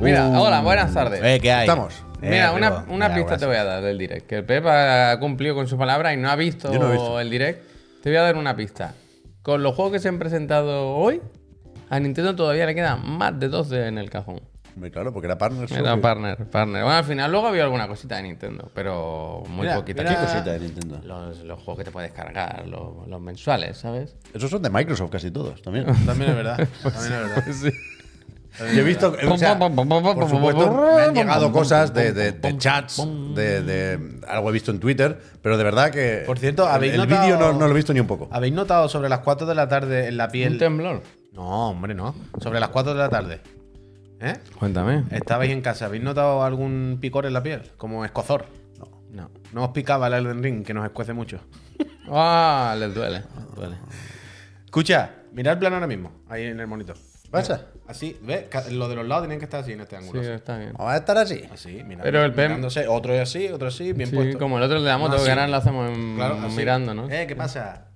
Mira, hola, buenas tardes. Uh. Eh, ¿qué hay? Estamos. Eh, Mira, una, pero- una mira, pista buenas. te voy a dar del direct. Que el Pep ha cumplido con su palabra y no ha visto, Yo no he visto. el direct. Te voy a dar una pista. Con los juegos que se han presentado hoy, a Nintendo todavía le quedan más de 12 en el cajón. Hombre, Claro, porque era partner. Era socio. partner, partner. Bueno, al final luego había alguna cosita de Nintendo, pero muy Mira, poquita. mira cosita de Nintendo. Los, los juegos que te puedes cargar, los, los mensuales, ¿sabes? Esos son de Microsoft casi todos también. También es verdad. También es verdad. Pues Sí. Yo he visto, o sea, Pum, pum, pum, pum, por pum, supuesto, pum, me han pum, llegado pum, pum, cosas pum, de, de- pum, de pum, chats, de, de- algo he visto en Twitter, pero de verdad que. Por cierto, el, habéis el notado- vídeo no, no lo he visto ni un poco. ¿Habéis notado sobre las 4 de la tarde en la Un piel? temblor. No, hombre, no. Sobre las 4 de la tarde. ¿Eh? Cuéntame. Estabais en casa, ¿habéis notado algún picor en la piel? Como escozor. No. No. No os picaba el Elden Ring, que nos escuece mucho. Ah, les duele. duele. Escucha, mirad el plan ahora mismo, ahí en el monitor. ¿Qué pasa? Así, ¿ves? Ca- Los de los lados tienen que estar así en este Sí, ángulo. así. está bien. Vamos a estar así. Así, mirando, Pero el pem- mirándose. Otro es así, otro así, bien Sí, puesto. como el otro de la moto, Así. que ahora lo hacemos en- así. mirando, ¿no? Eh, ¿qué pasa?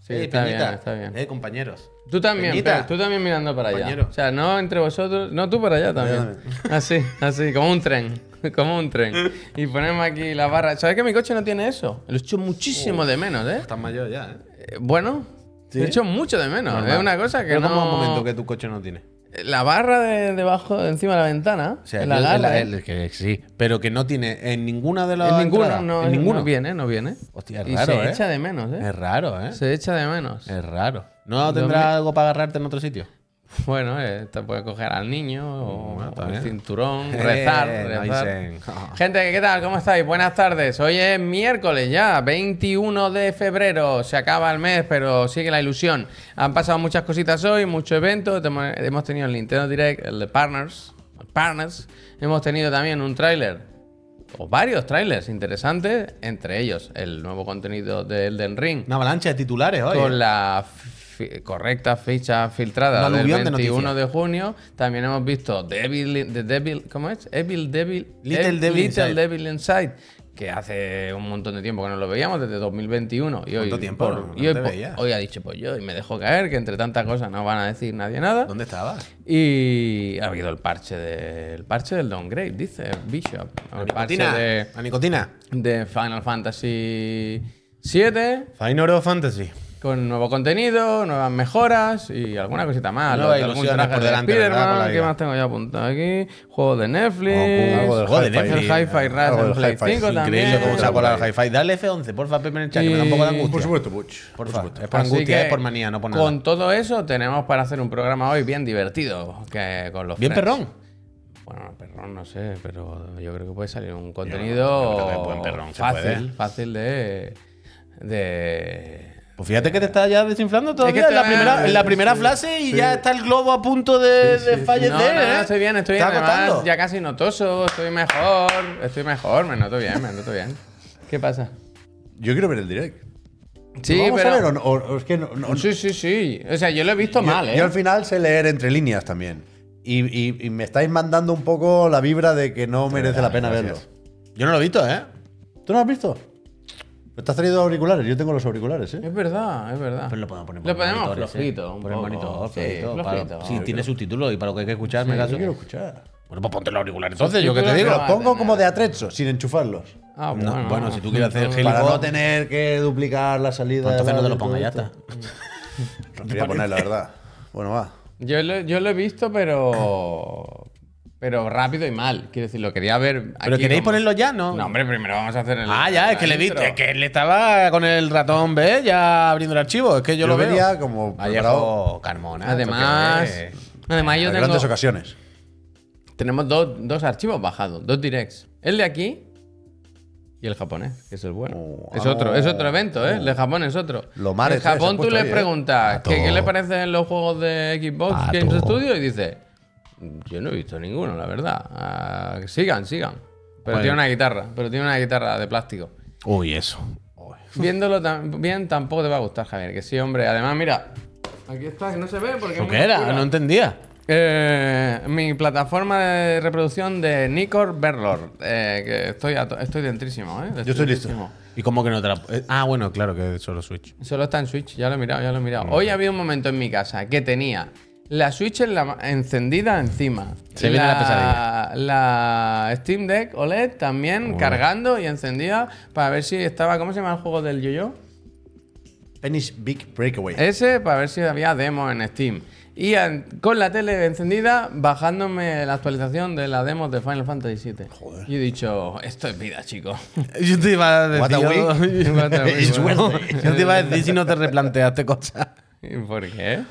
Sí, eh, está bien, Peñita. está bien. Eh, compañeros. Tú también, Peñita. Pep, tú también mirando para allá. Compañero. O sea, no entre vosotros, no tú para allá también. Así, así, como un tren, como un tren. Y ponemos aquí la barra. ¿Sabes que mi coche no tiene eso? Lo echo muchísimo de menos, ¿eh? Estás mayor ya, ¿eh? Eh, Bueno, lo echo mucho de menos. Ah, Es una cosa que Pero no... como un momento que tu coche no tiene. La barra de debajo, de encima de la ventana, O sea, el agarre, que sí, pero que no tiene en ninguna de las. en ninguno, entradas, no, en ninguno. no viene, no viene. Hostia, es y raro, se ¿eh? echa de menos, ¿eh? Es raro, ¿eh? Se echa de menos. Es raro. ¿No tendrá algo para agarrarte en otro sitio? Bueno, eh, te puedes coger al niño o Mm, Bueno, está el bien. cinturón, Eh, rezar, no rezar. dicen. Gente, ¿qué tal? ¿Cómo estáis? Buenas tardes. Hoy es miércoles ya, 21 de febrero. Se acaba el mes, pero sigue la ilusión. Han pasado muchas cositas hoy, muchos eventos. Temo- Hemos tenido el Nintendo Direct, el de Partners. Partners. Hemos tenido también un tráiler o varios trailers interesantes, entre ellos el nuevo contenido de Elden Ring Una avalancha de titulares hoy. ¿eh? con la fi- correcta ficha filtrada Una del aluvión de 21 de, junio. También hemos visto Devil, The Devil, ¿cómo es? Evil Devil, Little Ev- Devil Little Inside. Devil Inside, que hace un montón de tiempo que no lo veíamos, desde 2021. Y hoy, ¿Cuánto tiempo? por- No y hoy, te po- veía. hoy ha dicho pues yo y me dejó caer que entre tantas cosas no van a decir nadie nada. ¿Dónde estabas? Y ha habido el parche del parche del Downgrade, dice Bishop. El parche Nicotina. de, La nicotina. de Final Fantasy 7 Final of Fantasy. con nuevo contenido, nuevas mejoras y alguna cosita más. Nuevas Algún ilusiones traje por de delante, Spiderman, ¿verdad? Con la ¿Qué vida. más tengo yo apuntado aquí? Juegos de Netflix. Goku, algo del Joder, Hi-Fi. el Hi-Fi Rush en Algo del Play Hi-Fi. 5 Increíble también. cómo se ha Por colado el ahí. hi-fi. Dale F11, porfa, Pepe en el chat, que me da un poco de Y- angustia. Por supuesto, Puch. Por Por favor, supuesto. es por Así angustia, que es por manía, no por nada. Con todo eso tenemos para hacer un programa hoy bien divertido. Que con los Bien friends. perrón. Bueno, perrón no sé, pero yo creo que puede salir un yo creo contenido que buen perrón se fácil, puede. fácil de... de Pues fíjate que te está ya desinflando todavía Es que en, la está- primera, en la primera sí, frase y ya está el globo a punto de, de fallecer. No, no, no, ¿eh? estoy bien, estoy bien. Está Además, acostando. ya casi no toso, estoy mejor, estoy mejor, me noto bien, me noto bien. ¿Qué pasa? Yo quiero ver el direct. Sí, ¿Lo vamos pero. a ver o no? O- o es que no- no- no- Sí, sí, sí. O sea, yo lo he visto Yo- mal, ¿eh? Yo al final sé leer entre líneas también. Y, y- y me estáis mandando un poco la vibra de que no merece la pena gracias. verlo. Yo no lo he visto, ¿eh? ¿Tú no lo has visto? ¿Te has traído auriculares? Yo tengo los auriculares, ¿eh? Es verdad, es verdad. Pero lo podemos poner Lo ponemos monitores, flojito, ¿eh? un Por el poco. monitor, Sí, flojito, para- flojito. Sí, tiene subtítulos y para lo que hay que escuchar, me caso. Yo quiero escuchar. Bueno, pues ponte los auriculares. Entonces, yo que te Subtítulos, digo. no Los va a pongo tener. como de atrecho, sin enchufarlos. Ah, No, bueno. bueno, si tú quieres hacer gilipollas, Pues Para no tener que duplicar la salida. entonces la- no te lo y todo pongas, ya esto. está. No quería poner, la verdad. Bueno, va. Yo lo, yo lo he visto, pero. Pero rápido y mal. Quiero decir, lo quería ver. ¿Pero aquí queréis como- ponerlo ya? No. No, hombre, primero vamos a hacer el. Ah, ya, es la que le intro. viste, es que le estaba con el ratón, ¿ves? Ya abriendo el archivo, es que yo, Yo lo venía veo. como preparado. Vallejo oh, Carmona. Además. esto que es. Además, yo en tengo. grandes ocasiones. Tenemos dos, dos archivos bajados, dos directs. El de aquí y el japonés, que es el bueno. Oh, es ah, oh. otro, es otro evento, ¿eh? El de Japón es otro. Lo mal en es, eh, se ha Japón tú puesto le ahí, ¿eh? preguntas Pato. ¿qué, qué le parecen los juegos de Xbox Pato. Games Studio y dice, yo no he visto ninguno, la verdad. Ah, sigan, sigan. Pero Bueno. tiene una guitarra, pero tiene una guitarra de plástico. Uy, eso. Viéndolo tan bien tampoco te va a gustar, Javier, que sí, hombre. Además, mira, aquí está, que no se ve porque... es ¿Lo muy que era? oscura. No entendía. Eh, mi plataforma de reproducción de Nicor Berlor. Eh, que estoy, a to- estoy dentrísimo, ¿eh? Yo estoy listo. dentrísimo. ¿Y cómo que no te la.? eh, Ah, bueno, claro que es solo Switch. Solo está en Switch, ya lo he mirado, ya lo he mirado. Hoy había un momento en mi casa que tenía La Switch en la ma- encendida encima. Se viene la pesadilla. la Steam Deck OLED también cargando y encendida para ver si estaba. ¿Cómo se llama el juego del yo-yo? Penis Big Breakaway. Ese para ver si había demos en Steam. Y an- con la tele encendida, bajándome la actualización de las demos de Final Fantasy VII. Joder. Y he dicho, esto es vida, chicos. Yo te iba a decir. What a week. What a week, It's bueno. Wednesday. Yo te iba a decir si no te replanteaste cosas. ¿Y por qué?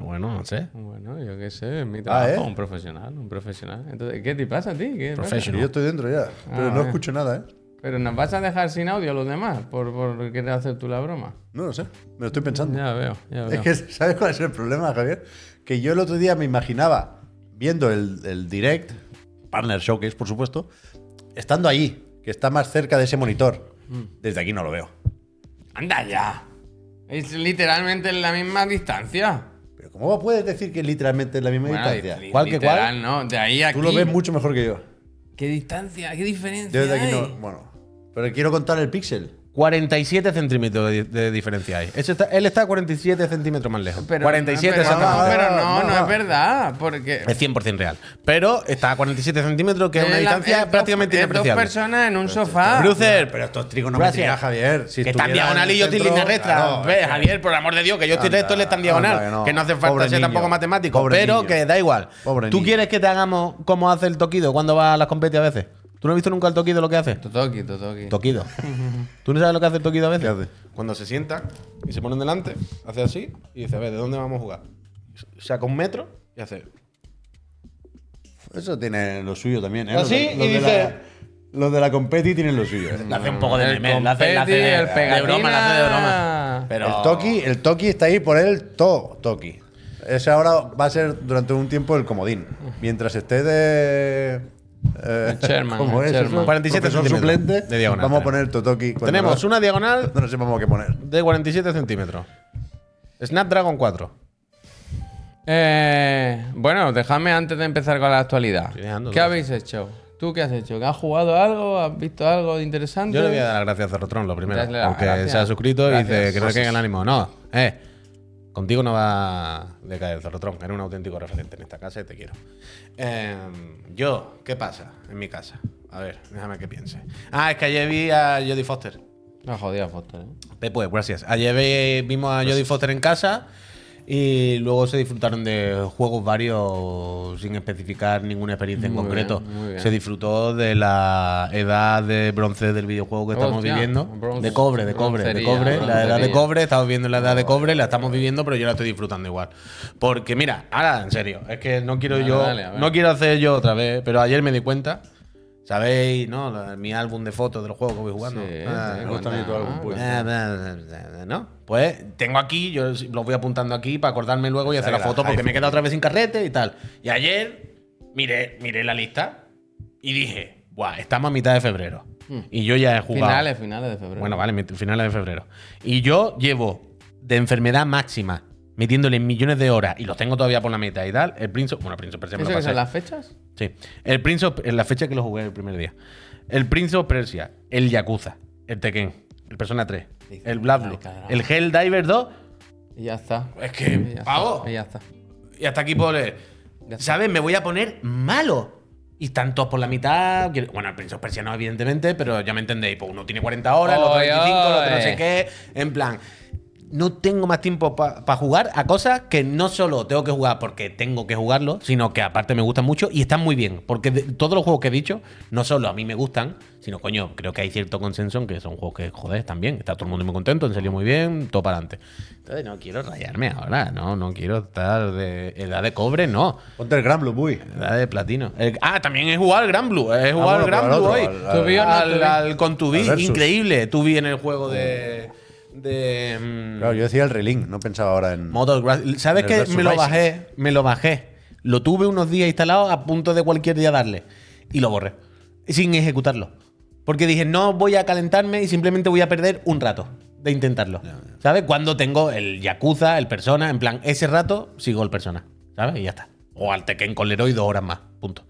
Bueno, no sé. Bueno, yo qué sé, es mi trabajo, ¿eh? un profesional, un profesional. Entonces, ¿qué te pasa a ti? ¿Qué pasa? Professional. Yo estoy dentro ya, pero no vale. escucho nada, ¿eh? Pero nos vas a dejar sin audio a los demás por, por querer hacer tú la broma. No lo sé, me lo estoy pensando. Ya veo, ya veo. Es que, ¿sabes cuál es el problema, Javier? Que yo el otro día me imaginaba, viendo el, el direct, Partner Showcase, por supuesto, estando allí, que está más cerca de ese monitor. Desde aquí no lo veo. ¡Anda ya! Es literalmente en la misma distancia. Pero ¿cómo puedes decir que literalmente es la misma Bueno, distancia? li- ¿Cuál que cuál? literal, ¿no? De ahí a Tú aquí. lo ves mucho mejor que yo. ¿Qué distancia? ¿Qué diferencia Yo desde aquí hay? no. Bueno, pero quiero contar el pixel. 47 centímetros de, de diferencia hay. Ese está- él está 47 centímetros más lejos. Pero 47 no, pero, no, centímetros. pero no, Ah, no ah, es verdad. Porque Es 100% real. Pero está a 47 centímetros, que es una la- distancia dos- prácticamente es dos inapreciable. personas en un sofá. Brucer, Pero esto es trigonometría, Gracias. Javier. Si que está en estuviera diagonal y el yo estoy en centro, línea recta. claro, Ve, Javier, por el amor de Dios, que yo estoy Anda, recto, él está en diagonal. anda, que que, no. no. hace falta Pobre ser niño. tampoco matemático. Pobre pero niño. que da igual. Pobre ¿Tú niño. quieres que te hagamos como hace el Toquido cuando va a las competis a veces? ¿Tú no has visto nunca el Toquido lo que hace? Totoki, Totoki. Toquido. ¿Tú no sabes lo que hace el Toquido a veces? ¿Qué hace? Cuando se sienta y se ponen delante, hace así y dice, a ver, ¿de dónde vamos a jugar? Saca un metro y hace... Eso tiene lo suyo también, ¿eh? Así, Los de- los ¿Ah, y de dice- la- Los de la competi tienen lo suyo. ¿eh? hace un poco El confeti, el pegatina. Pero... El Toki, el Toki está ahí por el to Toki. Ese ahora va a ser durante un tiempo el comodín. Mientras esté de. eh, Sherman, ¿cómo el es? Sherman. 47 47 centímetros suplente. de diagonal vamos a tenemos. poner el Totoki. cuando Tenemos no- una diagonal cuando No sepamos qué poner. de 47 centímetros. Snapdragon 4. Eh, bueno, déjame antes de empezar con la actualidad. Estoy dejando ¿Qué todo. habéis hecho? ¿Tú qué has hecho? ¿Que ¿Has jugado algo? ¿Has visto algo de interesante? Yo le voy a dar las gracias a Cerrotron, lo primero. Dadle las Aunque gracias. se ha suscrito y Gracias. dice que no le caiga el ánimo. No, eh. Contigo no va a decaer Cerrotron. Eres un auténtico referente en esta casa y te quiero. Eh, yo, ¿qué pasa en mi casa? A ver, déjame que piense. Ah, es que ayer vi a Jodie Foster. La jodida foto, ¿eh? Pepe, gracias. Ayer ve- vimos a Jodie Foster en casa y luego se disfrutaron de juegos varios sin especificar ninguna experiencia en Muy concreto. bien, muy bien. Se disfrutó de la edad de bronce del videojuego que estamos Hostia, viviendo. bronce- de cobre, de cobre, de broncería, cobre. La edad de broncería. cobre, estamos viviendo la edad de cobre, la estamos viviendo, pero yo la estoy disfrutando igual. Porque mira, ahora en serio, es que no quiero Dale, yo, dale, a ver. no quiero hacer yo otra vez, pero ayer me di cuenta. ¿Sabéis, no? La- mi álbum de fotos del juego que voy jugando. Sí, Ah, sí, me gusta a mí tu cuando- álbum, pues. Ah, ah, ah, ¿No? Pues tengo aquí, yo los voy apuntando aquí para acordarme luego y hacer la que la foto porque iPhone. me he quedado otra vez sin carrete y tal. Y ayer miré, miré la lista y dije, guau, estamos a mitad de febrero. Y yo ya he jugado. Finales, finales Hmm. de febrero. Bueno, vale, mit- finales de febrero. Y yo llevo de enfermedad máxima, metiéndole millones de horas y los tengo todavía por la mitad y tal. El Prince of, bueno, Prince of Persia me ¿Eso lo que pasé. son las fechas? Sí. El Prince of, en la fecha que lo jugué el primer día. El Prince of Persia, el Yakuza, el Tekken, el Persona 3, el Black Blue, cabrón. el Helldiver 2. Y ya está. Es Y que, ya pavo, está, Y ya está. y hasta aquí puedo leer. Ya está. ¿Sabes? Me voy a poner malo. Y están todos por la mitad. quiero- Bueno, el Prince of Persia no, evidentemente, pero ya me entendéis. Pues uno tiene 40 horas, el otro Oy, 25, el otro no oy. sé qué. En plan, no tengo más tiempo para jugar a cosas que no solo tengo que jugar porque tengo que jugarlo, sino que aparte me gustan mucho y están muy bien. Porque de- todos los juegos que he dicho, no solo a mí me gustan, sino, coño, creo que hay cierto consenso en que son juegos que, joder, están bien. Está todo el mundo muy contento, han salido muy bien, todo para adelante. Entonces no quiero rayarme ahora, no, no quiero estar de edad de cobre, no. Ponte el Gran Blue Boy. Edad de platino. El- ah, también he jugado al Gran Blue. He jugado Ah, bueno, al Gran pero al Blue otro, hoy. al- al- Tubi o no Al- Tubi. al- con tu Al versus. Increíble. Tu en el juego de. de mm, Claro, yo decía el relink, no pensaba ahora en. Model Gra- ¿Sabes El qué? versus Me lo Rising. bajé. Me lo bajé. Lo tuve unos días instalado a punto de cualquier día darle. Y lo borré. Sin ejecutarlo. Porque dije, no voy a calentarme y simplemente voy a perder un rato de intentarlo. ¿Sabes? Cuando tengo el Yakuza, el Persona, en plan, ese rato sigo el Persona. ¿Sabes? Y ya está. O al Tekken con Leroy dos horas más. Punto.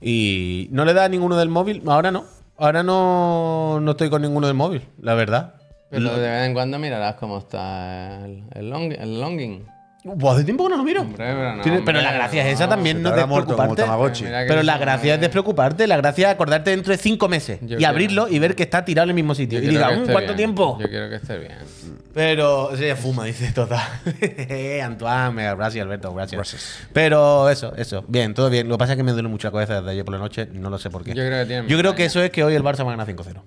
Y no le da a ninguno del móvil. Ahora no. Ahora no, no estoy con ninguno del móvil, la verdad. Pero de vez en cuando mirarás cómo está el, el long- el longing. Buah, Pues hace tiempo que no lo miro. Hombre, pero no, Tiene- pero hombre, la gracia es esa no. Se también, te no habrá muerto como despreocuparte. Tamagotchi. Mira que Pero eso la no gracia es es- despreocuparte, la gracia es acordarte dentro de cinco meses Yo y creo- abrirlo y ver que está tirado en el mismo sitio. Yo Y quiero diga, que "Mm, esté ¿cuánto bien. tiempo? Yo quiero que esté bien. Pero se fuma, dice total. Antoine, mega gracias, Alberto, gracias. Gracias. Pero eso, eso. Bien, todo bien. Lo que pasa es que me duele mucho la cabeza desde ayer por la noche, no lo sé por qué. Yo creo que tiene Yo creo migraña. que eso es que hoy el Barça va a ganar 5-0.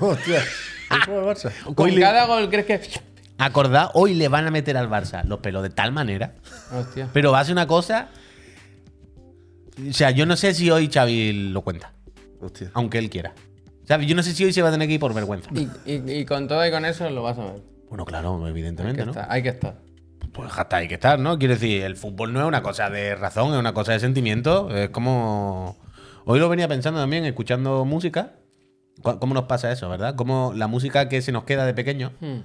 Hostia. ¿es como el Barça? Con Hoy le- cada gol crees que. Acordad, hoy le van a meter al Barça los pelos de tal manera, Hostia. pero va a ser una cosa. O sea, yo no sé si hoy Xavi lo cuenta, Hostia. aunque él quiera. ¿Sabes? Yo no sé si hoy se va a tener que ir por vergüenza. Y, y- y con todo y con eso lo vas a ver. Bueno, claro, Hay que evidentemente, ¿no? estar. Hay que estar. Pues hasta hay que estar, ¿no? Quiero decir, el fútbol no es una cosa de razón, es una cosa de sentimiento. Es como. Hoy lo venía pensando también, escuchando música. Cu- ¿Cómo nos pasa eso, verdad? Como la música que se nos queda de pequeño, Hmm.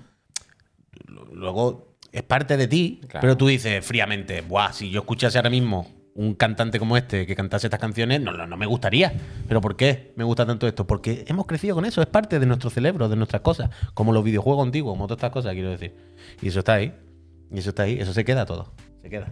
luego es parte de ti, Claro. pero tú dices fríamente, Buah, si yo escuchase ahora mismo un cantante como este que cantase estas canciones, no, no, no me gustaría. ¿Pero por qué me gusta tanto esto? Porque hemos crecido con eso, es parte de nuestro cerebro, de nuestras cosas, como los videojuegos antiguos, como todas estas cosas, quiero decir. Y eso está ahí, y eso está ahí, eso se queda todo, se queda.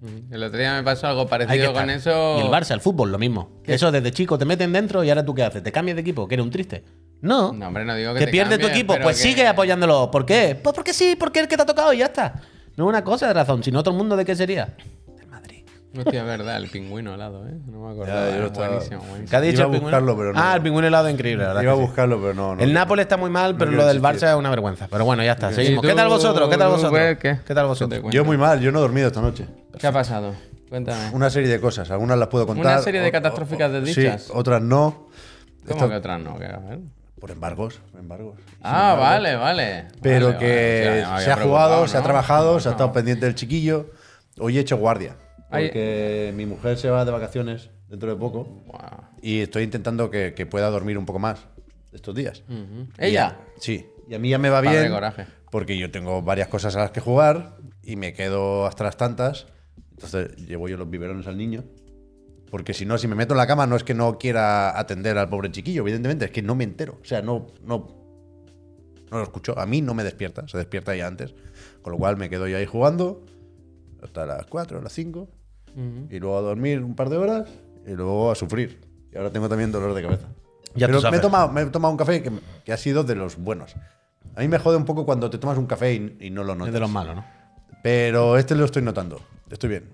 Mm. El otro día me pasó algo Hay que parecido con estar. eso. Y el Barça, el fútbol, lo mismo. Eso desde chico te meten dentro y ahora tú qué haces, te cambias de equipo, que eres un triste. No, No, hombre, no digo que te, te pierde tu cambies, equipo, pero pues que- sigue apoyándolo. ¿Por qué? Pues porque sí, porque es el que te ha tocado y ya está. No es una cosa de razón, sino otro mundo de qué sería. Del Madrid. Hostia, es verdad, el pingüino helado, ¿eh? No me acordaba. Ya, yo lo Era estaba- buenísimo, buenísimo. ¿Qué ha dicho Iba a el pingüino? buscarlo, pero no. Ah, el pingüino helado es increíble, la verdad. Iba a que sí. buscarlo, pero no. no el Nápoles está muy mal, pero quiero lo del insistir. Barça es una vergüenza. Pero bueno, ya está, seguimos. ¿Y ¿Qué tú, tal vosotros? ¿Qué tal vosotros? Rupert, qué? ¿É tal vosotros? ¿Qué te Yo muy mal, yo no he dormido esta noche. ¿Qué ha pasado? Cuéntame. Una serie de cosas, algunas las puedo contar. Una serie de o- o- catastróficas desdichas. Sí, otras no. ¿Cómo Esta- que otras no? Que, a ver. Por embargos, embargos. Ah, vale, vale. Pero Vale, que vale. O sea, ya me había se ha jugado, preocupado, se ha ¿no? trabajado, se ha No. estado pendiente del chiquillo. Hoy he hecho guardia. Ay. Porque mi mujer se va de vacaciones dentro de poco. Guau. Y estoy intentando que, que pueda dormir un poco más estos días. Ujú. Y ¿Ella? a- sí. Y a mí ya me va Padre bien. coraje. Porque yo tengo varias cosas a las que jugar y me quedo hasta las tantas. Entonces llevo yo los biberones al niño. Porque si no, si me meto en la cama, no es que no quiera atender al pobre chiquillo, evidentemente, es que no me entero. O sea, no, no, no lo escucho. A mí no me despierta, se despierta ya antes. Con lo cual me quedo yo ahí jugando hasta las 4, las 5. Ujú. Y luego a dormir un par de horas y luego a sufrir. Y ahora tengo también dolor de cabeza. Ya Pero tú me he, sabes. tomado, me he tomado un café que, que ha sido de los buenos. A mí me jode un poco cuando te tomas un café y, y no lo Es notas. de los malos, ¿no? Pero este lo estoy notando. Estoy bien.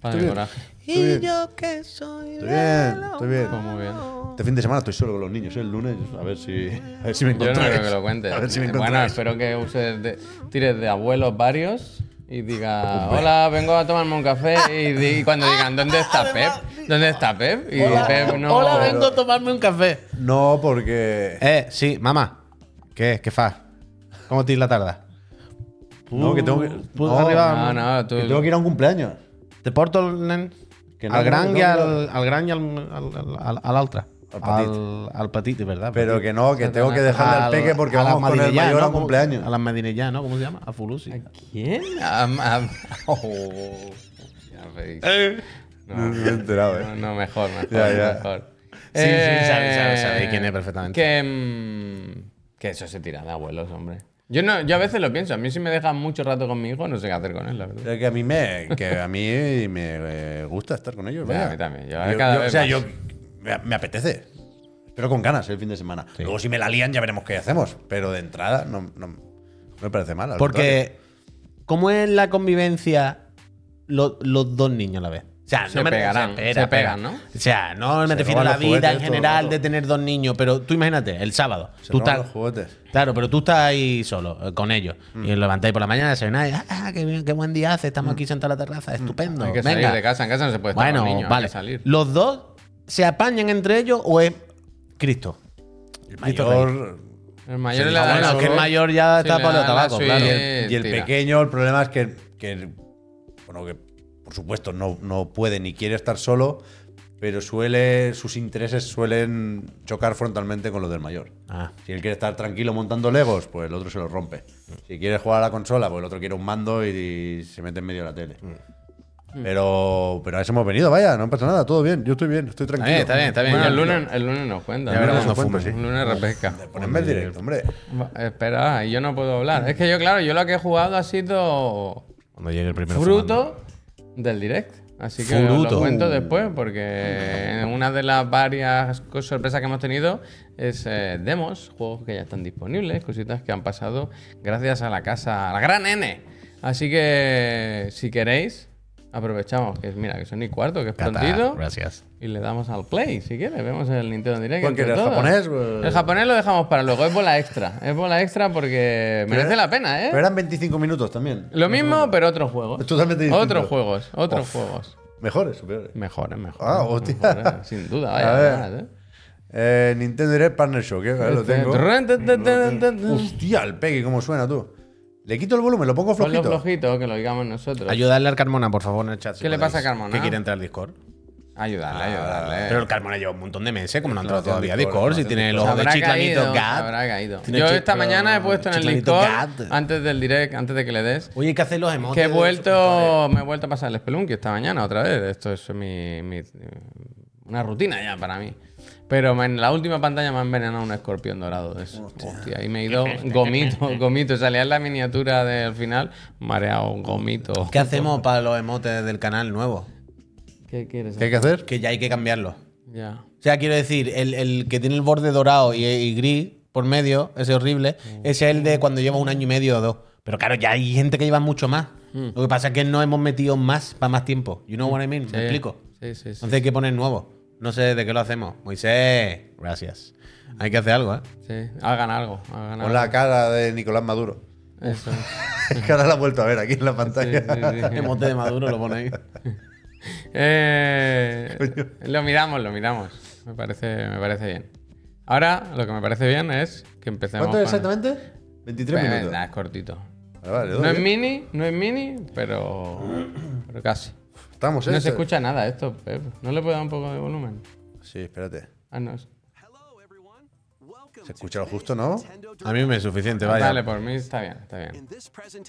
Padre coraje. Estoy bien. yo que soy Estoy bien, estoy bien. Pues muy bien. Este fin de semana estoy solo con los niños. ¿eh? El lunes, a ver si, a ver si me Yo no encontráis. creo que lo cuentes. A ver si me bueno, encontráis. espero que uses de- tires de abuelos varios y diga, hola, vengo a tomarme un café y, di- y cuando digan, ¿dónde está Pep? ¿Dónde está Pep? Y Pep no... Hola, vengo a tomarme un café. No, porque. Eh, sí, mamá. ¿Qué es? ¿Qué fa? ¿Cómo te la tarda? no, que tengo que. Pu- arriba. No, no, tú... que tengo que ir a un cumpleaños. ¿Te porto el nen? Que no, al gran no, y no. al, al gran y al, al, al, al- al altre. Al petit. Al, al petit, de ¿verdad? Pero que no, que Pues tengo que dejarle al, al peque porque a las vamos con el madrileñas, mayor a ¿no? un ¿Cómo- cumpleaños. A las madrileñas, ¿no? ¿Cómo se llama? A Fulusi. ¿Quién? A- a- Oh, ya veis. Eh. No, No me he enterado, eh. no, no, mejor, mejor, Ya, ya. mejor. Eh, Sí, sí, sabe- sabe- sabe quién es perfectamente. Que, mm, que eso se tira de abuelos, hombre. Yo, no, yo a veces lo pienso. A mí si me dejan mucho rato con mi hijo, no sé qué hacer con él, la verdad. Pero que a mí me, que a mí me eh, gusta estar con ellos. Ya, vaya. a mí también. Yo cada vez o sea, más. yo me, me apetece. Pero con ganas el fin de semana. Luego si me la lían ya veremos qué hacemos. Pero de entrada no, no, no me parece mal. al contrario. Porque, ¿cómo es la convivencia lo- los dos niños a la vez? O sea, Se pegarán, se pegan, ¿no? O sea, no me Se refiero a roban la los vida juguetes, en todo general el de rato. tener dos niños, pero tú imagínate, el sábado, se tú roban estás los juguetes. Claro, pero tú estás ahí solo, eh, con ellos. Y os levantáis por la mañana, desayunáis. ¡Ah, qué, bien, qué buen día hace! Estamos aquí sentados en la terraza. ¡Estupendo! Mm. Hay que Venga. salir de casa. En casa no se puede estar bueno, con niños. vale. Hay que salir. ¿Los dos se apañan entre ellos o es Cristo? El Cristo mayor El mayor Sí, le da bueno, la es que el suite. mayor ya Sí, está le para da los la tabacos, suite, claro. y el Eh, tira. pequeño, el problema es que, que, bueno, que por supuesto no, no puede ni quiere estar solo, pero suele, sus intereses suelen chocar frontalmente con los del mayor. Ah. Si él quiere estar tranquilo montando Legos, pues el otro se los rompe. Mm. Si quiere jugar a la consola, pues el otro quiere un mando y, se mete en medio de la tele. Mm. Pero, pero a eso hemos venido, vaya, no pasa nada, todo bien, yo estoy bien, estoy tranquilo. bien, está bien, está bien. Bueno, el ya. lunes, el lunes nos cuenta. Ya ¿no? veremos Nos cuando cuenta, fume, sí. Un lunes repesca. Ponedme el directo, hombre. Va, Espera, y yo no puedo hablar. Es que yo, claro, yo lo que he jugado ha sido Cuando llegue el primero. fumando. fruto del direct. Así que os Fruto. lo cuento después, porque una de las varias co- sorpresas que hemos tenido es eh, demos, juegos que ya están disponibles, cositas que han pasado gracias a la casa, a la gran N. Así que si queréis, aprovechamos, que es, mira, que son y cuarto, que es Cata, prontito. Gracias. Y le damos al play, si quieres. Vemos el Nintendo Direct. Porque entre el todos. japonés, eh. El japonés lo dejamos para luego. Es bola extra. Es bola extra porque merece la pena, ¿eh? Pero eran 25 minutos también. Lo mismo, pero otros juegos. Es totalmente distinto. Otros juegos, otros Uf. juegos. Mejores o peores. Mejores, mejores. Ah, hostia. mejores, sin duda, vaya. A ver. nada, ¿eh? Eh, Nintendo Direct Partner Show, que lo Este- tengo. Trun, tun, tun, tun, tun, tun. Hostia, el pegue, cómo suena tú. Le quito el volumen, lo pongo Ponlo flojito. flojito, que lo digamos nosotros. Ayudarle al Carmona, por favor, en el chat. si ¿Qué le podéis. pasa a Carmona? Que quiere entrar al Discord. Ah, Ayudarle, ayudarle. Pero el Carmona lleva un montón de meses, como no ha entrado Explotación todavía a Discord, Discord, si explotación tiene el Se ojo de habrá chiclanito caído, se gat. habrá caído. Tiene Yo chi- esta mañana he puesto en el chiclanito Discord, gat. antes del direct, antes de que le des, Oye, ¿qué hacen los emotes? Que he de- vuelto, me he vuelto a pasar el Spelunky esta mañana otra vez. Esto es mi, mi- una rutina ya para mí. Pero en la última pantalla me ha envenenado un escorpión dorado. de eso. Hostia, y me he ido gomito, gomito. Salía en la miniatura del final, mareado, gomito. ¿Qué hacemos para los emotes del canal nuevo? ¿Qué quieres? ¿Qué hay que hacer? Que ya hay que cambiarlo. Ya. O sea, quiero decir, el, el que tiene el borde dorado y, y gris por medio, ese horrible, ese es el de cuando lleva un año y medio o dos. Pero claro, ya hay gente que lleva mucho más. Lo que pasa es que no hemos metido más para más tiempo. You know what I mean? Sí. ¿Me explico? Sí, sí, sí. Entonces hay que poner nuevo. No sé de qué lo hacemos. Moisés, gracias. Hay que hacer algo, ¿eh? sí. Hagan algo. Hagan Con la algo. cara de Nicolás Maduro. Eso. Es que ahora la he vuelto a ver aquí en la Sí, pantalla. sí, sí. Emote de Maduro lo ponéis. Eh, lo miramos, lo miramos. Me parece, me parece bien. Ahora, lo que me parece bien es que empecemos. ¿Cuánto con- es exactamente? 23 Pues, minutos. nada, es cortito. Vale, vale, No doy, es ¿eh? mini, no es mini, pero, pero casi. Estamos, ¿eh? No se escucha nada esto, Pep. ¿No le puedo dar un poco de volumen? Sí, espérate. Ah, no. es- Se escucha lo justo, ¿no? A mí me es suficiente, vaya. Vale, por mí está bien, está bien.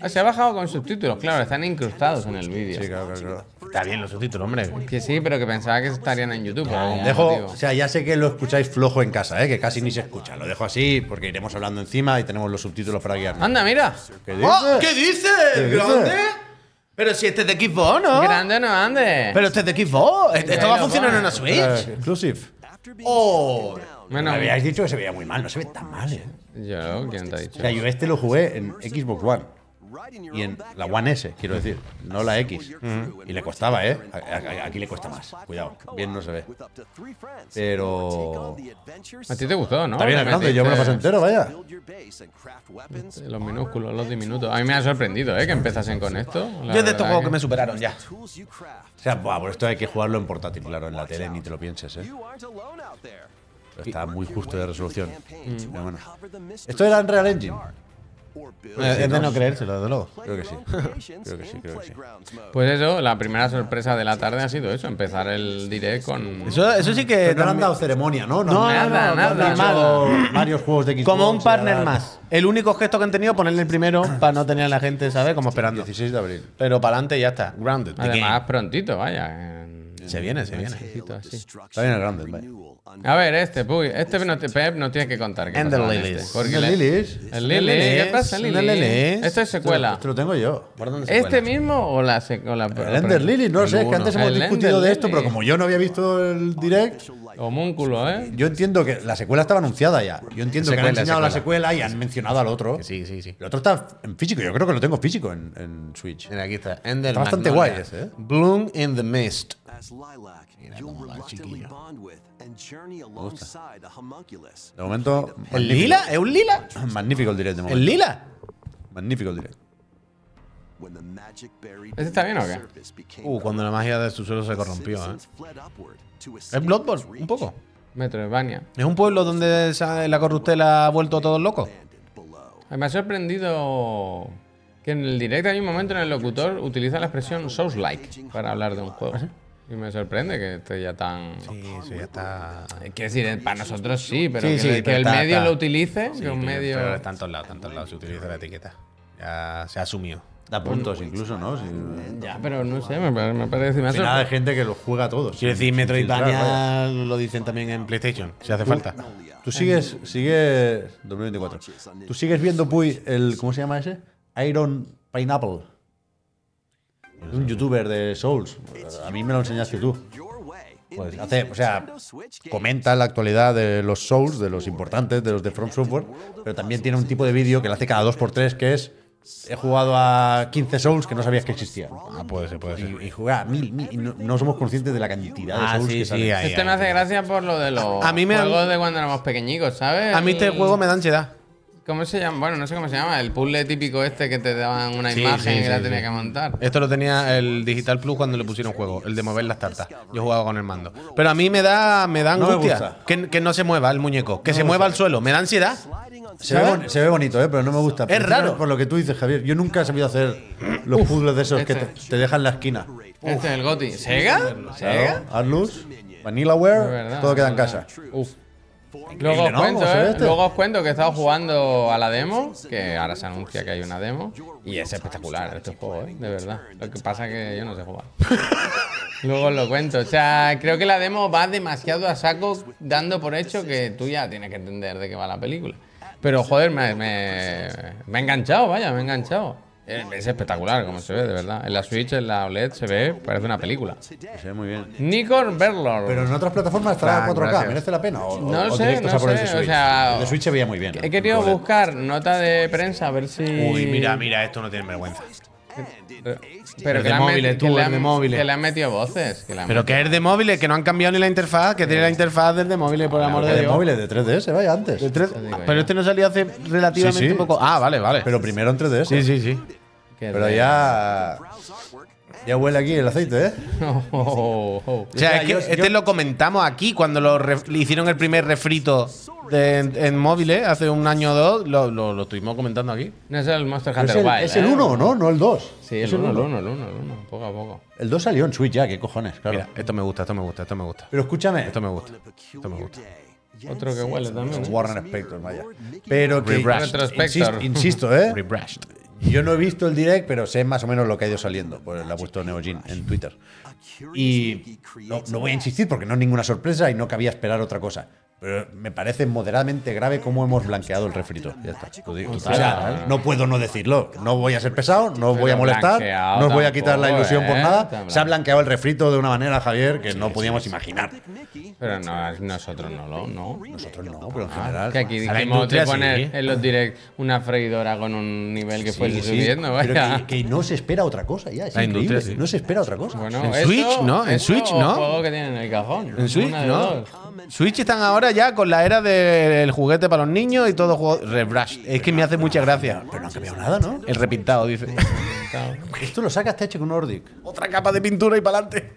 Ah, se ha bajado con subtítulos, claro, están incrustados en el vídeo. Sí, claro, claro, claro. Está bien los subtítulos, hombre. Que sí, pero que pensaba que estarían en YouTube. por algún Dejo, motivo. o sea, ya sé que lo escucháis flojo en casa, ¿eh? que casi ni se escucha. Lo dejo así porque iremos hablando encima y tenemos los subtítulos para guiarnos. Anda, mira. ¿Qué ¡Oh! dices? ¿Qué dices? ¿Qué dices? ¿Grande? Pero si este es de Xbox, ¿no? Grande no ande. Pero este es de Xbox. Este- Esto va a Pero funcionar en bueno. una Switch. Eh, Exclusive. ¡Oh! Me Menos. habíais dicho que se veía muy mal, no se ve tan mal. ¿eh? Yo, ¿quién te ha dicho? O sea, yo este lo jugué en Xbox One y en la One S, quiero decir, no la X. Y le costaba, ¿eh? A- a- Aquí le cuesta más. Cuidado, bien no se ve. Pero- A ti te gustó, ¿no? Está bien, Le es grande, yo me lo metiste pasé entero, vaya. Este, Los minúsculos, los diminutos. A mí me ha sorprendido, ¿eh? Que empezasen con esto. La Yo es de estos verdad juegos que me superaron ya. O sea, buah, por esto hay que jugarlo en portátil, claro, en la tele, ni te lo pienses, ¿eh? Pero está muy justo de resolución. Pero bueno. Esto era Unreal Engine. Eh, este Es de no creérselo, desde luego. Creo que sí. Creo que sí, creo que sí. Pues eso, la primera sorpresa de la tarde ha sido eso, empezar el direct con... Eso, eso sí que. Pero no le han también- dado ceremonia, ¿no? No, No, no, nada, no, no, nada. normal. Varios juegos de Xbox. Como un ya partner dan- más. El único gesto que han tenido, ponerle el primero para no tener a la gente, ¿sabes? Como esperando. 16 de abril. Pero para adelante ya está. Grounded. the Además, game. prontito, vaya. en- Se viene, se viene. poquito así. Está bien el grande, vaya. A ver, este, puy, este no te- Pep no tiene que contar. qué And the pasaba en lilies. este, porque ¿El le- Lilies? El Lily. Lilies, ¿Qué pasa, the Lily? lilies. Esto es secuela. Te lo tengo yo. ¿Por dónde se ¿Este cuela? mismo o la secuela? El Ender Lily, no sé, es que antes El hemos Ender discutido de esto, Lily. pero como yo no había visto el direct, Homúnculo, ¿eh? yo entiendo que la secuela estaba anunciada ya. Yo entiendo que Secuela, han enseñado la secuela y han mencionado al otro. Que Sí, sí, sí. El otro está en físico, yo creo que lo tengo físico en, en Switch. Mira, aquí está. Ender Está bastante Magnolia. guay ese, ¿eh? Bloom in the Mist. De momento, ¿El magnífico. lila? ¿Es un lila? Magnífico el direct de momento. ¿El lila? Magnífico el direct. ¿Ese ¿Este está bien o qué? Uh, cuando la magia de su suelo se corrompió, ¿eh? Es Bloodborne, un poco. Metroidvania. Es un pueblo donde sa- la corruptela ha vuelto a todos locos. Ay, Me ha sorprendido que en el directo hay un momento en el locutor utiliza la expresión shows like para hablar de un ¿Ah, juego. Y me sorprende que esté ya tan... Eso ya está. Quiero decir, para nosotros sí, pero Sí, que, sí, que pero el está- medio está. lo utilice, que un pero- medio... Pero está en todos lados, está en todos lados. Se utiliza la etiqueta. Ya se asumió. Da puntos incluso, ¿no? Si- Ya, pero no sé, me, pare- me parece... Me ha Al final hay sorprendido. gente que lo juega todo. Quiero decir, Sin filtrar, Metroidvania lo dicen también en PlayStation, si hace falta. vaya. Tú sigues, sigues 2024. Tú sigues viendo Puy el ¿cómo se llama ese? Iron Pineapple. Un youtuber de Souls. A mí me lo enseñaste tú. Pues hace- o sea, Comenta la actualidad de los Souls, de los importantes, de los de From Software, pero también tiene un tipo de vídeo que lo hace cada 2x3, que es he jugado a 15 Souls que no sabías que existían. Ah, puede ser, puede ser. Y, y jugué a mil, mil, y no, no somos conscientes de la cantidad de Ah, Souls sí, que sí, salen. ahí. Este me hace gracia por lo de los A mí me- juegos de cuando éramos pequeñicos, ¿sabes? A mí este juego me da ansiedad. ¿Cómo se llama? Bueno, no sé cómo se llama. El puzzle típico este que te daban una Sí, imagen sí, y sí, la sí. tenías que montar. Esto lo tenía el Digital Plus cuando le pusieron juego, el de mover las tartas. Yo jugaba con el mando. Pero a mí me da, me da No me angustia gusta. que, que no se mueva el muñeco, que se mueva al suelo. Me da ansiedad. Se ve, ¿Sabes? boni- se ve bonito, ¿eh? pero no me gusta. Precisamente raro. Por lo que tú dices, Javier. Yo nunca he sabido hacer los puzzles de esos que te, este. te dejan en la esquina. Este es el Goti. ¿Sega? ¿Sega? Claro, Atlus, Es verdad, Vanillaware, todo queda en es casa. verdad. Uf. Luego os, ¿no? ¿Cómo cuento, se ve ¿eh? este? Luego os cuento que he estado jugando a la demo, que ahora se anuncia que hay una demo, y es espectacular este juego, ¿eh? de verdad. Lo que pasa es que yo no sé jugar. Luego os lo cuento. O sea, creo que la demo va demasiado a saco, dando por hecho que tú ya tienes que entender de qué va la película. Pero joder, me, me, me he enganchado, vaya, me he enganchado. Es es espectacular como se ve, de verdad. En la Switch, en la OLED, se ve, parece una película. Se ve muy bien. Nicor Berlor. Pero en otras plataformas estará Frank, 4K. gracias. ¿Merece la pena? O, o- No o sé, directo no se va por el de sé, o Switch? sea, el de Switch se veía muy bien. He querido Joder. buscar nota de prensa a ver si. Uy, mira, mira, esto no tiene vergüenza. Pero El que de le han met- móviles, tú, que le el han- de móviles. Que le han metido voces. Que le han Pero que es de móviles, que no han cambiado ni la interfaz, que tiene la interfaz del de móviles, por el amor El de de Dios. móviles, de 3DS, vaya antes. El tres- Eso digo yo. Pero este no salió hace relativamente Sí, sí. poco. Ah, vale, vale. Pero primero en 3DS. sí, sí, sí. Que Pero te- ya. Ya huele aquí el aceite, ¿eh? Oh, oh, oh, oh. O sea, Ya, es que yo- este yo- lo comentamos aquí cuando lo ref- le hicieron el primer refrito de- en, en móviles hace un año o dos. Lo, lo- lo estuvimos comentando aquí. No es el Monster Pero Hunter es el- Wild. es el ¿eh? 1, ¿no? No el 2. Sí, el 1, el 1, el 1, el 1. Poco a poco. El 2 salió en Switch ya, qué cojones, claro. Mira, esto me gusta, esto me gusta, esto me gusta. Pero escúchame. Esto me gusta. Esto me gusta. Otro que huele también. ¿eh? Warren Spector, vaya. Pero que. Rebrashed. Insisto, Retrospector. insisto, ¿eh? Rebrashed. Yo no he visto el direct, pero sé más o menos lo que ha ido saliendo. Pues la ha puesto Neogin en Twitter. Y no, no voy a insistir porque no es ninguna sorpresa y no cabía esperar otra cosa. Pero me parece moderadamente grave cómo hemos blanqueado el refrito. Ya está. lo digo. O Pues ¿eh? sea, no puedo no decirlo. No voy a ser pesado, no os voy a molestar, blanqueado no os voy a quitar la tampoco, ilusión por ¿eh? nada. Tan Se ha blanqueado. blanqueado el refrito de una manera, Javier, que no podíamos imaginar. Pero no, nosotros no lo. No. ah, Nosotros no, pero en general. Que aquí Pues A la dijimos de industria poner sí. ¿eh? en los direct una freidora con un nivel que fuese Sí, sí, pues, subiendo, pero vaya. que, que no se espera otra cosa ya. Es La industria, increíble. sí. No se espera otra cosa. Bueno, En eso- Switch, ¿no? En eso Switch, o ¿no? juego que tienen en el cajón. En Switch, Una de ¿no? dos. Switch están ahora ya con la era del juguete para los niños y todo juego. Rebrashed. Es que me hace mucha gracia. Pero no han cambiado nada, ¿no? El repintado, dice. Esto lo sacas THQ Nordic. Otra capa de pintura y para adelante.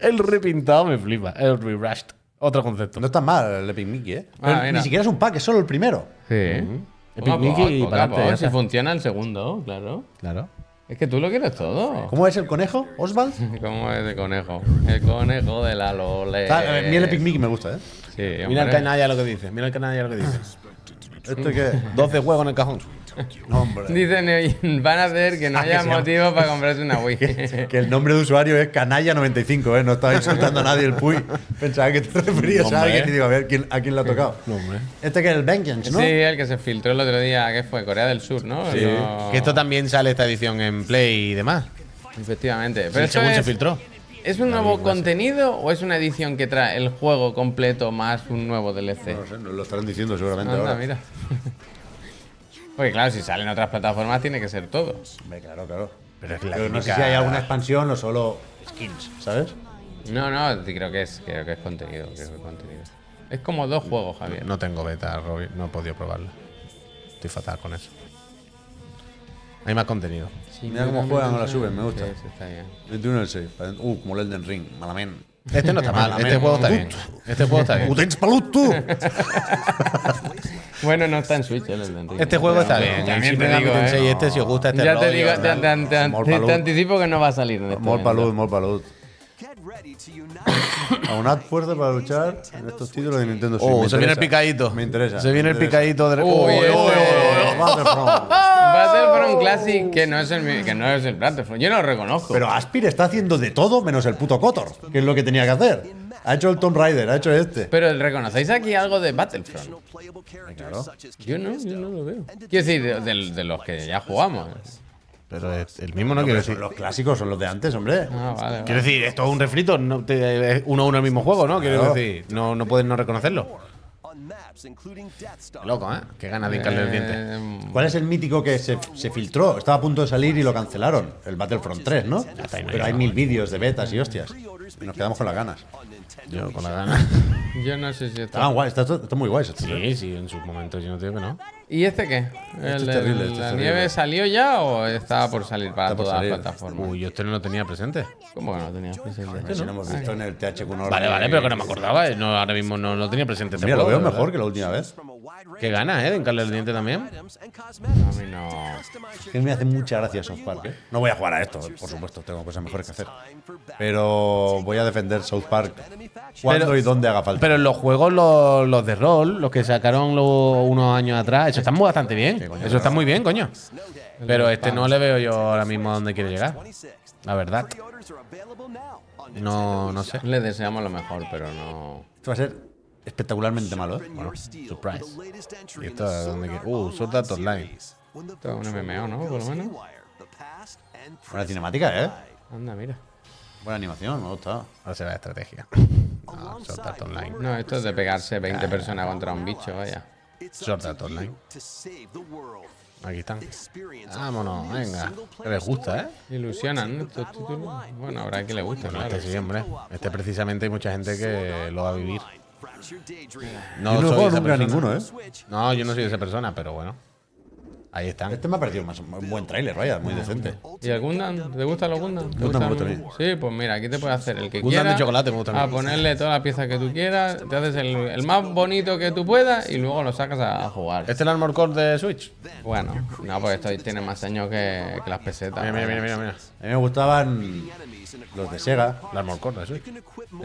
El repintado me flipa. El rebrashed. Otro concepto. No está mal el Epic Mickey, ¿eh? Ah, Pero ni mira. siquiera es un pack, es solo el primero. Sí. Epic Mickey y para adelante, ya Si está. funciona el segundo, claro. Claro. Es que tú lo quieres todo. ¿Cómo es el conejo, Oswald? ¿Cómo es de conejo? El conejo de la Lole. Está- a mí el Epic Mickey me gusta, ¿eh? Sí, Mira el hombre. canalla lo que dice. Mira el canalla lo que dice. ¿Esto qué? 12 juegos en el cajón. No, hombre. Dicen, "Oye, van a hacer que no Ah, que haya se llama- motivo para comprarse una Wii. Que el nombre de usuario es Canalla95, ¿eh? No estaba insultando a nadie el Puy. Pensaba que te referías Hombre. a alguien y digo, a ver ¿quién, a quién le ha tocado. Este que es el Vengeance, ¿no? Sí, el que se filtró el otro día, que fue Corea del Sur, ¿no? Lo- Que esto también sale esta edición en Play y demás. Efectivamente. Pero Pero eso según se es- filtró. ¿Es un nuevo contenido o es una edición que trae el juego completo más un nuevo DLC? No sé, nos lo estarán diciendo seguramente Anda, ahora. mira. Porque claro, si salen otras plataformas tiene que ser todo. Hombre, claro, claro. Pero es la Pero no sé única- si hay alguna expansión o solo skins, ¿sabes? No, no, creo que es, creo que es contenido, creo que es contenido. Es como dos juegos, Javier. No tengo beta, Robbie. No he podido probarla. Estoy fatal con eso. Hay más contenido. Mira cómo juegan, no la suben, me gusta. Sí, sí, está bien. 21 del 6. Uh, como el Elden Ring, malamente. Este no está mal. Este juego está bien. Este juego está bien. ¡Utens paluto! Bueno, no está en Switch el Elden Ring. Este juego está bien. También El te Shin digo, Megami ¿eh? Tensei este, si os gusta este ya te rollo, digo, te, tal. te- te- Mol te- te palud. anticipo que no va a salir en este Mol palud, momento. mol palud. Aunad fuerza para luchar en estos títulos de Nintendo Switch. Oh, Me se viene el interesa. picadito. Me interesa. Se viene me el interesa. picadito de. Uy, Uy, este- uy, uy, uy. Oh, Battlefront. Battlefront Classic, que no es el mi- que no es el Battlefront. Yo no lo reconozco. Pero Aspir está haciendo de todo menos el puto Kotor, que es lo que tenía que hacer. Ha hecho el Tomb Raider, ha hecho este. Pero reconocéis aquí algo de Battlefront. Claro. Yo no, yo no lo veo. Quiero decir, de, de- de los que ya jugamos. Pero es el mismo, ¿no? No, quiero pero son decir. los clásicos son los de antes, hombre. Ah, vale, vale. Quiero decir, esto es un refrito, no te- es uno a uno el mismo juego, ¿no? Quiero Claro. decir, no, no puedes no reconocerlo. Qué Loco, ¿eh? Qué ganas de hincarle el diente. Eh, ¿Cuál es el mítico que se, se filtró? Estaba a punto de salir y lo cancelaron. El Battlefront 3, ¿no? está ahí, no Pero hay hay nada. mil vídeos de betas y hostias. Y nos quedamos con las ganas. Yo con la gana. Yo no sé si está. Ah, guay, está, está muy guay. esto. Sí, sí, en sus momentos yo no te digo que no. ¿Y este qué? es ¿El- terrible, el- este es ¿La terrible. nieve salió ya o estaba por salir para Está por todas salir. las plataformas? Uy, yo este no lo tenía presente. ¿Cómo que no tenías presente? Si lo hemos visto en el THQ Nordic. Vale, vale, pero que no me acordaba. eh, No, ahora mismo no lo tenía presente. este Mira, lo veo mejor que la última vez. Qué ganas, ¿eh? De hincarle el diente también. A mí no. Que me hace mucha gracia South Park. ¿eh? No voy a jugar a esto, por supuesto, tengo cosas mejores que hacer. Pero voy a defender South Park cuando Pero- y donde haga falta. Pero en los juegos, los, los de rol, los que sacaron los- unos años atrás, eso está muy- bastante bien. Eso está muy bien, coño. Pero este no le veo yo ahora mismo a dónde quiere llegar. La verdad. No, no sé. Le deseamos lo mejor, pero no. Esto va a ser espectacularmente malo, ¿eh? Bueno, surprise. Y esto es donde que- Uh, Sword Art Online. Esto es un MMO, ¿no? Por lo menos. buena cinemática, ¿eh? Anda, mira. Buena animación, me ha gustado. Ahora será la estrategia. Ah, No, Sword Art Online. No, esto es de pegarse 20 personas contra un bicho, vaya. Sword Art Online. Aquí están. Vámonos, venga. Que les gusta, ¿eh? Ilusionan ¿no? estos títulos. Bueno, habrá que le guste, Bueno, claro. este sí, hombre. Este precisamente hay mucha gente que lo va a vivir. No, yo no he soy jugado nunca esa a persona. ninguno, ¿eh? No, yo no soy esa persona, pero bueno. Ahí están. Este me ha parecido más un buen tráiler, vaya, muy decente. ¿Y el Gundam? ¿Te gustan los Gundam? ¿Te Gundam me gustan gusta los- Sí, pues mira, aquí te puedes hacer el que Gundam quieras. de chocolate me gusta a mí. A ponerle todas las piezas que tú quieras. Te haces el, el más bonito que tú puedas y luego lo sacas a, a jugar. ¿Este es el Armor Core de Switch? Bueno, no, porque esto tiene más años que, que las pesetas. Mira, mira, mira, mira. mira. A mí me gustaban los de Sega. El Armor Core de Switch.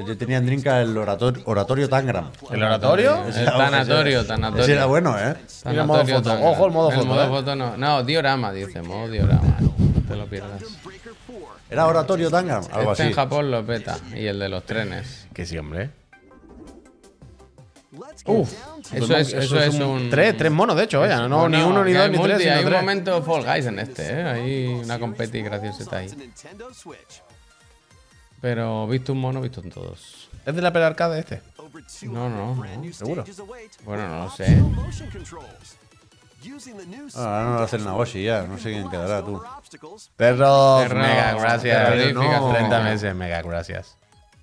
Yo tenía en Drinka el orator- oratorio Tangram. ¿El oratorio? El tanatorio, Ese era tanatorio. bueno, ¿eh? Mira, modo Tanatorio, foto. tan- Ojo, el modo foto, ¿eh? no. No, diorama, dice. Modo diorama. No te lo pierdas. Era oratorio Tangram, algo Este en así. Japón lo peta. Y el de los trenes. Que sí, hombre. Uf, pues eso es, eso es un... Tres, tres monos, de hecho, vaya. No, no, ni uno, ni que dos, hay ni tres, multi, sino Hay un tres. momento Fall Guys en este, ¿eh? Hay una competi graciosita ahí. Pero visto un mono, visto en todos. Es de la Apple Arcade este. No, no, no. Seguro. Bueno, no lo sé. Ah, ahora no lo hace el Nagoshi ya, no sé quién quedará tú. Perros, Perros, mega gracias. terroríficas, No, 30 no. meses, mega gracias.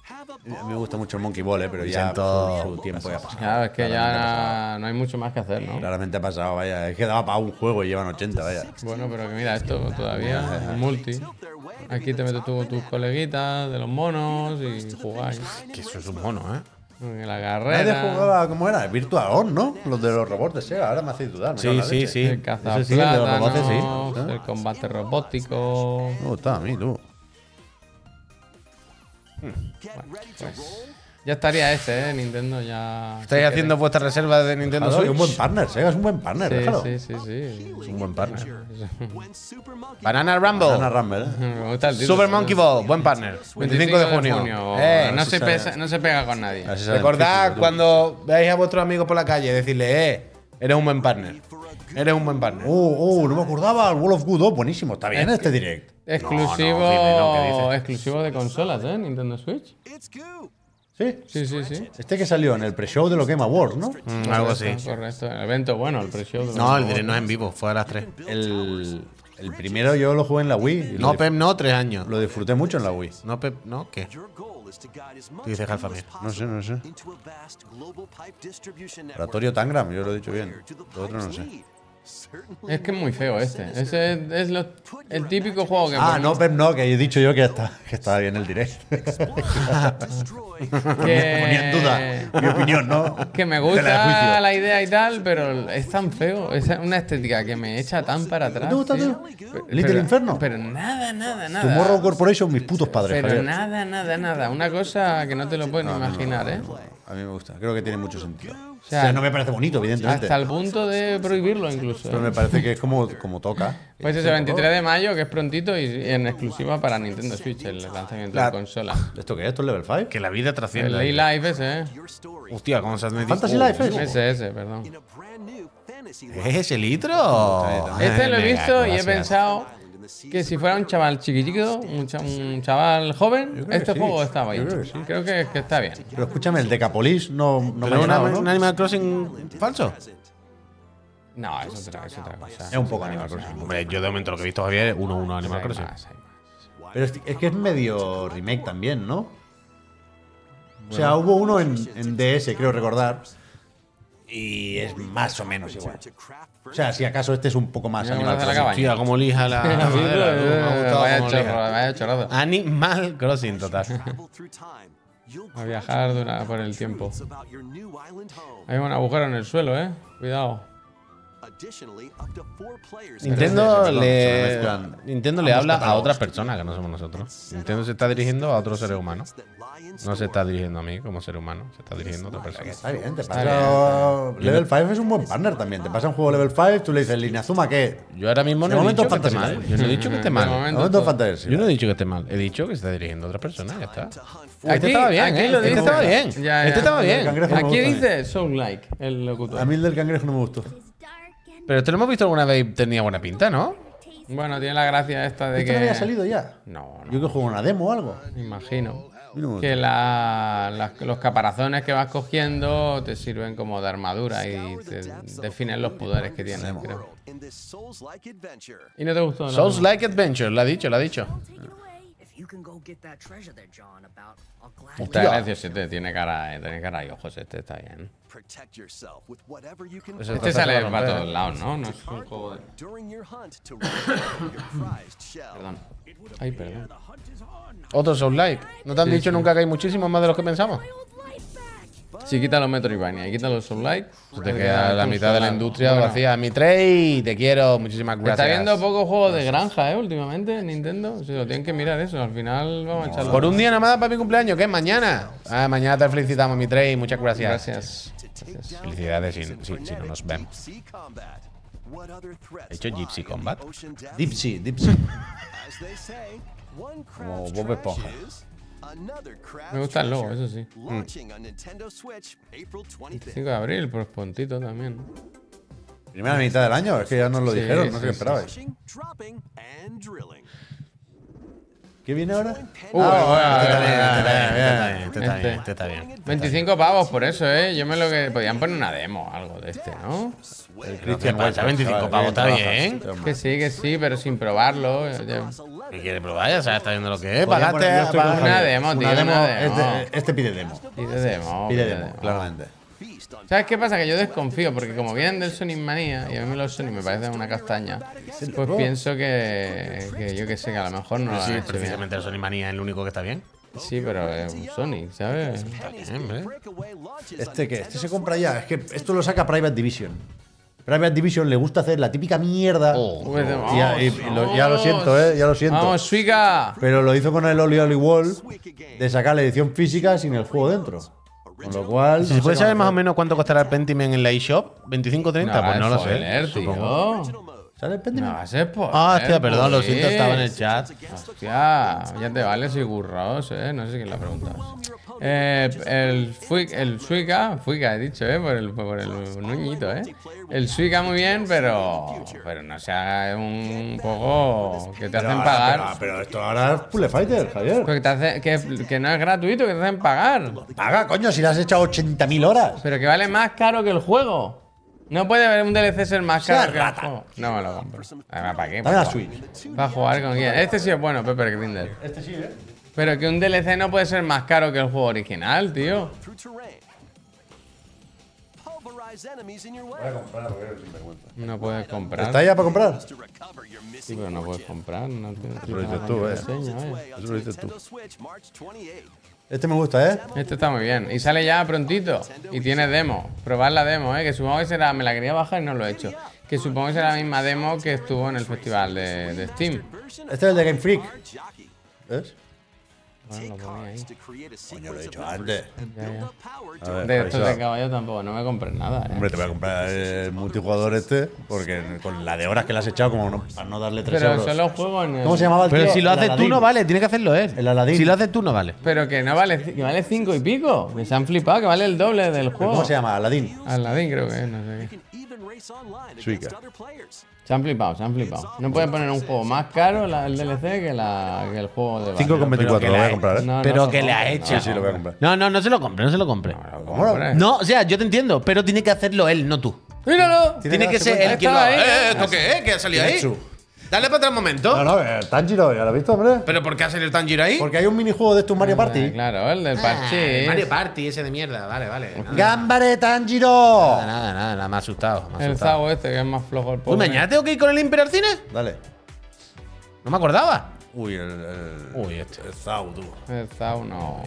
A mí me gusta mucho el Monkey Ball, ¿eh? pero ya Siento- su, su tiempo ya ha pasado. Claro, es que ya no hay mucho más que hacer, Ah. ¿no? Claramente ha pasado, vaya. Es que daba para un juego y llevan 80, vaya. Bueno, pero que mira, esto todavía un multi. Aquí te metes tú con tus coleguitas de los monos y jugáis. Que eso es un mono, ¿eh? En la Nadie carrera, jugaba, ¿cómo era? Virtua On, ¿no? Los de los robots de Sega, ahora me hacéis dudar. me cago en Sí, la sí, leche. sí. el Ese sí, el de los robotes, sí. cazaplátanos, el combate robótico... Me gustaba a mí, tú. pues, Ya estaría ese, ¿eh? Nintendo ya... ¿Estáis haciendo vuestra reserva de Nintendo Claro, es Switch? un buen partner, Sega es un buen partner, déjalo. Sí, sí, sí, sí. Es un buen partner. Banana Rumble. Banana Rumble, ¿eh? Me gusta el título. Super Monkey Ball, buen partner. 25 de junio. Eh, no, así se sale. pesa- no se pega con nadie. Así sale Recordad difícil, tú. cuando veáis a vuestros amigos por la calle, decirle, eh, eres un buen partner. Eres un buen partner. Oh, oh, no me acordaba. El Wall of Good, oh, buenísimo. Está Eh. bien este direct. Exclusivo, No, no, dime, no, ¿qué dices? exclusivo de consolas, ¿eh? Nintendo Switch. Sí. Sí, sí, sí. Este que salió en el pre-show de los Game Awards, ¿no? Mm, algo así. Correcto, Correcto. El evento, bueno, el precio. No, el direct no es en vivo, fue a las 3. El, el primero yo lo jugué en la Wii. y No, lo, dif- Pep, no, 3 años. lo disfruté mucho en la Wii. No, Pep, no, ¿qué? Dice Alfa Mir. No sé, no sé. Oratorio Tangram, yo lo he dicho bien. Lo otro no sé. Es que es muy feo este. Ese es, es lo- el típico juego que. Ah, por- no, Pep, no, que he dicho yo que, está, que estaba bien el direct. que- Ponía en duda mi opinión, ¿no? Que me Tela de gusta juicio. la idea y tal, pero es tan feo. Es una estética que me echa tan para atrás. te gusta, tío. tío? Pero- Little pero- Inferno. Pero nada, nada, nada. Tomorrow Corporation, mis putos padres, Pero Javier. nada, nada, nada. Una cosa que no te lo puedes ni imaginar, ¿eh? A mí me gusta, creo que tiene mucho sentido. O sea, sea, no me parece bonito, evidentemente. Hasta el punto de prohibirlo incluso. Pero ¿eh? me parece que es como, como toca. Pues es el 23 de mayo, que es prontito y en exclusiva para Nintendo Switch, el lanzamiento de consola. ¿Esto qué es? ¿Esto es level 5? Que la vida trasciende. El Day Life ese, ¿eh? Hostia, ¿cómo se hace? Oh, Fantasy Life es. Ese, ese, perdón. ¿Es ese litro? Este lo he Mega, visto y Este he gracias. pensado, que si fuera un chaval chiquitico, un, cha- un chaval joven, creo que este sí. juego estaba Yo bien. creo que sí. Creo que, que está bien. Pero escúchame, el Decapolis no, no me ha Pero una- llegado, ¿no? un Animal Crossing falso. No, es otra, es otra cosa. Es un poco Animal Crossing. Hombre, yo de momento lo que he visto, Javier, es 1-1 Animal Crossing. Hay más, hay más. Pero es, es que es medio remake también, ¿no? o sea, hubo uno en, en DS, creo recordar. Y es más o menos igual. O sea, si acaso este es un poco más Mira cómo Animal hace la Crossing. cabaña. Hostia, cómo lija la. madera, tú, eh, me ha gustado Vaya cómo chorro, lija. vaya chorrazo. Animal Crossing, total. A viajar dura- por el tiempo. Hay un agujero en el suelo, eh. Cuidado. Nintendo Se lo le, mezclan. Nintendo le habla a otras personas que no somos nosotros. Nintendo se está dirigiendo a otros seres humanos. No se está dirigiendo a mí como ser humano, se está dirigiendo a otra persona. Está bien, te pasa. Level 5 es un buen partner también. Te pasa un juego Level 5, tú le dices, Linazuma, ¿qué? Yo ahora mismo De no he momento dicho que esté fantasía. mal. Yo no he dicho que esté De momento. mal. No todo. dos fantasía. Yo no he dicho que esté mal. He dicho que se está dirigiendo a otra persona, ya está. Aquí- Este estaba bien, aquí ¿eh? lo Este dice. estaba bien. Ya, ya. Este estaba El bien. cangrejo me Aquí gusta a mí. dice Soul Like, el A locutor. mí el del cangrejo no me gustó. Pero este lo hemos visto alguna vez y tenía buena pinta, ¿no? Bueno, tiene la gracia esta de ¿Este que. no había salido ya? No, no. Yo que juego una demo o algo. Me imagino. Mira, Que la- las- los caparazones que vas cogiendo te sirven como de armadura y te definen los poderes que tienes, creo. ¿Y no te gustó? no? Souls Like Adventure, lo ha dicho, lo ha dicho. If you can go get that treasure that John about, I'll gladly. Está gracioso, este tiene cara, eh, tiene cara y ojos, este está bien. Ese Este Pues está sale claro, para pero- todos lados, ¿no? No es un juego de... Perdón. Ay, perdón. Otro Souls Like. ¿No te han dicho nunca que hay muchísimos más de los que pensamos? Si quita los Metroidvania y quita los Sublight, Se te queda la mitad de la industria vacía. Mi y te quiero. Muchísimas gracias. Está viendo poco juego de granja, ¿eh? Últimamente, Nintendo. Se lo tienen que mirar eso. Al final vamos a echarlo. Por un día nada más para mi cumpleaños, que es mañana. Ah, mañana te felicitamos, mi Trey. Muchas gracias. Gracias. Felicidades si, si- si no nos vemos. ¿He hecho Gypsy Combat? Dipsy, Dipsy. Como Bob Esponja. Me gusta el logo, eso sí. Mm. 5 de abril, por puntito también. Primera mitad del año, es que ya nos lo Sí, dijeron, no sí, sé qué sí. esperabais. ¿Qué viene ahora? Ah, Uh, Este está bien, este está bien. 25 pavos por eso, ¿eh? Yo me lo que... Podían poner una demo algo de este, ¿no? Christian Está Walker, 25 pavos, está trabajas, bien. tío, hombre. Que sí, que sí, pero sin probarlo. Ya- ¿Qué quiere probar? Ya sabes, está viendo lo que es. Podrían Pagaste. poner- yo estoy con pagaste- una Javier. demo, tío, Una una demo. demo. Este, este pide demo. Pide demo. ah. Pide pide demo, demo. claramente. ¿Sabes qué pasa? Que yo desconfío, porque como vienen del Sonic Manía, y a mí los Sonic me parecen una castaña, pues pienso que, que yo que sé, que a lo mejor no lo han Sí, hecho bien. precisamente el Sony Manía es el único que está bien. Sí, pero es un Sonic, ¿sabes? Está bien, ¿eh? hombre. Este que este se compra ya, es que esto lo saca Private Division. Private Division le gusta hacer la típica mierda. Oh. Pues, Ya, y- y lo- ya lo siento, eh, ya lo siento. Vamos, Suica. Pero lo hizo con el Oli Oli Wall de sacar la edición física sin el juego dentro. Con lo cual. Si no se sé puede cómo saber hacer. más o menos cuánto costará el Pentiment en la eShop, 25 30, pues no lo sé. Spoiler, tío. No ¿Sale el Pentiment? vas a spoiler. Ah, hostia, perdón, lo Luis. siento, estaba en el pues. chat. Hostia, ya te vales y burros, eh. No sé quién lo ha preguntado. Eh, el, Fui- el Suica, Fuica he dicho, eh, por el, por el nuñito, eh. El Suica muy bien, pero, pero no sea un poco que te hacen Ahora, pagar. Pues- pero- pero esto ahora es Pule Fighter, Javier. Porque te hace- que, que no es gratuito, que te hacen pagar. Paga, coño, si le has echado 80.000 horas. Pero que vale más caro que el juego. No puede haber un DLC ser más Sea caro que el rata. juego. No me lo compro. Además, ¿para qué? Dame la Pa- Switch. ¿Para jugar con quién? Este sí es bueno, Pepper Grinder. Este sí, ¿eh? Pero que un DLC no puede ser más caro que el juego original, tío. No puedes ¿Está comprar. ya para comprar? Sí, pero no puedes comprar. No tienes lo dices tú, eh. eh. Eso lo dices tú. Este me gusta, ¿eh? Este está muy bien. Y sale ya prontito. Y tiene demo. Probar la demo, eh. Que supongo que será. Me la quería bajar y no lo he hecho. ¿eh? Que supongo que será la misma demo que estuvo en el festival de, de Steam. Este es el de Game Freak. ¿Ves? Bueno, lo ponía ahí. Coño, lo he dicho antes. A ver, De estos de Javier. caballo tampoco, no me compré nada, eh. Hombre, te voy a comprar el multijugador este, porque con la de horas que le has echado, como no, para no darle 3 Pero euros. solo juego en el- ¿Cómo se llamaba el Pero tío? si lo El haces tú Aladdin. no vale, tiene que hacerlo él. El Aladdin. Si lo haces tú no vale. Pero que no vale, ci- que vale cinco y pico. Que se han flipado, que vale el doble del juego. ¿Cómo se llama? Aladdin. Aladdin creo que es, no sé qué. Suica. Se han flipado, se han flipado. No pueden poner un juego más caro la- el DLC que, la, que el juego de base. 5,24 Pero lo voy a que comprar, ¿eh? No, pero no, que no, le ha no, hecho. sí, sí, lo voy a comprar. No, no, no se lo compre, no se lo compre. ¿Cómo lo hombre. No, o sea, yo te entiendo, pero tiene que hacerlo él, no tú. ¡Míralo! Tiene Tiene que que darse ser cuenta. él quien lo haga. Estaba ahí, Eh, ¿eh? ¿Esto qué es? ¿Qué ha salido ahí? Tinetsu. Dale para atrás un momento. No, no, eh, Tanjiro, ¿ya lo has visto, hombre? ¿Pero por qué ha salido el Tanjiro ahí? Porque hay un minijuego de estos Mario Ah, Party. Claro, el del Ah, parchís. Mario Party, ese de mierda. Vale, vale. Nada, ¡Gambare Tanjiro! nada, nada, nada, nada, me ha asustado. Me ha El asustado. Zao este que es más flojo el Uy, pobre. Pues mañana tengo que ir con el Imperial Cine. Dale. No me acordaba. Uy, el. el Uy, este. el Zau, tú. El Zao no.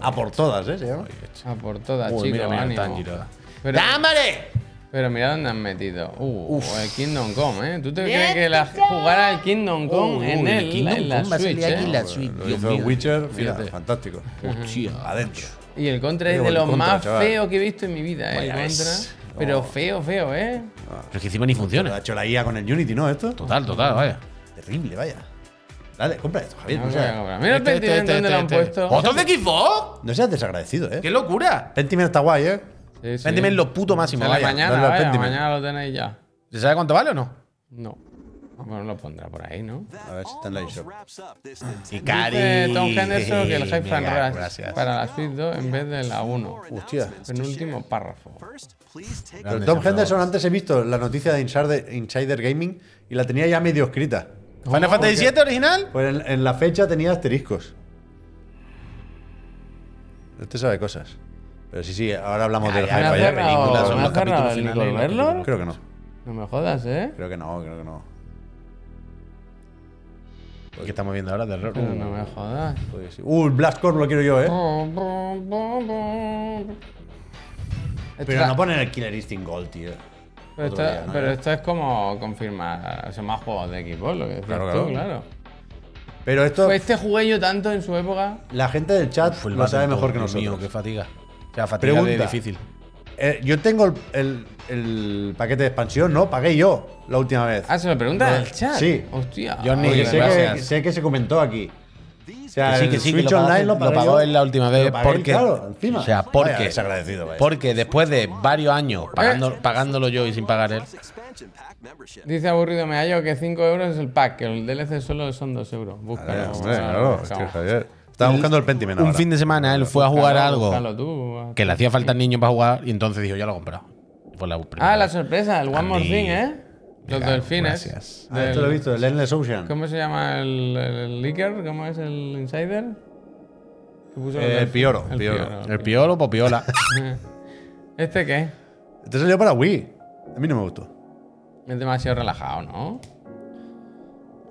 A por todas, ¿eh? Se llama. A por todas, Uy, chicos, mira, mira, el ánimo. Tanjiro. Pero- ¡Dámale! Pero mira dónde han metido. Uh, el Kingdom Come, ¿eh? ¿Tú te crees que la jugara el Kingdom Come Uy, en, uy, el el, Kingdom en la Come va a salir Switch? aquí ¿eh? la Switch, Lo Dios hizo mío. Witcher, mira, Fíjate. fantástico. Hostia. Adentro. Y el contra Qué es de buen los contra, más chaval. feos que he visto en mi vida, ¿eh? El Vaya ves. contra. Pero feo, feo, ¿eh? Pero es que encima ni Lo ha funciona. hecho la IA con el Unity, ¿no? Esto. Total, total, vaya. Terrible, vaya. Dale, compra esto, Javier. No No voy a seas, comprar. Mira el Este, este, Pentiment este, donde lo han este, este. puesto. ¿Otro de Xbox? no seas desagradecido, ¿eh? ¡Qué locura! Pentiment está guay, ¿eh? Sí, sí. Pentiment lo puto máximo, Sale vaya. mañana, dale al vaya, Pentiment. mañana lo tenéis ya. ¿Se sabe cuánto vale o no? No. Bueno, lo pondrá por ahí, ¿no? A ver si está en la eShop. Dice Tom Henderson que el Hype and Mega, Rush gracias. para la Switch 2 en vez de la 1. Hostia. Penúltimo párrafo. Pero Grande, Tom Sam Henderson, antes he visto la noticia de Insider, Insider Gaming y la tenía ya medio escrita. ¿Final Fantasy VII original? Pues en, en la fecha tenía asteriscos. Este sabe cosas. Pero sí, sí, ahora hablamos Ah, del ya, hype. ¿Me ha vaya ayer. cerrado, película, son me ha los capítulos cerrado el finales, Nicol los Verlor? Creo que no, No me jodas, ¿eh? creo que no, creo que no. Pues, ¿Qué estamos viendo ahora? De error. Pero no me jodas. Puede que sí. Uh, el Blast Corps lo quiero Oh. yo, ¿eh? Pero Esta- no ponen el Killer Instinct Gold, tío. pero otro esta- día, ¿no? pero esto es como confirmar, o sea, más juegos de equipo, lo que decías Claro, tú, claro. claro. Pero esto, Pues este jugué yo tanto en su época. la gente del chat Fue el lo sabe Battletoads, mejor que Dios nosotros. Mío, qué fatiga. O sea, fatiga de Pregunta. difícil. Eh, yo tengo el, el- el paquete de expansión, ¿no? Pagué yo la última vez. Ah, se lo pregunta No. al chat. Sí. Hostia. Johnny, Oye, Porque sé que, gracias. sé que se comentó aquí. O sea, Que sí, el que sí, que Switch lo pagaste- Online lo, lo pagué pagó yo. él la última vez Lo pagué él, porque- claro, encima. o sea, porque- Vaya desagradecido, vaya. Porque después de varios años Eh. pagando- pagándolo yo y sin pagar él. Dice aburrido me hallo que 5 euros es el pack, que el DLC solo son 2 euros. Búscalo. Claro, hombre, búscalo, claro, es búscalo. que Javier. Estaba buscando el Pentiment Un ahora. fin de semana él fue a jugar a Búscalo, algo búscalo tú. que le hacía falta al niño para jugar y entonces dijo, ya lo he comprado. Y fue la primera Ah, la vez. sorpresa, el One More Andy. Thing, ¿eh? Los Claro, delfines. gracias. Ah, esto lo he visto, el Endless Ocean. ¿Cómo se llama el, el leaker? ¿Cómo es el insider? Que puso los Eh, delfines. Pioro, Pioro. El piolo, pues popiola. ¿Este qué? Este salió para Wii. A mí no me gustó. Es demasiado relajado, ¿no?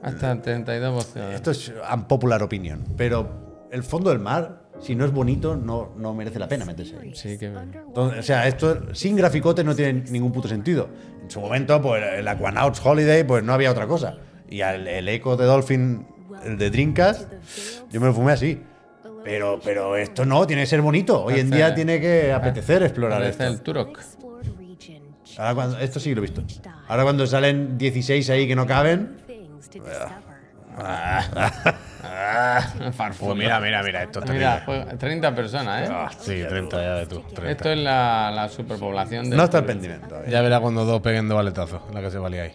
Hasta 32%. Esto es unpopular opinion, pero el fondo del mar, si no es bonito, no, no merece la pena meterse ahí. Sí, que... Entonces, o sea, esto sin graficote no tiene ningún puto sentido. En su momento, pues el Aquanauts Holiday, pues no había otra cosa. Y al- el Echo de Dolphin, el de Dreamcast, yo me lo fumé así. Pero, pero esto no, tiene que ser bonito. Hoy en día tiene que apetecer explorar Parece esto. el Turok. Ahora cuando, esto sí que lo he visto. Ahora cuando salen 16 ahí que no caben, Farfú. Pues mira, mira, mira, esto está Ah, Mira, juega- 30 personas, ¿eh? Sí, 30 ya de tú. 30. Esto es la, la superpoblación de. no está el pendimento. eh. todavía. Ya verá cuando dos peguen dos baletazos, la que se valía ahí.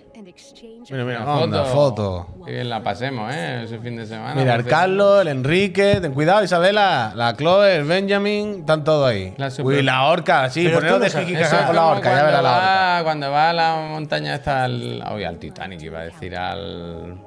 Mira, mira, onda, foto. Que bien la pasemos, ¿eh? Ese fin de semana. Mira, el Porque Carlos, el Enrique, ten cuidado, Isabela, la Chloe, el Benjamin, están todos ahí. La super- Uy, la orca, sí, Pero poneros tú de no sabes. Eso es jijijaja con la como orca, ya cuando verá la orca. va- Cuando va a la montaña está al. Uy, al Titanic, iba a decir al.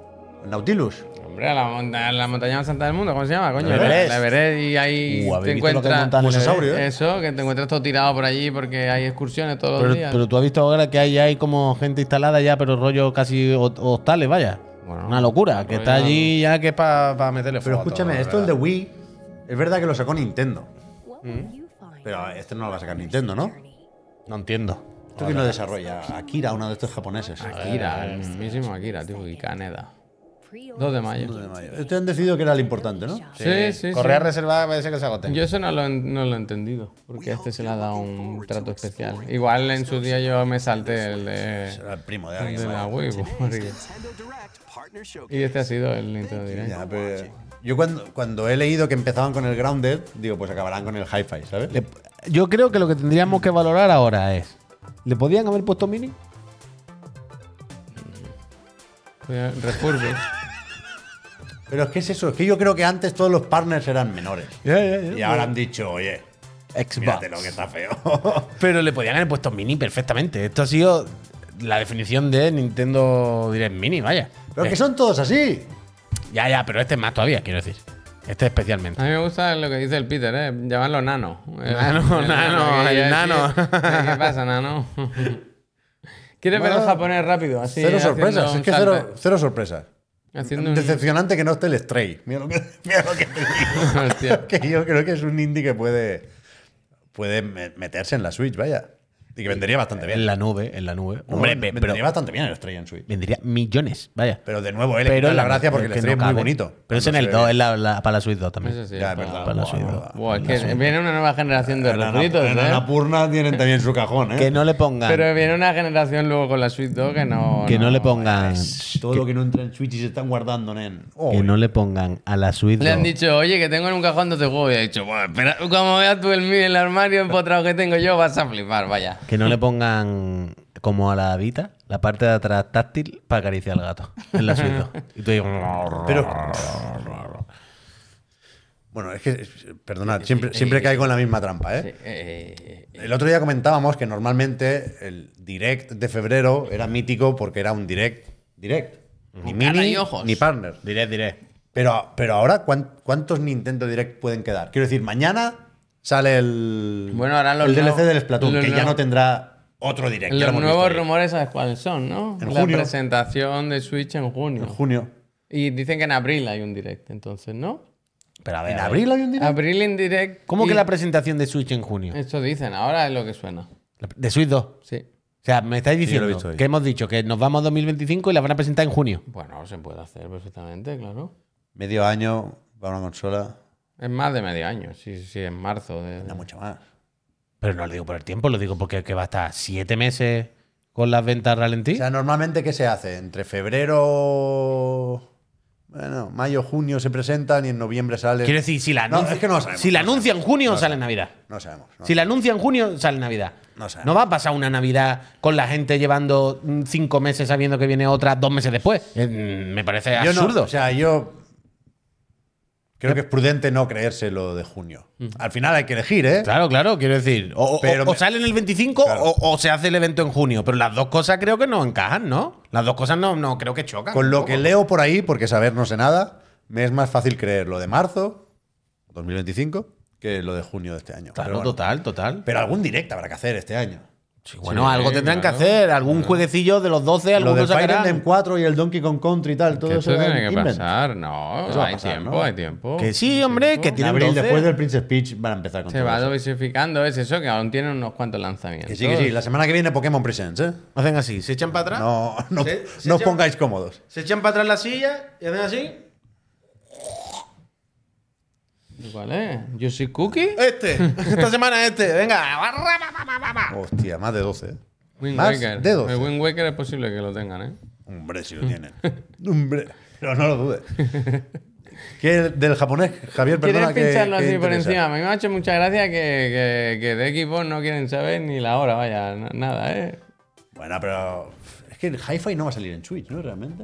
Nautilus. Hombre, a la, monta- a la montaña más alta del mundo, ¿cómo se llama? Coño, La Everest. la Everest y ahí Uh, ¿habéis te visto lo que encuentras. montan en el Mosasaurio, eh? Eso, que te encuentras todo tirado por allí porque hay excursiones todos los Pero, días. pero tú has visto ahora que hay, hay como gente instalada ya, pero rollo casi ho- hostales, vaya. Bueno, Una locura, que rollo- está allí ya que es para meterle Pero fuego a todo, escúchame, la esto el de verdad. Wii es verdad que lo sacó Nintendo. Pero este no lo va a sacar Nintendo, ¿no? No entiendo. ¿Esto quién lo desarrolla? Akira, uno de estos japoneses. Akira, el mismísimo Akira, tío, y Caneda. 2 de mayo. Este han decidido que era el importante, ¿no? Sí, sí, Correa sí. reservada parece que se agoten. Yo eso no lo, en- no lo he entendido, porque a este se le ha dado un trato especial. Igual en su día yo me salté el de, Será el primo de el de alguien. la ¿no? Wii, porque- Y este ha sido el Nintendo Direct. Ya, pero- Yo cuando, cuando he leído que empezaban con el Grounded, digo, pues acabarán con el eh, Hi-Fi, ¿sabes? Le- yo creo que lo que tendríamos que valorar ahora es. ¿Le podían haber puesto mini? Refurbish. Pero es que es eso, es que yo creo que antes todos los partners eran menores. Y ahora han dicho, oye, Xbox. mírate lo que está feo. Pero le podían haber puesto mini perfectamente. Esto ha sido la definición de Nintendo Direct Mini, vaya. Pero Eh, que son todos así. Ya, ya, pero este es más todavía, quiero decir. Este Ah. especialmente. A mí me gusta lo que dice el Peter, ¿eh? Llamarlo nano. Eh, Nano, nano, que el iba a nano. decir. ¿Qué pasa, nano? ¿Quieres ver Bueno, los japonés rápido? Así, cero haciendo sorpresas, un es que salto. cero, cero sorpresas. Haciendo un- Decepcionante que no esté el Stray. Mira lo que, mira lo que te digo. Hostia. que yo creo que es un indie que puede, puede me- meterse en la Switch, vaya. Y que vendería bastante bien. En la nube, en la nube. No, Hombre, ve- vendría pero bastante bien el Stray en Switch. vendría millones, vaya. Pero de nuevo, él le quita en la gracia porque el es que Stray no es muy cabe. bonito. Pero es en Cuando el se ve 2, es la, la- para la Suite 2 también. Eso sí. Ya, es es verdad. para la Buah, Switch 2. verdad. Buah, es que viene una nueva generación de En Ana- refritos, en ¿eh? Annapurna tienen también su cajón, ¿eh? Que no le pongan. Pero viene una generación luego con la Switch 2 que no. que no, le pongan. Todo lo que no entra en Switch y se están guardando, nen. Que no le pongan a la Switch 2. Le han dicho, oye, que tengo en un cajón 12 juegos. Y ha dicho, bueno, espera, como veas tú el mío en el armario empotrado que tengo yo, vas a flipar, vaya. Que no le pongan como a la Vita, la parte de atrás táctil para acariciar al gato. En la Switch 2. Y tú dices, Pero. Bueno, es que, perdonad, siempre, siempre caigo en la misma trampa, ¿eh? Eh, El otro día comentábamos que normalmente el direct de febrero era mítico porque era un direct. Direct. Ni cara mini, y ojos. ni partner. direct, direct. Pero, pero ahora, ¿cuán- ¿cuántos Nintendo Direct pueden quedar? Quiero decir, mañana sale el, Bueno, ahora los el DLC nuevos- del Splatoon, los que ya nuevos- no tendrá otro Direct. ya lo Los hemos nuevos visto ya. rumores, ¿sabes cuáles son, no? En la junio. presentación de Switch en junio. En junio. Y dicen que en abril hay un direct, entonces, ¿no? Pero a ver. ¿En a ver. abril hay un Direct? Abril en direct. ¿Cómo y- Eh. que la presentación de Switch en junio? Esto dicen, ahora es lo que suena. La- De Switch 2. O Sí. sea, me estáis Sí, yo lo he diciendo visto hoy. que hemos dicho que nos vamos a 2025 y la van a presentar en junio. Bueno, se puede hacer perfectamente, claro. Medio año para una consola. Es más de medio año, sí, sí, en marzo. de- No mucho más. Pero no lo digo por el tiempo, lo digo porque que va a estar siete meses con las ventas ralentí. O sea, normalmente, ¿qué se hace? Entre febrero. Bueno, mayo, junio se presentan y en noviembre sale. Quiero decir, si la, No, anuncia, es que no lo sabemos, si la no lo anuncia en junio, sale en Navidad. No sabemos. no. Si la anuncia en junio, sale Navidad. No sabemos. va a pasar una Navidad con la gente llevando mm, cinco meses sabiendo que viene otra dos meses después. Eh, mm, Me parece Yo no- absurdo. o sea, yo. Creo que es prudente no creerse lo de junio. Al final hay que elegir, ¿eh? Mm. claro, claro, quiero decir. O, o- Pero o me- salen el 25 Claro. o, o se hace el evento en junio. Pero las dos cosas creo que no encajan, ¿no? Las dos cosas no, no creo que chocan. Con lo tampoco. que leo por ahí, porque saber no sé nada, me es más fácil creer lo de marzo 2025 que lo de junio de este año. Claro, pero, bueno. total, total. Pero algún directo habrá que hacer este año. Sí, bueno, algo tendrán claro. que hacer. Algún jueguecillo de los 12, Lo del algunos Fire Emblem sacarán. 4 y el Donkey Kong Country y tal, todo Que eso esto era tiene un que invent. pasar, no. Eso va a hay pasar, tiempo, ¿no? hay tiempo. Que sí, hombre, que En tienen abril, 12. después del Princess Peach, van a empezar con Se todo va eso. diversificando, es eso, que aún tienen unos cuantos lanzamientos. Que sí, que sí. La semana que viene Pokémon Presents, ¿eh? Hacen así, se echan para atrás. No, no, Se- se no os llama- pongáis cómodos. Se echan para atrás la silla y hacen así. ¿Y ¿Cuál es? ¿eh? ¿Yo soy Cookie? Eh, Este, esta semana este, venga. Hostia, más de 12. ¿eh? Wind Más Waker. de 12. El Wind Waker es posible que lo tengan, ¿eh? Hombre, si lo tienen. Hombre, pero no lo dudes. ¿Qué del japonés, Javier? ¿Quieres Perdona que. pincharlo que así por interesa. encima? A mí me ha hecho mucha gracia que, que- que de equipo no quieren saber ni la hora, vaya, na- nada, ¿eh? Bueno, pero. Es que el hi-fi no va a salir en Switch, ¿no? Realmente.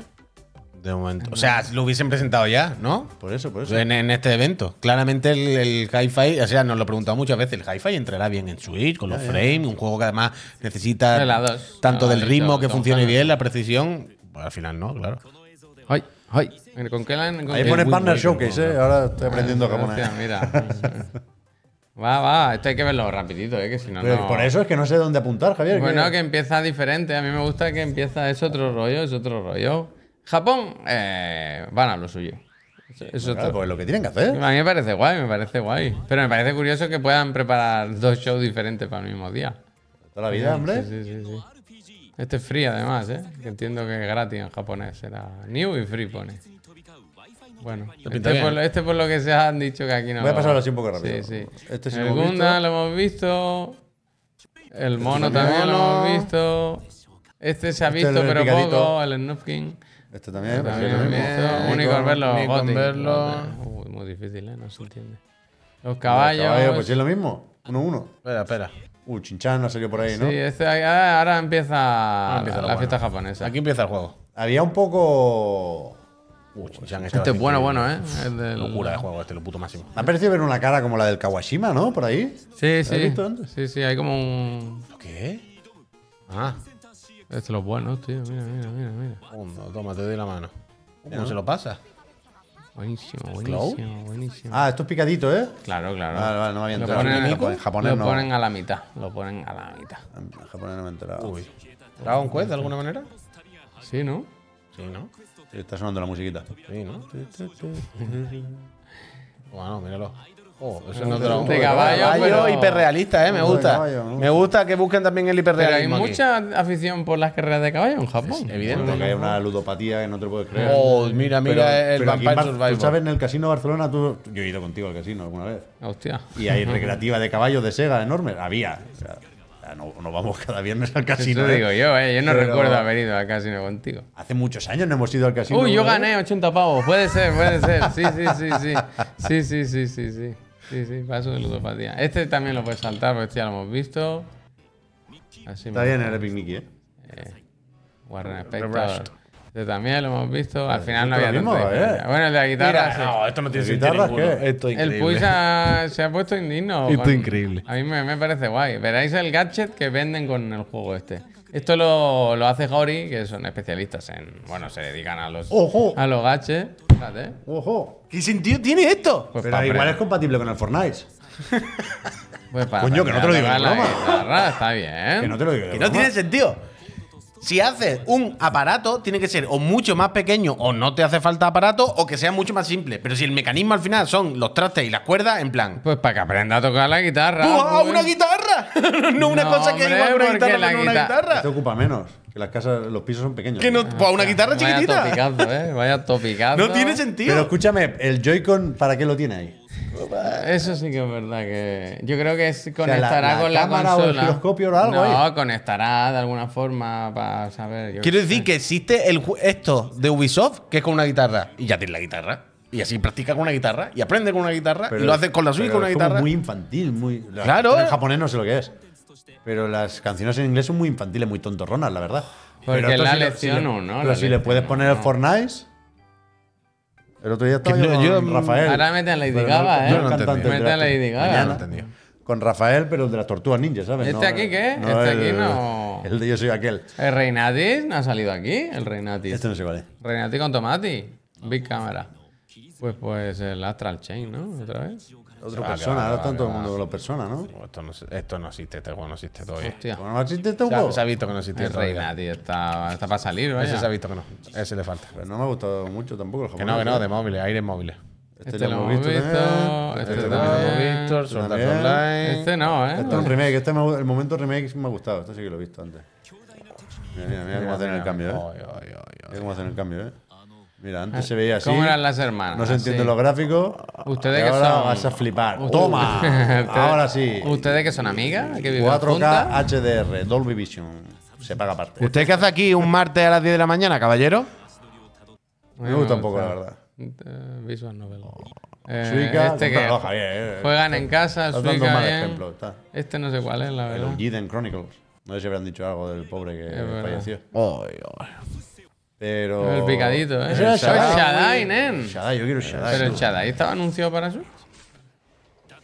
De momento. O sea, lo hubiesen presentado ya, ¿no? Pues Por eso, por eso. En, en este evento. Claramente el, el hi-fi, o sea, nos lo he preguntado muchas veces, el hi-fi entrará bien en Switch, con los frames, un juego que además necesita De la dos. tanto Ah, del de ritmo todo, que todo, funcione todo. bien, la precisión. Bueno, al final no, claro. ¡Ay! ¡Ay! ¿Con qué la con Ahí qué- pone Wind Partner Waker, Showcase, ¿eh? Ahora estoy aprendiendo Gracias, japonés. Mira. va, va, esto hay que verlo rapidito, ¿eh? Que si no, Pero no... Pues por eso es que no sé dónde apuntar, Javier. Bueno, que- que empieza diferente. A mí me gusta que empieza. Es otro rollo, es otro rollo. Japón, eh, van a lo suyo. Es- Es Claro, otro. pues lo que tienen que hacer. A mí me parece guay, me parece guay. Pero me parece curioso que puedan preparar dos shows diferentes para el mismo día. Toda la vida, hombre. Sí, sí, sí, sí. Este es free además, ¿eh? Que entiendo que es gratis en japonés. Era new y free pone. Bueno, este pinta por, bien. lo- este por lo que se han dicho que aquí no Voy a lo- pasarlo así un poco rápido. Sí, sí. Este sí el lo hemos Gundam visto. lo hemos visto. El mono también lo mono. hemos visto. Este se ha Este visto, el pero picadito. poco. El Snufkin. Este también. También pues, lo lo hemos mismo. visto. Unicorn verlo. Unicorn Gothic. verlo. Uy, muy difícil, ¿eh? No se entiende. Los Caballo, caballos. pues sí es lo mismo. 1-1. Uno, pues uno. Espera, espera. Uh, Chinchán ha salido por ahí, ¿no? Sí, este- ah, ahora empieza, empieza la, la lo bueno. fiesta japonesa. Aquí empieza el juego. Había un poco. Uy, se han Este echado es bueno, increíble. bueno, ¿eh? El del- Locura de juego, este es lo puto máximo. Me ha parecido ver una cara como la del Kawashima, ¿no? Por ahí. Sí, has sí. visto antes? Sí, sí, hay como un. ¿Lo qué? Ah, Este es lo bueno, tío. Mira, mira, mira, mira. segundo, toma, te doy la mano. ¿Cómo se lo pasa? Buenísimo, ¿Glow? buenísimo, buenísimo. Ah, esto es picadito, ¿eh? Claro, claro. Vale, vale, no me había Lo enterado. ponen, Nico? En japonés lo no. ponen a la mitad. Lo ponen a la mitad. En japonés no me he enterado. Uy. ¿Dragon Quest de alguna manera? Sí, ¿no? Sí, ¿no? Sí, Está sonando la musiquita. Sí, ¿no? Bueno, míralo. Oh, eso no es Dragon De Quest. caballo, pero- hiperrealista, eh, me Uno de gusta. caballo, ¿no? Me gusta que busquen también el Pero hay hiperrealismo. aquí. mucha afición por las carreras de caballo en Japón. Evidente. Porque hay una ludopatía que no te lo puedes creer. Oh, mira, mira aquí el en Vampire Bar- Survivor. Tú sabes, en el casino Barcelona, tú. Yo he ido contigo al casino alguna vez. Hostia. Y hay recreativa de caballos de Sega enorme. Había. O sea, ya no, no vamos cada viernes al Eso casino. ¿eh? digo yo, ¿eh? Yo no Pero- recuerdo haber ido al casino contigo. Hace muchos años no hemos ido al casino. Uy, yo ¿verdad? gané 80 pavos. Puede ser, puede ser. Sí, sí, sí, sí. Sí, sí, sí, sí, sí. Sí, sí, paso de ludopatía. Este también lo puedes saltar, porque este ya lo hemos visto. Así Está me- bien el Epic Mickey, ¿eh? Warren Spector. Este también lo hemos visto. Al final no esto había lo tanta mismo, ¿eh? diferencia. Bueno, el de la guitarra. sí. no, esto no tiene ¿De sentido. guitarras ninguno. qué? Esto es El Puy se ha, se ha puesto indigno. Esto con- increíble. A mí me, me parece guay. Veréis el gadget que venden con el juego este. Esto lo, lo hace Hori, que son especialistas en. Bueno, se dedican a los, Ojo. a los gadgets. Fíjate. ¡Ojo! ¿Qué sentido tiene esto? Pues Pero pa' igual aprender- es compatible con el Fortnite. pues para Coño, que no te lo digo aprender a de tocar broma. la guitarra, está bien. Que no te lo digo. de Que no broma. tiene sentido. Si haces un aparato, tiene que ser o mucho más pequeño o no te hace falta aparato o que sea mucho más simple. Pero si el mecanismo al final son los trastes y las cuerdas, en plan. Pues para que aprenda a tocar la guitarra. ¡Buah, pues. una guitarra! no una No, cosa que hombre, iba con una porque guitarra, la con una guita- guitarra. Te ocupa menos. Que las casas, los pisos son pequeños. Que no, buah, una guitarra Vaya chiquitita. topicazo, eh. Vaya topicazo. No tiene sentido. Pero escúchame, el Joy-Con, ¿para qué lo tiene ahí? Pues, Eso sí que es verdad que. Yo creo que es- la- conectará la con la cámara o el consola. giroscopio o algo No, ahí. conectará de alguna forma para saber. yo Quiero qué decir que existe el ju- esto de Ubisoft, que es con una guitarra. Y ya tiene la guitarra. Y así practica con una guitarra. Y aprende con una guitarra. Pero- y lo hace con la suya y pero con una es como guitarra. muy infantil, muy. la- Claro. En japonés no sé lo que es. Pero las canciones en inglés son muy infantiles, muy tontorronas, la verdad. Porque Pero esto la si le- lección si le- uno, ¿no? Pero La si le lección puedes poner el uno. Fortnite. El otro día estaba Que yo, no, con yo- Rafael. Ahora mete a Lady Pero Gaga, yo ¿eh? no entendí. Mete a Espérate, Lady Gaga. mañana. No entendí. Con Rafael, pero el de las tortugas ninja, ¿sabes? eh, ¿Este aquí qué? Este aquí no. El de yo soy aquel. El Reinatis no ha salido aquí, el Reinatis. Este no sé cuál es. Reinatis con Tomati. Big Cámara. Pues pues el Astral Chain, ¿no? Otra vez. Otra Ah, Vale, persona, vale, ahora está vale, todo el vale. mundo con las personas, ¿no? Esto no, esto no existe, este juego no existe todavía. Hostia. Bueno, ¿no existe este Se ha, juego? se ha visto que no existe El todavía. Reinatis está, está para salir, vaya. Ese se ha visto que no. Ese le falta. Pero no me ha gustado mucho tampoco el Que japonés. no, que no, de móviles, aire móviles. Este lo hemos visto, ¿eh? también. este Este Este también también. lo hemos visto, el Sword Art este También. Online. Este no, ¿eh? Este es un remake, este me ha gu- el momento remake me ha gustado, este sí que lo he visto antes. Mira, mira, mira cómo hacen el cambio, ¿eh? Ay, ay, ay, ay. Mira cómo hacen el cambio, ¿eh? Mira, antes se veía así. ¿Cómo eran las hermanas? No se entienden Así. los gráficos. Ustedes y que ahora son- vas a flipar. Ustedes- ¡Toma! Ustedes- ahora sí. ¿Ustedes que son amigas? ¿Que viven 4K juntas? HDR, Dolby Vision. Se paga aparte. ¿Usted qué hace aquí un martes a las 10 de la mañana, caballero? Me gusta un poco, la verdad. Eh, Visual Novel. Eh, Suica, este que cómpralo, Javier, eh. juegan en casa, Estás dando un Suica mal bien. ejemplo. Está. Este no sé cuál es, la El verdad. Ujiden Chronicles. No sé si habrán dicho algo del pobre que verdad. falleció. Ay, ay. Pero. El picadito, ¿eh? Ese era El Shadai. Shadai, nen. Shadai, yo quiero Shadai. Pero el Shadai estaba anunciado para Switch.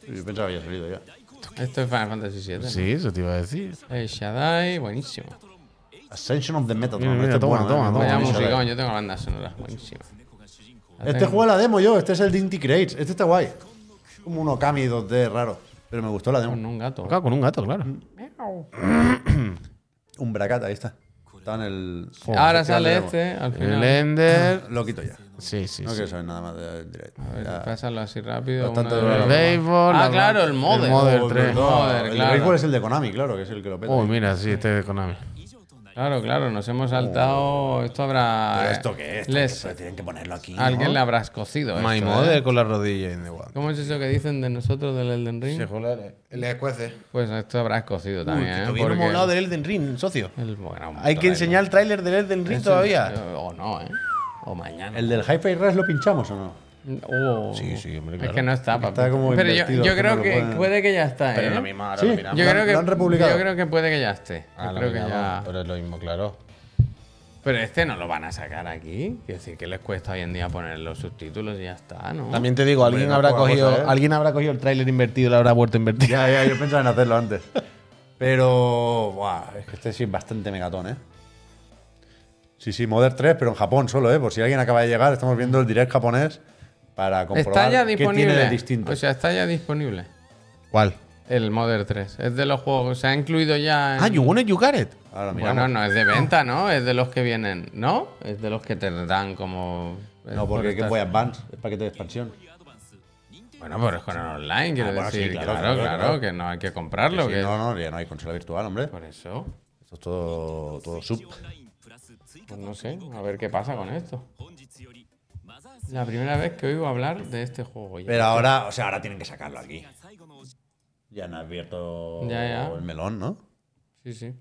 Yo pensaba que había salido ya. Esto es Final Fantasy VII. Sí, eso te iba a decir. ¿no? El Shadai, buenísimo. Ascension of the Metal. Este Mira, mira, toma, toma, ¿eh? toma. Vaya Shadai. musicón, yo tengo bandas sonoras, buenísima. La Este tengo. juego la demo yo, este es el Dinty Crates. Este está guay. Como un Okami 2D raro. Pero me gustó la Con demo. un gato. Claro, con un gato, claro. Un Bracat, ahí está. Está en el. Ahora festival sale de demo. este, al El final. Ender. Lo quito ya. Sí, sí, No sí. quiero saber nada más de Direct. A ver, Pues pásalo así rápido. Bastante uno de dolor. los El demás. béisbol. Ah, la- claro, el Modern. El Modern Oh, 3. verdad. Joder, el claro. de béisbol es el de Konami, claro, que es el que lo peta. Uy, mira, sí, este de Konami. Claro, claro, nos hemos saltado. Esto habrá. Oh. eh, ¿Pero ¿Esto qué es? Les, Esto Tienen que ponerlo aquí. alguien ¿no? le habrás cocido. My esto, Mother ¿eh? con la rodilla en the one. ¿Cómo es eso que dicen de nosotros del Elden Ring? Le escuece. Pues esto habrás cocido también. ¿eh? Todavía no hemos Porque hablado del Elden Ring, socio. el- bueno, un Hay que trailer. enseñar el tráiler del Elden Ring Eso- todavía. eh, O no, ¿eh? O mañana. ¿El del Hi-Fi Rush lo pinchamos o no? Oh. Sí, sí, hombre, Es claro. que no está, Está papi. como Pero yo, invertido, yo que creo no lo que pueden- puede que ya está, ¿eh? ahora Sí. Yo Lo han- creo que lo han republicado. Yo creo que puede que ya esté. Ah, yo lo creo que miramos, ya. Pero es lo mismo, claro. Pero este no lo van a sacar aquí. Quiero decir, que les cuesta hoy en día poner los subtítulos y ya está, ¿no? Uh, También te digo, alguien no habrá poca cosa, cogido, ¿eh? alguien habrá cogido el tráiler invertido y lo habrá vuelto a invertir. Ya, ya, yo pensaba en hacerlo antes. Pero. buah, es que este sí es bastante megatón, ¿eh? Sí, sí, Modern 3, pero en Japón solo, ¿eh? Por si alguien acaba de llegar, estamos viendo el direct japonés para comprobar está ya qué tiene de disponible. distinto. O sea, está ya disponible. ¿Cuál? El Modern 3. Es de los juegos. Se ha incluido ya. En... Ah, you wanna you got it. Ahora miramos. bueno, no es de venta, ¿no? Es de los que vienen. ¿No? Es de los que te dan como. No, porque porque Game Boy Advance es paquete de expansión. Bueno, pero es con el online, quiero Ah, bueno, sí, decir. claro, claro, claro, claro, claro. que no hay que comprarlo. Sí, que- no, no, ya no hay consola virtual, hombre. Por eso. Esto es todo, todo sub. Pues no sé, a ver qué pasa con esto. La primera vez que oigo hablar de este juego. ya. Pero ahora, o sea, ahora tienen que sacarlo aquí. Ya han abierto Ya, ya. el melón, ¿no? Sí, sí.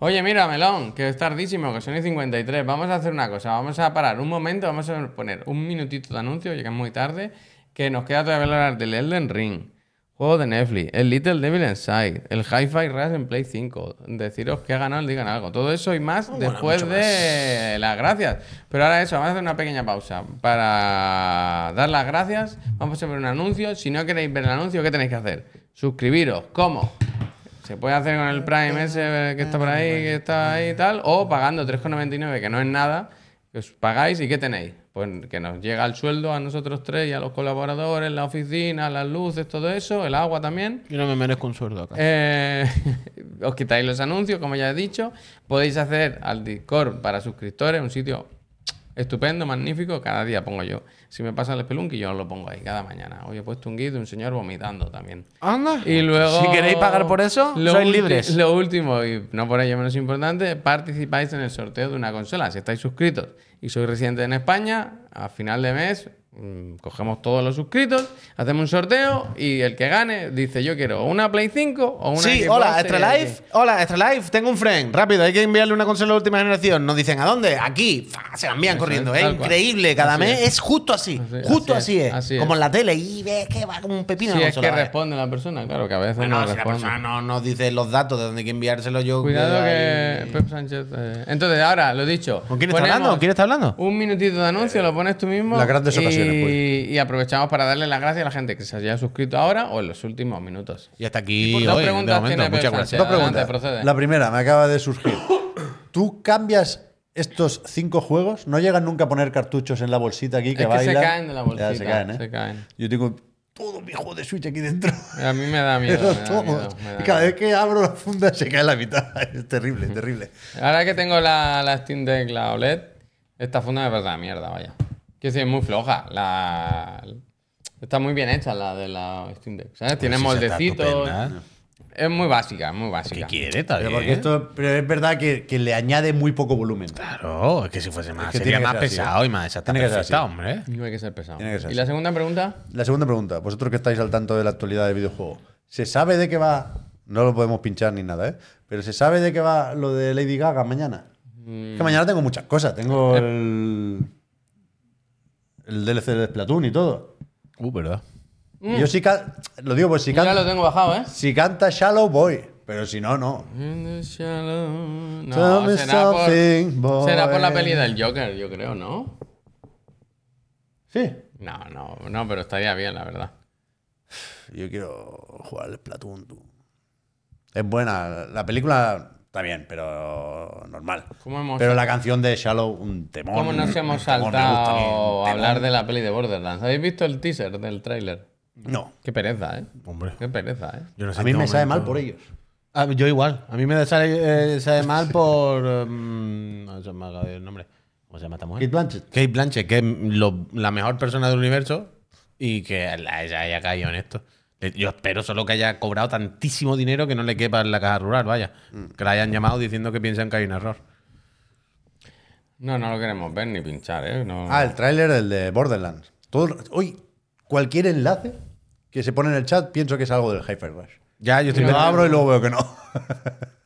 Oye, mira, Melón, que es tardísimo, que son y 53. Vamos a hacer una cosa, vamos a parar un momento, vamos a poner un minutito de anuncio, ya que es muy tarde, que nos queda todavía hablar del Elden Ring, juego de Netflix, el Little Devil Inside, el Hi-Fi Rush en Play 5. Deciros que ha ganado, el digan algo. Todo eso y más después de las gracias. Pero ahora eso, vamos a hacer una pequeña pausa para dar las gracias. Vamos a ver un anuncio. Si no queréis ver el anuncio, ¿qué tenéis que hacer? Suscribiros. ¿Cómo? Se puede hacer con el Prime ese que está por ahí, que está ahí y tal, o pagando 3,99, que no es nada, que os pagáis y ¿qué tenéis? Pues que nos llega el sueldo a nosotros tres y a los colaboradores, la oficina, las luces, todo eso, el agua también. Yo no me merezco un sueldo acá. Eh, os quitáis los anuncios, como ya he dicho. Podéis hacer al Discord para suscriptores, un sitio estupendo, magnífico. Cada día pongo yo. Si me pasa el spelunky, yo lo pongo ahí cada mañana. Hoy he puesto un guido de un señor vomitando también. Anda. Y luego. Si queréis pagar por eso, lo sois ulti- libres. Lo último, y no por ello menos importante, participáis en el sorteo de una consola. Si estáis suscritos y sois residentes en España, a final de mes mm, cogemos todos los suscritos, hacemos un sorteo y el que gane dice: Yo quiero o una Play 5 o una. Sí, Xbox hola, Extra Series Life. Hola, Extra Life. Tengo un friend. Rápido, hay que enviarle una consola de última generación. Nos dicen, ¿a dónde? Aquí. Fa, se la envían corriendo. es, Es tal cual. increíble. Cada Así mes es. es. justo así. Así es, justo así así, es, es. así es. Como en la tele. Y ves que va como un pepino Si la es que consola, ¿eh? responde la persona, claro que a veces Bueno, no si la responde. persona Ah, no nos dice los datos de dónde hay que enviárselo, yo. Cuidado que ahí- Pep Sánchez. eh, Entonces, ahora, lo dicho. ¿Con quién está hablando? ¿Con quién está hablando? Eh, Un minutito de anuncio, lo pones tú mismo. las grandes y, ocasiones, pues. Y aprovechamos para darle las gracias a la gente que se haya suscrito ahora o en los últimos minutos. Y hasta aquí. Dos hoy, de preguntas momento. tiene Pep Muchas Sánchez. gracias. Dos Adelante, preguntas. procede. La primera, me acaba de surgir. ¿Tú cambias estos cinco juegos? ¿No llegan nunca a poner cartuchos en la bolsita aquí que es que se bailan? caen de la bolsita. Ya, se caen, ¿eh? se caen. Yo tengo todo mi juego de Switch aquí dentro. A mí me da miedo. Pero me da todos. miedo, me da Y cada miedo. vez que abro la funda se cae la mitad. Es terrible, terrible. Ahora que tengo la, la Steam Deck, la OLED, esta funda me parece una mierda, vaya. Que sí, es muy floja. La... Está muy bien hecha la de la Steam Deck. ¿sabes? Tiene Pues sí, está moldecitos. estupenda. ¿eh? Es muy básica, es muy básica. ¿Qué quiere? Está Pero bien. porque esto, pero es verdad que, que le añade muy poco volumen. Claro, es que si fuese más. Es que tiene sería que más ser así, pesado y más. Esa está Tiene que ser perfecta, así. hombre. No hay que ser pesado. Tiene que ser y la así. segunda pregunta. La segunda pregunta, vosotros que estáis al tanto de la actualidad del videojuego, ¿se sabe de qué va? No lo podemos pinchar ni nada, ¿eh? Pero ¿se sabe de qué va lo de Lady Gaga mañana? Mm. Es Que mañana tengo muchas cosas. Eh. Tengo el, el DLC de Splatoon y todo. Uh, verdad. Mm. Y Yo sí ca- lo digo, pues si Ya lo canta, tengo bajado, ¿eh? si canta Shallow Boy, pero si no, no. In the shallow- Tell No, me será por, something, boy. será por la peli del Joker, yo creo, ¿no? Sí. No, no, no, pero estaría bien, la verdad. Yo quiero jugar al Splatoon, tú. Es buena. La película está bien, pero normal. ¿Cómo hemos- pero la canción de Shallow, un temor. ¿Cómo nos hemos saltado a hablar de la peli de Borderlands? ¿Habéis visto el teaser del tráiler? No. Qué pereza, ¿eh? Hombre. Qué pereza, ¿eh? Yo no sé A mí en qué me sabe momento- mal por ellos. Ah, yo igual. A mí me sale, eh, sabe mal por. mm, no se me ha acabado el nombre. ¿Cómo se llama esta mujer? Kate Blanchett. Kate Blanchett, que es lo- la mejor persona del universo y que la- ella haya caído en esto. Eh, Yo espero solo que haya cobrado tantísimo dinero que no le quepa en la caja rural, vaya. Mm. Que la hayan llamado diciendo que piensan que hay un error. No, no lo queremos ver ni pinchar, ¿eh? No. Ah, el tráiler del de Borderlands. Todo, hoy, cualquier enlace que se pone en el chat, pienso que es algo del Hyper Rush. Ya, yo estoy Lo pensando- abro y luego veo que no.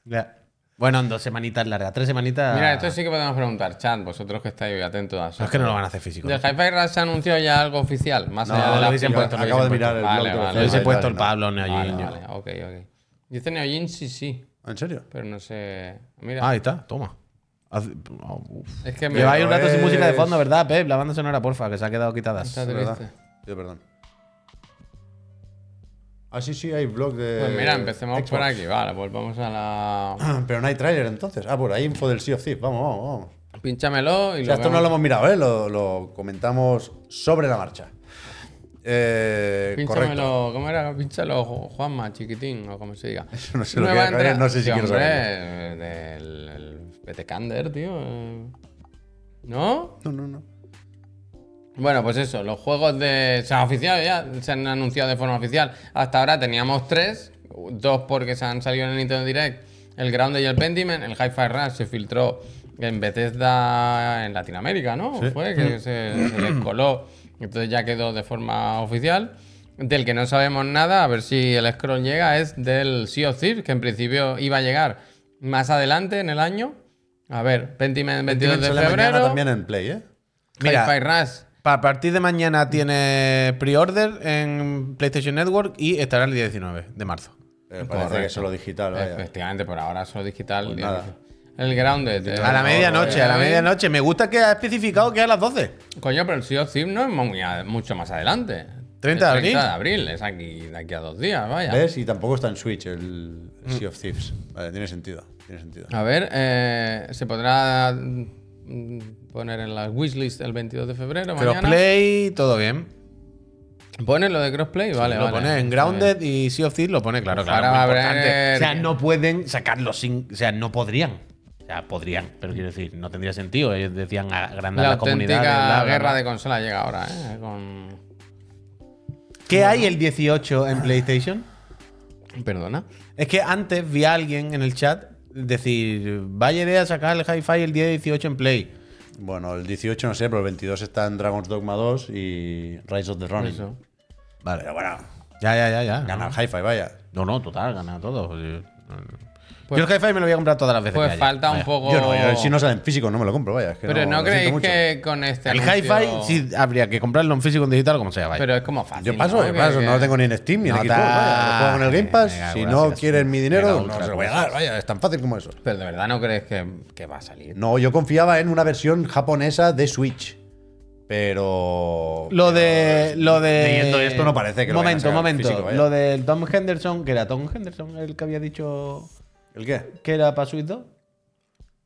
Ya. Bueno, en dos semanitas largas, tres semanitas. Mira, esto sí que podemos preguntar, chat, vosotros que estáis atentos a eso. No, es que no lo van a hacer físico. ¿Del Hi-Fi Rush se anunció ya algo oficial? Más No, allá de lo la hubiesen puesto, lo acabo de hubiesen mirar el puesto. blog Vale, de los vale, Yo he Hyper puesto Rush, el no. Pablo Neoyin. Vale, yo. vale, ok, ok. Dice Neojin sí, sí, ¿En serio? pero no sé. Mira, Ah, Ah, ahí está, toma. Hace- oh, uf. Es que me. Lleváis un rato sin es- música de fondo, ¿verdad, Pep? La banda sonora, porfa, que se ha quedado quitada. Está Es triste. verdad. Tío, perdón. Ah, sí, sí, hay blog de. Pues mira, empecemos por Xbox. Ah, aquí. Vale, pues vamos a la. Pero no hay tráiler entonces. Ah, por ahí info del Sea of Thieves. Vamos, vamos, vamos. Pinchámelo y O sea, lo. esto no lo vemos. hemos mirado, ¿eh? Lo, lo comentamos sobre la marcha. Eh, correcto. Pínchamelo. ¿Cómo era? Pínchalo, Ju- Juanma, chiquitín, o como se diga. No sé lo Nueva que era, entra- no sé si Tío, quiero hombre, saberlo. Del. el Betecander, tío. eh. ¿No? No, no, no. Bueno, pues eso, los juegos de. Se han oficial ya, se han anunciado de forma oficial. Hasta ahora teníamos tres, dos porque se han salido en el Nintendo Direct, el Grounded y el Pentiment. El Hi-Fi Rush se filtró en Bethesda en Latinoamérica, ¿no? Fue Mm. que se, se les coló, entonces ya quedó de forma oficial. Del que no sabemos nada, a ver si el scroll llega, es del Sea of Thieves, que en principio iba a llegar más adelante en el año. A ver, Pentiment 22 de Sale mañana febrero. también en Play, ¿eh? Mira. Hi-Fi Rush A partir de mañana tiene pre-order en PlayStation Network y estará el día 19 de marzo. Pero parece que Correcto. solo digital, vaya. Efectivamente, por ahora solo digital. Pues nada. El Grounded. eh, A la no, medianoche, eh, a la medianoche. Me gusta que ha especificado que es a las 12. Coño, pero el Sea of Thieves no es muy a- mucho más adelante. 30 de El abril. de abril, es aquí, de aquí a dos días, vaya. ¿Ves? Y tampoco está en Switch el Mm. Sea of Thieves. Vale, tiene sentido. Tiene sentido. A ver, eh, se podrá mm, poner en la wishlist el 22 de febrero. mañana. Crossplay, todo bien. Pone lo de crossplay, vale. lo vale. pone en Grounded y Sea of Thieves lo pone, claro, claro. Ahora muy va a haber- importante. O sea, no pueden sacarlo sin. O sea, no podrían. O sea, podrían, pero quiero decir, no tendría sentido. Ellos decían agrandar La la, auténtica comunidad. bla, bla, bla. guerra de consola llega ahora, ¿eh? Con... ¿Qué hay el 18 en PlayStation? Perdona. Es que antes vi a alguien en el chat decir, vaya idea sacar el Hi-Fi el día 18 en Play. Bueno, el 18 no sé, pero el 22 está en Dragon's Dogma 2 y Rise of the Ronin. Eso. Vale. Pero bueno, Ya, ya, ya, ya. gana ¿no? el Hi-Fi, vaya. No, no, total, gana todo. Yo Pues- el Hi-Fi me lo voy a comprar todas las veces. Pues que haya. falta un Vaya. poco. Yo no, yo si no sale en físico no me lo compro, vaya. es que Pero no, lo siento creéis mucho. que con este. El anuncio- Hi-Fi sí habría que comprarlo en físico, en digital, como sea, vaya. Pero es como fácil. Yo paso, ¿no? yo Que- paso, que- no lo tengo ni en Steam ni en No Xbox, vaya. Lo juego en el Game te- Pass. venga, si bueno, no sí, sí. quieren mi dinero, Venga, no ultra, se lo voy a ultra. dar, vaya. Es tan fácil como eso. Pero de verdad no crees que, que va a salir. No, yo confiaba en una versión japonesa de Switch. Pero. Lo de. Lo de. Leyendo esto no parece que lo vayan a Momento, sacar momento. físico, vaya. lo del Tom Henderson, que era Tom Henderson, el que había dicho ¿El qué? que era para Switch 2.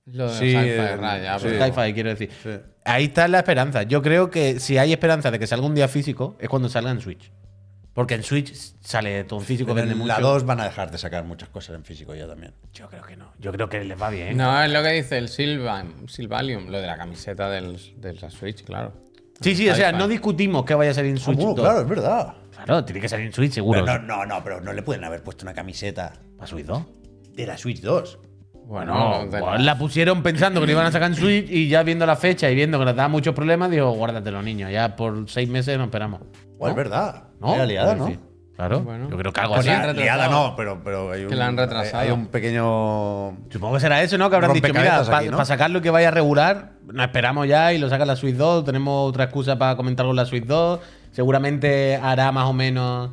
Lo de Sí, Hi-Fi eh, Rush, ya, sí. pero- Hi-Fi, quiero decir. Ahí está la esperanza. Yo creo que si hay esperanza de que salga un día físico, es cuando salga en Switch. Porque en Switch sale todo en físico, Pero vende en mucho. la 2 van a dejar de sacar muchas cosas en físico ya también. Yo creo que no. Yo creo que les va bien. No, es lo que dice el Silvan, Silvalium, lo de la camiseta del, de la Switch, claro. Sí, sí, o sea, Hi-Fi. no discutimos que vaya a salir en Ah, Switch. bueno, 2. claro, es verdad. Claro, tiene que salir en Switch seguro. Pero no, no, no, pero no le pueden haber puesto una camiseta ¿Para Switch 2? de la Switch 2. Bueno, Bueno, de- pues la pusieron pensando que lo iban a sacar en Switch y ya viendo la fecha y viendo que nos daba muchos problemas, digo, guárdatelo, niño. Ya por seis meses nos esperamos. Pues es verdad. ¿No? Era liada, ¿no? Quiero decir, Claro. Bueno. Yo creo que algo Pues así. la han Liada- liada retrasado. no, pero, pero hay un, Que la han retrasado. Hay un pequeño. Supongo que será eso, ¿no? Que habrán dicho, mira, Rompecabezas para aquí, ¿no? sacar lo que vaya a regular, nos esperamos ya y lo saca la Switch 2. Tenemos otra excusa para comentar con la Switch 2. Seguramente hará más o menos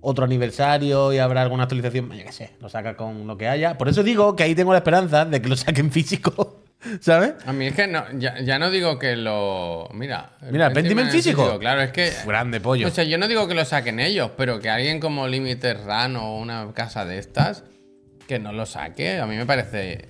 otro aniversario y habrá alguna actualización. Yo qué sé, lo saca con lo que haya. Por eso digo que ahí tengo la esperanza de que lo saquen físico, ¿sabes? A mí es que no, ya, ya no digo que lo. Mira. Mira, el Pentiment es físico. Claro, es que. pues Grande pollo. O sea, yo no digo que lo saquen ellos, pero que alguien como Limited Run o una casa de estas, que no lo saque, a mí me parece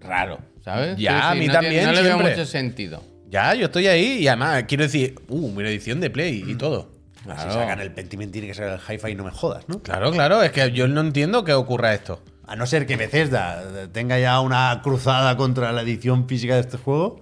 raro, ¿sabes? Ya, Quiero a decir, mí no también, tiene- No le veo siempre. mucho sentido. Ya, yo estoy ahí y además quiero decir, uh, mira edición de Play Mm. y todo. Si sacan el Pentiment, tiene que sacar el Hi-Fi, no me jodas, ¿no? Claro, claro, es que yo no entiendo que ocurra esto. A no ser que Bethesda eh, tenga ya una cruzada contra la edición física de este juego.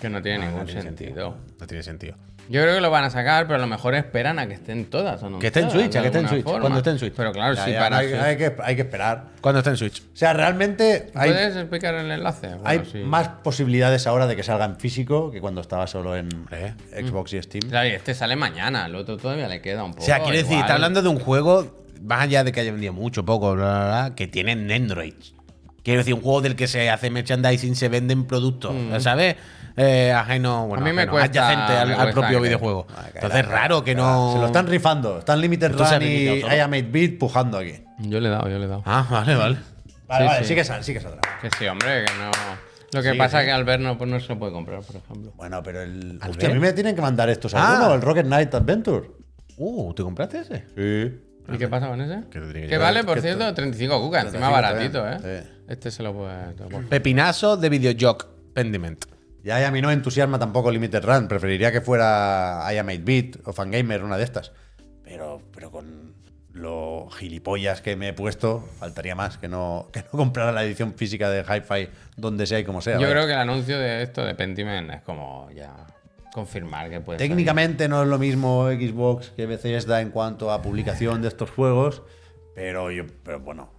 Que no tiene ningún sentido. No tiene Ah, sentido. Yo creo que lo van a sacar, pero a lo mejor esperan a que estén todas. anunciadas Que esté en Switch, de a que esté en alguna Switch, forma. cuando esté en Switch. Pero claro, Ya, si ya, para. hay, hay que, hay que esperar. Cuando está en Switch. O sea, realmente hay, ¿Puedes explicar el enlace? Bueno, hay sí. más posibilidades ahora de que salga en físico que cuando estaba solo en Xbox y Steam. Claro, y este sale mañana, el otro todavía le queda un poco. O sea, quiero decir, igual. está hablando de un juego, más allá de que haya vendido mucho, poco, bla, bla, bla, que tiene en Android. Quiero decir, un juego del que se hace merchandising, se venden productos, ¿sabes? Eh, ajeno, bueno, A mí me ajeno, cuesta- adyacente al, me al cuesta propio creer. videojuego. Ah, que Entonces, la- raro que la- no. Se lo están rifando. Están Limited Esto se ha Run y limitado todo. I Am 8-Bit pujando aquí. Yo le he dado, yo le he dado. Ah, vale, vale. Vale, Sí, vale, sí. sigue sal, sigue sal. Que sí, hombre, que no. Lo que pasa es que Albert no, pues, no se lo puede comprar, por ejemplo. Bueno, pero el. Al Hostia, a ver. mí me tienen que mandar estos Ah. algunos, el Rocket Knight Adventure. Uh, ¿te compraste ese? Sí. ¿Y qué pasa con ese? Ah, Que lo tiene Que, que llevar, vale, por que cierto, esto- 35 cucas, encima 35 baratito, también, ¿eh? Este se lo puede. te lo puede- Pepinazo de videojoc pendiment. Ya, y a mí no me entusiasma tampoco Limited Run. Preferiría que fuera I Am 8-Bit o Fangamer, una de estas. Pero, pero con lo gilipollas que me he puesto, faltaría más que no, que no comprara la edición física de Hi-Fi donde sea y como sea. Yo ¿vale? creo que el anuncio de esto de Pentiment es como ya confirmar que puede. salir. Técnicamente no es lo mismo Xbox que Bethesda en cuanto a publicación de estos juegos, pero yo, pero bueno.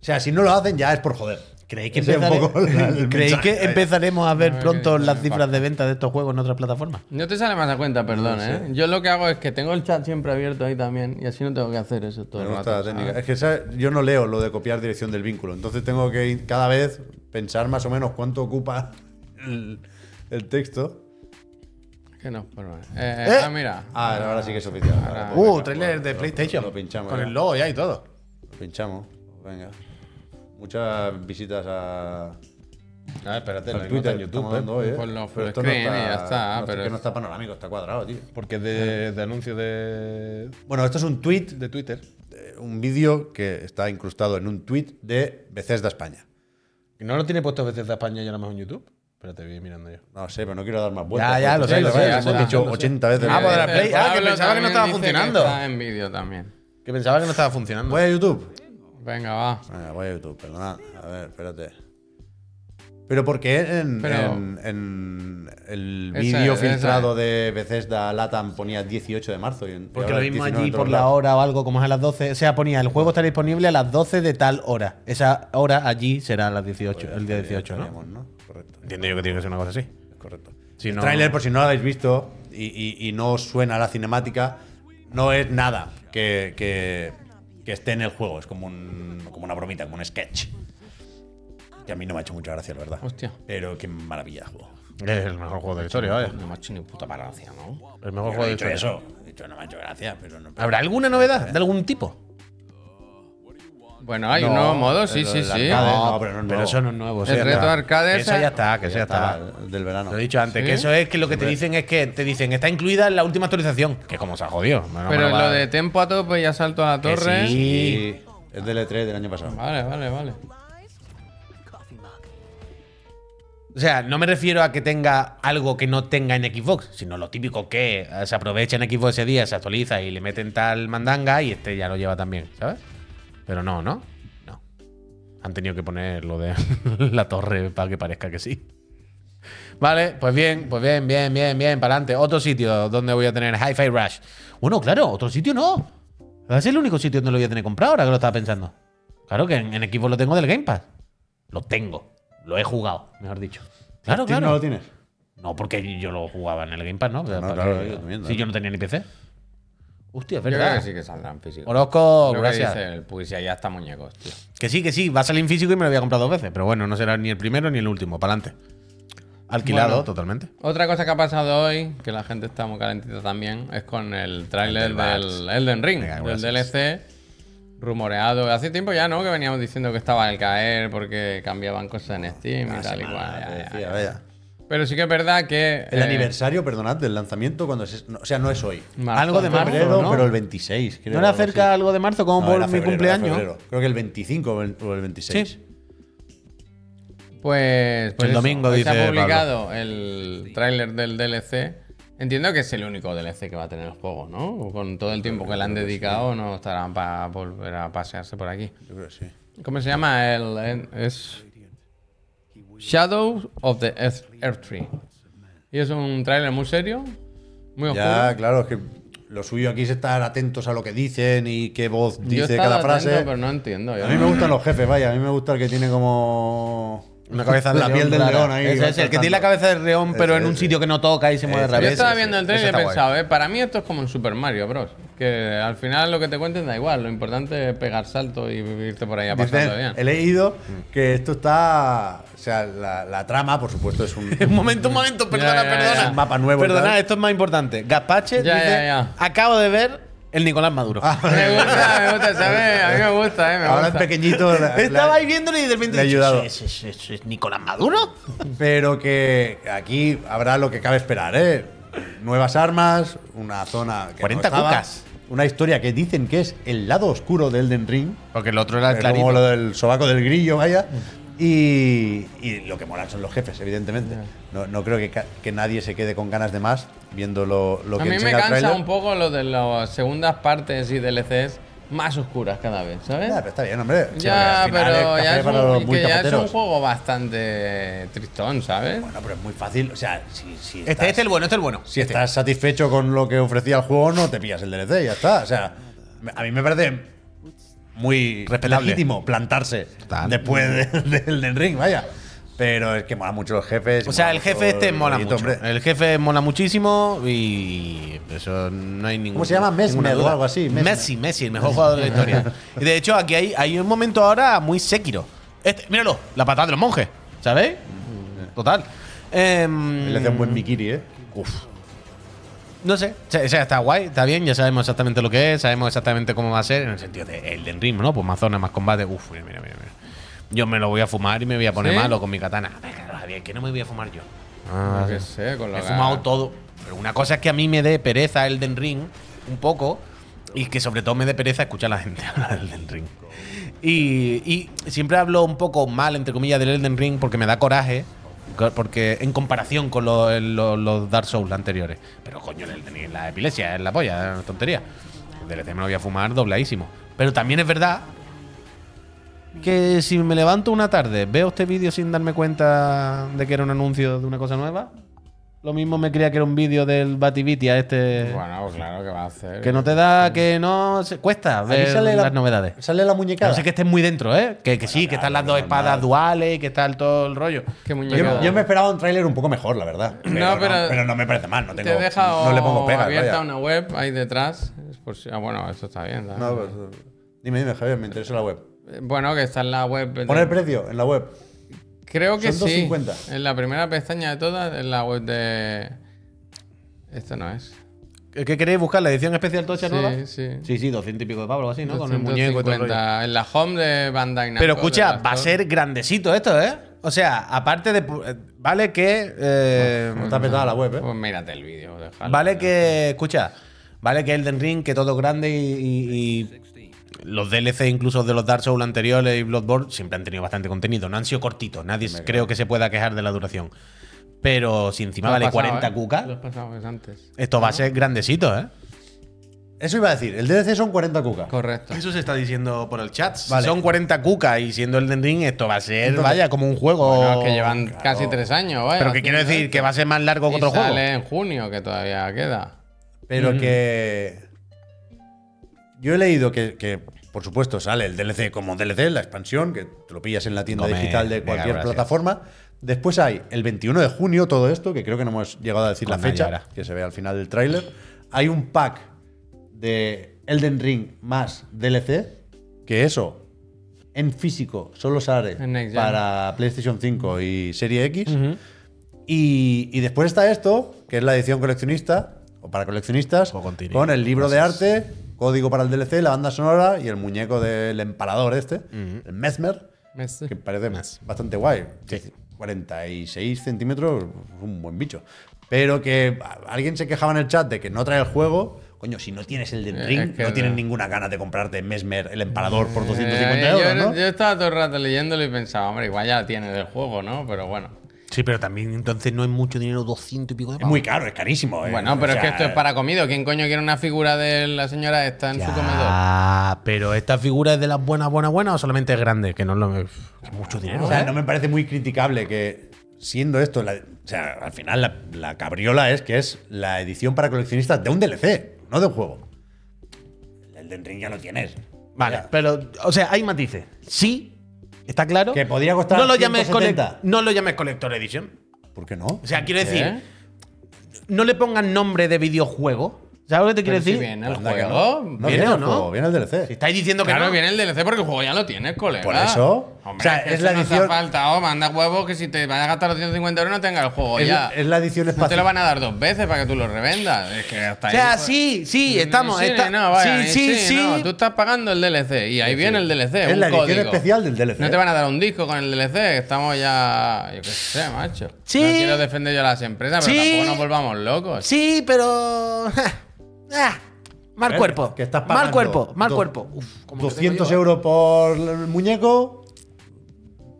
O sea, si no lo hacen ya es por joder. ¿Creéis que, Ese es un empezare- poco la- el ¿Creéis mensaje. que empezaremos a ver ver, pronto que- las cifras de venta de estos juegos en otras plataformas? No te sale más a cuenta, perdón, ¿eh? Yo lo que hago es que tengo el chat siempre abierto ahí también y así no tengo que hacer eso todo Me el gusta rato, la técnica. ¿sabes? Es que ¿sabes? yo no leo lo de copiar dirección del vínculo, entonces tengo que ir cada vez pensar más o menos cuánto ocupa el, el texto. Que no, pero bueno. Eh, ¿Eh? Ah, mira. Ah, ahora sí que es oficial. Ahora Ah, Uh, lo- trailer de lo- PlayStation. Lo pinchamos. Con ya. el logo ya y todo. Lo pinchamos. Venga. Muchas visitas a, Ah, espérate, al Twitter. estamos dando hoy, ¿eh? Por los Pero esto full screen y ya está, no, pero es que no es- está panorámico, está cuadrado, tío. Porque de, de anuncio de, Bueno, esto es un tweet de Twitter. eh, un vídeo que está incrustado en un tweet de Bethesda España. ¿No lo tiene puesto veces de España ya nada más en YouTube? Espérate, voy mirando yo. No sé, pero no quiero dar más vueltas. Ya, ya, lo sé, lo sé, ya Hemos está, dicho lo sé. 80 veces. Ah, Mira, pues, de la dice Play. Ah, que Eh, Pablo pensaba que también no estaba dice funcionando. está en vídeo también. Que pensaba que no estaba funcionando. Voy a YouTube. Venga, va. Venga, voy a YouTube, perdonad. A ver, espérate. Pero ¿por qué en, Pero- en- en el Esa vídeo es, esa filtrado de Bethesda Latam ponía 18 de marzo? y en- y Porque ahora lo mismo 19 allí en todos por la lados? hora o algo, como es a las 12. O sea, ponía, el juego estará disponible a las 12 de tal hora. Esa hora allí será a las 18, el día 18, ¿no? Estaríamos, ¿no? Correcto. Pues, Entiendo yo que tiene que ser una cosa así. Es correcto. Si el no- tráiler, por si no lo habéis visto y, y- y no os suena la cinemática, no es nada que, que- que esté en el juego. Es como, un- como una bromita, como un sketch. Que a mí no me ha hecho mucha gracia, la verdad. Hostia. Pero qué maravilla de juego. Es el mejor juego de la historia, vaya. No me ha hecho ni puta gracia, ¿no? Yo El mejor no juego he de Ah, dicho la historia. eso. He dicho, no me ha hecho gracia, pero no. ¿Habrá alguna novedad de algún tipo? Bueno, hay No, un nuevo modo, sí, pero sí, el sí. arcade- No, pero no es nuevo. eso no es nuevo. El sí, es reto verdad. arcade Eso ese- ya está, que eso ya está. Del verano. Lo he dicho antes, ¿Sí? que eso es que lo que te dicen es que te dicen está incluida en la última actualización. Que como se ha jodido. no me Pero va- lo de tempo a tope y asalto a la Que torre. sí. Es del E3 del año pasado. Vale, vale, vale. O sea, no me refiero a que tenga algo que no tenga en Xbox, sino lo típico que eh, se aprovecha en Xbox ese día, se actualiza y le meten tal mandanga y este ya lo lleva también, ¿sabes? Pero no, ¿no? No. Han tenido que poner lo de la torre para que parezca que sí. Vale, pues bien, pues bien, bien, bien, bien, para adelante. Otro sitio donde voy a tener Hi-Fi Rush. Bueno, claro, otro sitio no. Va a ser el único sitio donde lo voy a tener comprado ahora que lo estaba pensando. Claro que en, en Xbox lo tengo del Game Pass. Lo tengo. Lo he jugado, mejor dicho. Claro, ¿Tú no lo claro. tienes? No, porque yo lo jugaba en el Game Pass, ¿no? No, Para claro, que- yo también, Sí, ¿no? yo no tenía ni PC. Hostia, es Yo creo que verdad. sí que saldrán físicos. Orozco, Lo que gracias. dice el Puy, si hay hasta muñecos, tío. Que sí, que sí, va a salir en físico y me lo había comprado dos veces. Pero bueno, no será ni el primero ni el último, para adelante. Alquilado Bueno. totalmente. Otra cosa que ha pasado hoy, que la gente está muy calentita también, es con el tráiler Del Bats. del Elden Ring, Venga, del gracias. DLC rumoreado. Hace tiempo ya, ¿no? Que veníamos diciendo que estaba al caer porque cambiaban cosas en Steam y tal y cual. Ah, ya, te ya, decía, ya. vaya. Pero sí que es verdad que. El eh, aniversario, perdonad, del lanzamiento, cuando es, no, o sea, no es hoy. marzo, algo de ¿no? marzo, Febrero, ¿no? pero el 26, creo. ¿No era algo así. cerca algo de marzo como No, por era mi febrero, era cumpleaños? febrero. Creo que el 25 o el, o el 26. Sí. Pues, pues El eso, domingo, hoy se dice ha publicado el tráiler del DLC. Entiendo que es el único DLC que va a tener el juego, ¿no? Con todo el tiempo que le han dedicado, no estarán para volver a pasearse por aquí. Yo creo que sí. ¿Cómo se llama? El, el- es Shadows of the Earth, Earth Tree. Y es un tráiler muy serio, muy oscuro. Ya, claro, es que lo suyo aquí es estar atentos a lo que dicen y qué voz Yo he dice estado cada frase. atento, pero no entiendo. yo A mí me no- gustan los jefes, vaya. A mí me gusta el que tiene como. Una cabeza de La león piel del rara. león ahí. Ese va es el que tiene la saltando. cabeza de león, pero Ese, en un ese. sitio que no toca y se mueve al Ese, Yo revés. estaba Ese, viendo el ese. trailer y Ese he está guay. pensado, eh, para mí esto es como un Super Mario Bros. Que al final lo que te cuenten da igual, lo importante es pegar salto y irte por ahí a Dicen, pasarlo bien. he leído que esto está. O sea, la, la trama, por supuesto, es un. Un momento, un momento, perdona, ya, ya. perdona. Un mapa nuevo y Perdona, tal. esto es más importante. Gaspache Ya, dice, ya, ya. acabo de ver El Nicolás Maduro. Ah, Me gusta, me gusta, ¿sabes? A mí me gusta, ¿eh? Me Ahora es gusta. pequeñito. la- la- Estaba ahí viéndolo y de repente le he he dicho, ayudado. "¿Es- es, es- es Nicolás Maduro? Pero que aquí habrá lo que cabe esperar, ¿eh? Nuevas armas, una zona. Que 40 estaba, cucas. Una historia que dicen que es el lado oscuro de Elden Ring. Porque el otro era eh, Como Ah, clarito. Mm. lo del sobaco del grillo, vaya. Y, y lo que molan son los jefes, evidentemente. No, no creo que, ca- que nadie se quede con ganas de más viendo lo, lo que A mí me enseña el cansa tráiler. un poco lo de las segundas partes y DLCs más oscuras cada vez, ¿sabes? Ya, pero está bien, hombre. Sí, ¿eh? ya, porque al final pero es ya café es, para los un, muy que ya es un cafeteros. juego bastante tristón, ¿sabes? Bueno, pero es muy fácil. O sea, si, si Este, estás- este es el bueno, este es el bueno. si estás satisfecho con lo que ofrecía el juego, no te pillas el DLC, ya está. O sea, me- a mí me parece muy Respetable. legítimo plantarse Total. después de- del del Ring, vaya. Pero es que mola mucho los jefes. O sea, mola el mucho jefe este el mola rollito, mucho. hombre. El jefe mola muchísimo y eso no hay ningún ¿Cómo se llama? Mesmer ninguna o duda. algo así, Mesmer. Messi, Messi, el mejor jugador de la historia. Y de hecho, aquí hay, hay un momento ahora muy Sekiro. Este, míralo, la patada de los monjes, ¿sabéis? Total. Em, Le hace un buen Mikiri, ¿eh? no sé, o sea, está guay, está bien, ya sabemos exactamente lo que es, sabemos exactamente cómo va a ser, en el sentido de Elden Ring, ¿no? Pues más zonas, más combate, uff, mira, mira, mira. mira. Yo me lo voy a fumar y me voy a poner ¿Sí? malo con mi katana. A ver, claro, Javier, que no me voy a fumar yo. Ah, Ah, Yo qué sé, con lo He que- fumado todo. Pero una cosa es que a mí me dé pereza Elden Ring, un poco, y que sobre todo me dé pereza escuchar a la gente hablar del Elden Ring. Y, y siempre hablo un poco mal, entre comillas, del Elden Ring porque me da coraje. co- Porque en comparación con los, los- los Dark Souls anteriores. Pero coño, el Elden Ring es la epilepsia, es la polla, es una tontería. El DLC me lo voy a fumar dobladísimo. Pero también es verdad que si me levanto una tarde, veo este vídeo sin darme cuenta de que era un anuncio de una cosa nueva, lo mismo me creía que era un vídeo del Bativitia este. Bueno, pues claro que va a hacer. Que no te da, que no. Se, cuesta ver sale la- las novedades. Sale la muñecada. No sé que estés muy dentro, ¿eh? Que, que sí, que están las dos espadas duales y que está el- todo el rollo. Qué yo, muñeca. yo me esperaba un tráiler un poco mejor, la verdad. Pero no, pero- pero no me parece mal. No, Te tengo, he dejado no le pongo pegas. abierta vaya. una web ahí detrás. es por si- ah, bueno, esto está bien. ¿sabes? No, pues, dime, dime, Javier, me interesa la web. Eh, Bueno, que está en la web. de- Pon el precio en la web. Creo que son sí. 2.50. En la primera pestaña de todas, en la web de. Esto no es. ¿Qué qué queréis buscar? ¿La edición especial tocha nueva? Sí, sí. Sí, sí, 200 y pico de pablo, así, ¿no? Con el muñeco y todo el rollo. 250, En la home de Bandai Namco. Pero de escucha, las va a dos. ser grandecito esto, ¿eh? O sea, aparte de. pu- eh, Vale que. eh, Está petada la web, ¿eh? Pues mírate el vídeo, déjalo. Vale que, escucha, vale que Elden Ring, que todo es grande y, y- y los DLC incluso de los Dark Souls anteriores y Bloodborne siempre han tenido bastante contenido, no han sido cortitos, nadie creo que se pueda quejar de la duración. Pero si encima Lo has vale pasado, 40 ¿eh? cucas, Lo has pasado es antes. esto va a ser grandecito, ¿eh? Eso iba a decir. El DLC son 40 cucas. Correcto. Eso se está diciendo por el chat. Si Vale. son 40 cucas y siendo Elden Ring, esto va a ser, Entonces- vaya, como un juego. Bueno, que llevan casi tres años, vaya. Pero que quiero haciendo decir, que va a ser más largo que esto. otro Y juego. Sale en junio, que todavía queda. Pero que. Yo he leído que, que, por supuesto, sale el DLC como DLC, la expansión, que te lo pillas en la tienda Come, digital de venga, cualquier gracias. plataforma. Después hay el 21 de junio todo esto, que creo que no hemos llegado a decir Con la nadie fecha, ahora. que se ve al final del tráiler. Hay un pack de Elden Ring más DLC, que eso en físico solo sale En Next Gen. para PlayStation 5 y Serie X. Y, y después está esto, que es la edición coleccionista, o para coleccionistas, O con tiri. con el libro de arte, código para el DLC, la banda sonora y el muñeco del empalador este, el Mesmer, Mes- que parece bastante guay. 46 centímetros, un buen bicho. Pero que a- alguien se quejaba en el chat de que no trae el juego. Coño, si no tienes el del Eh, ring, es que no tienes no. ninguna gana de comprarte Mesmer, el empalador, por Eh, 250 yo- euros, ¿no? Yo estaba todo el rato leyéndolo y pensaba, hombre, igual ya tiene del juego, ¿no? Pero bueno. Sí, pero también entonces no es mucho dinero, 200 y pico de Es muy caro, es carísimo. eh. Bueno, pero O es que sea, esto es para comido. ¿Quién coño quiere una figura de la señora esta en su comedor? Ah, pero esta figura es de las buenas, buenas, buenas o solamente es grande, que no es lo que es mucho dinero. O ¿eh? sea, no me parece muy criticable que, siendo esto, la- o sea, al final la, la cabriola es que es la edición para coleccionistas de un DLC, no de un juego. El Elden Ring ya lo tienes. Vale, Ya. pero o sea, hay matices. Sí, está claro. Que podría costar no lo llames 170. colec- no lo llames collector edition. ¿Por qué no? O sea, quiero ¿Eh? decir, no le pongan nombre de videojuego ¿Sabes lo que te quiero Pero si decir? viene el Anda, que juego. No, Viene- No viene o el no? juego, viene el DLC. Si estáis diciendo que Claro, no. viene el DLC porque el juego ya lo tienes, colega. Por eso. Hombre, O sea, es, es la edición- falta, oh, manda huevos que si te van a gastar los 150 euros no tengas el juego Es, ya. es la edición no te espacial. lo van a dar dos veces para que tú lo revendas. Es que hasta O sea, ahí- pues. sí, sí, estamos. Sí, está- no, vaya, eh, sí, sí, sí. no, tú estás pagando el DLC y ahí viene el DLC. Es un la edición código. especial del DLC. No te van a dar un disco con el DLC, estamos ya. Yo qué sé, macho. Sí. No quiero defender yo a las empresas, pero Sí. tampoco nos volvamos locos. Sí, pero. ah, mal Ver, cuerpo. ¿eh? que estás mal pagando cuerpo, mal do- cuerpo. Uf, como que tengo 200 yo- ¿eh? euros por el muñeco,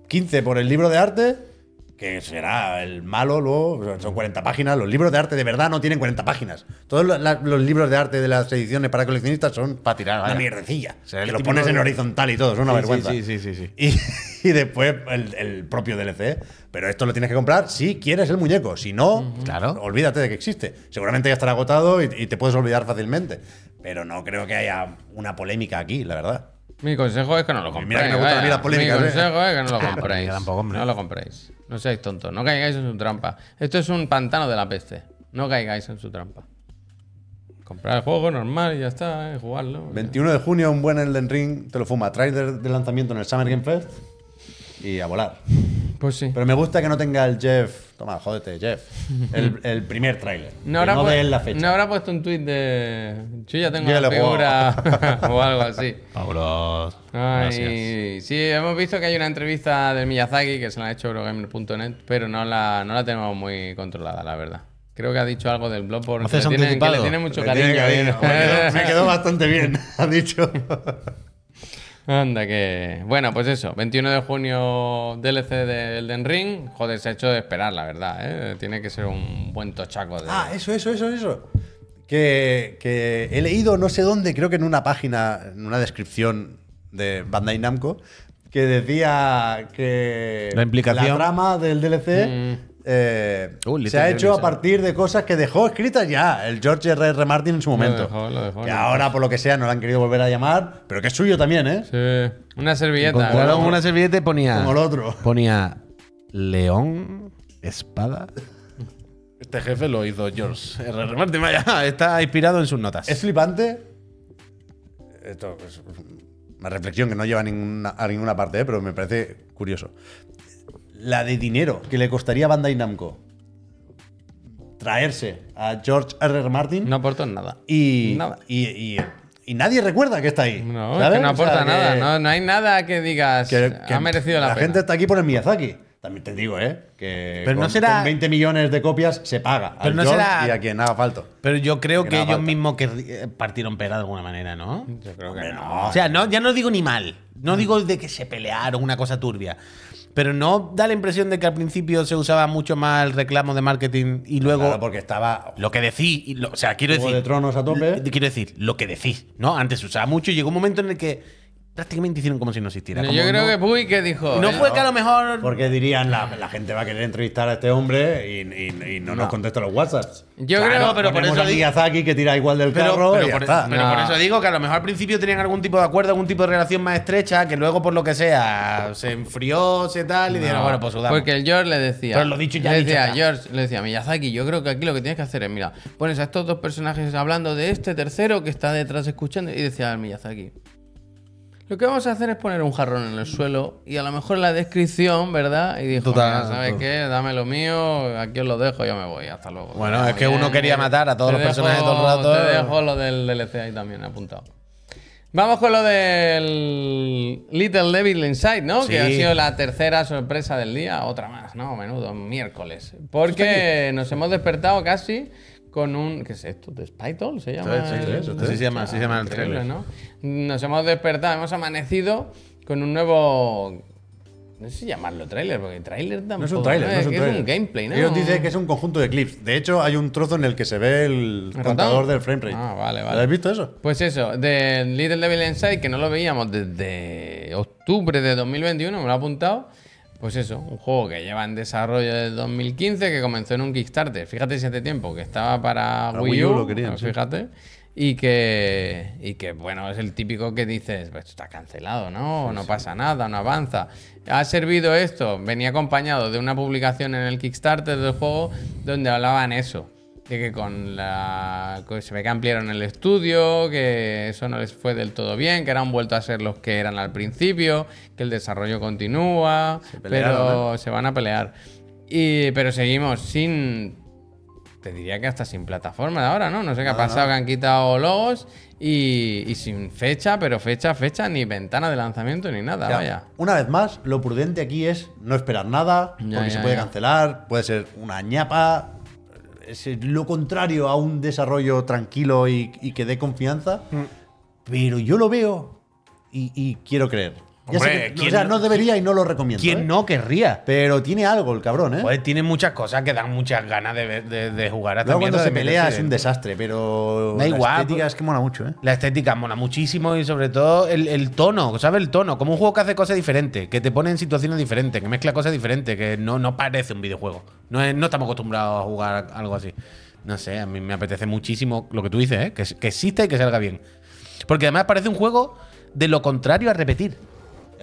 15 por el libro de arte, que será el malo luego, son 40 páginas. Los libros de arte de verdad no tienen 40 páginas. Todos lo- la- los, libros de arte de las ediciones para coleccionistas son para tirar una vaya. mierdecilla. Será el que lo típico pones en de- horizontal y todo, es una Sí, vergüenza. sí, sí, sí, sí, sí. Y, y después el, el propio DLC. Pero esto lo tienes que comprar si quieres el muñeco. Si no, Claro. olvídate de que existe. Seguramente ya estará agotado y, y te puedes olvidar fácilmente. Pero no creo que haya una polémica aquí, la verdad. Mi consejo es que no lo Mira compréis. que me gustan a mí vaya. las polémicas, Mi ¿eh? consejo es que no lo polémica compréis. tampoco, hombre. No lo compréis. No seáis tontos. No caigáis en su trampa. Esto es un pantano de la peste. No caigáis en su trampa. Comprar el juego normal y ya está, ¿eh? jugarlo. 21 de junio, un buen Elden Ring, te lo fuma. Trailer de lanzamiento en el Summer Game Fest y a volar. Pues sí. Pero me gusta que no tenga el Jeff. Toma, jódete, Jeff. El, el primer trailer. No Que habrá, no pu- de él la fecha. no habrá puesto un tuit de. Yo ya tengo Yo ya la lo he jugado". figura o algo así. Pablo. Gracias. Ay, sí, hemos visto que hay una entrevista del Miyazaki que se la ha hecho Eurogamer.net, pero no la, no la tenemos muy controlada, la verdad. Creo que ha dicho algo del blog por que Haces le, tienen- que le anticipado. tiene mucho Le tiene cariño. ¿eh? cariño. Me quedó- Me quedó bastante bien, ha dicho. Anda que... Bueno, pues eso, 21 de junio DLC de Elden Ring. Joder, se ha hecho de esperar, la verdad. ¿eh? Tiene que ser un buen tochaco. De... Ah, eso, eso, eso, eso. Que, que he leído no sé dónde, creo que en una página, en una descripción de Bandai Namco, que decía que La implicación. la trama del DLC Mm. eh, Uh, Little se ha hecho Devils, a partir de cosas que dejó escritas ya el George R. R. Martin en su momento. dejó, lo dejó, que lo dejó. ahora, por lo que sea, no la han querido volver a llamar, pero que es suyo también, ¿eh? Sí, Una servilleta. ¿eh? Encontraron una servilleta y ponía. Como el otro. Ponía león, espada. Este jefe lo hizo George R.R. Martin, vaya, está inspirado en sus notas. Es flipante. Esto es una reflexión que no lleva a ninguna, a ninguna parte, ¿eh? pero me parece curioso. La de dinero que le costaría a Bandai Namco traerse a George R. R. Martin No aportó nada. y, Nada. y, y- y nadie recuerda que está ahí. No, es ¿sabes? que no O sea, aporta nada. que- No, no hay nada que digas que- que ha merecido la, La pena. gente está aquí por el Miyazaki. También te digo, ¿eh? Que Pero no con- será- con 20 millones de copias se paga. Pero al no George será- Y a quien haga falta. Pero yo creo Que que nada ellos falta. mismos que eh, partieron pera de alguna manera, ¿no? Yo creo que Hombre, no. no. O sea, no, ya no digo ni mal. No digo de que se pelearon, una cosa turbia. Pero no da la impresión de que al principio se usaba mucho más el reclamo de marketing y luego Claro, porque estaba lo que decís. y lo- O sea, quiero Juego decir. de Tronos a tope. l- Quiero decir, lo que decís, ¿no? Antes se usaba mucho y llegó un momento en el que prácticamente hicieron como si no existiera. Yo como creo no- que Puy que dijo. No eh, fue que a lo mejor. Porque dirían, la, la gente va a querer entrevistar a este hombre y, y- y no, nos contesta los WhatsApps. Yo Claro, creo. pero por Ponemos eso a digo- Miyazaki que tira igual del Pero, carro pero y ya por, e- está. pero No. por eso digo que a lo mejor al principio tenían algún tipo de acuerdo, algún tipo de relación más estrecha, que luego por lo que sea se enfrió, se tal, y dijeron, No, bueno, pues sudamos. Porque el George le decía. Pero lo dicho ya le dicho decía, ya. George, le decía, Miyazaki, yo creo que aquí lo que tienes que hacer es, mira, pones a estos dos personajes hablando de este tercero que está detrás escuchando. Y decía el Miyazaki. Lo que vamos a hacer es poner un jarrón en el suelo y a lo mejor la descripción, ¿verdad? Y dijo, Total, "Mira, ¿sabes total. qué? Dame lo mío, aquí os lo dejo, yo me voy, hasta luego. Bueno, Muy es que uno quería matar a todos Te los personajes todo el rato. Te dejo lo del DLC ahí también apuntado. Vamos con lo del Little Devil Inside, ¿no? Que ha Sí. sido la tercera sorpresa del día, otra más, ¿no? Menudo, miércoles. Porque nos hemos despertado casi con un... ¿Qué es esto? ¿The Spy Doll se llama? Sí, sí, el- sí, sí. Así se llama- así se llama el Increíble, trailer. ¿no? Nos hemos despertado, hemos amanecido con un nuevo... No sé si llamarlo trailer, porque trailer tampoco... No es un tráiler, no es un que tráiler. gameplay, ¿no? Ellos dicen que es un conjunto de clips. De hecho, hay un trozo en el que se ve el ¿El contador ratón? del frame rate. Ah, vale, vale. ¿Lo ¿Has visto eso? Pues eso, de Little Devil Inside, que no lo veíamos desde octubre de 2021, me lo ha apuntado. Pues eso, un juego que lleva en desarrollo desde 2015, que comenzó en un Kickstarter. Fíjate si hace tiempo, que estaba para, Para Wii, Wii U, U lo querían, sí. fíjate. Y que, y que, bueno, es el típico que dices, pues está cancelado, ¿no? no pasa nada, no avanza. Ha servido esto, venía acompañado de una publicación en el Kickstarter del juego donde hablaban eso de que con la. que se ve que ampliaron el estudio, que eso no les fue del todo bien, que ahora han vuelto a ser los que eran al principio, que el desarrollo continúa, pelearon, pero se van a pelear. Y, pero seguimos sin. Te diría que hasta sin plataforma de ahora, ¿no? No sé qué ha pasado, que han quitado logos y, y sin fecha, pero fecha, fecha, ni ventana de lanzamiento ni nada, Ya, vaya. Una vez más, lo prudente aquí es no esperar nada, Ya, ya, porque se puede ya. cancelar, puede ser una ñapa. Es lo contrario a un desarrollo tranquilo y, y que dé confianza. Mm. Pero yo lo veo y, y quiero creer. Ya sé Hombre, que- ¿quién o sea, no- no debería y no lo recomiendo. ¿eh? ¿Quién no querría? Pero tiene algo el cabrón, ¿eh? Pues tiene muchas cosas que dan muchas ganas de, ver- de- de jugar hasta Luego cuando mierda se de pelea meterse es un dentro. desastre, pero Da la igual, estética pues- es que mola mucho, ¿eh? La estética mola muchísimo y sobre todo el, el tono, ¿sabes? El tono, como un juego que hace cosas diferentes, que te pone en situaciones diferentes, que mezcla cosas diferentes, que no, no parece un videojuego. No, es- no estamos acostumbrados a jugar algo así. No sé, a mí me apetece muchísimo lo que tú dices, ¿eh? que, que exista y que salga bien. Porque además parece un juego de lo contrario a repetir.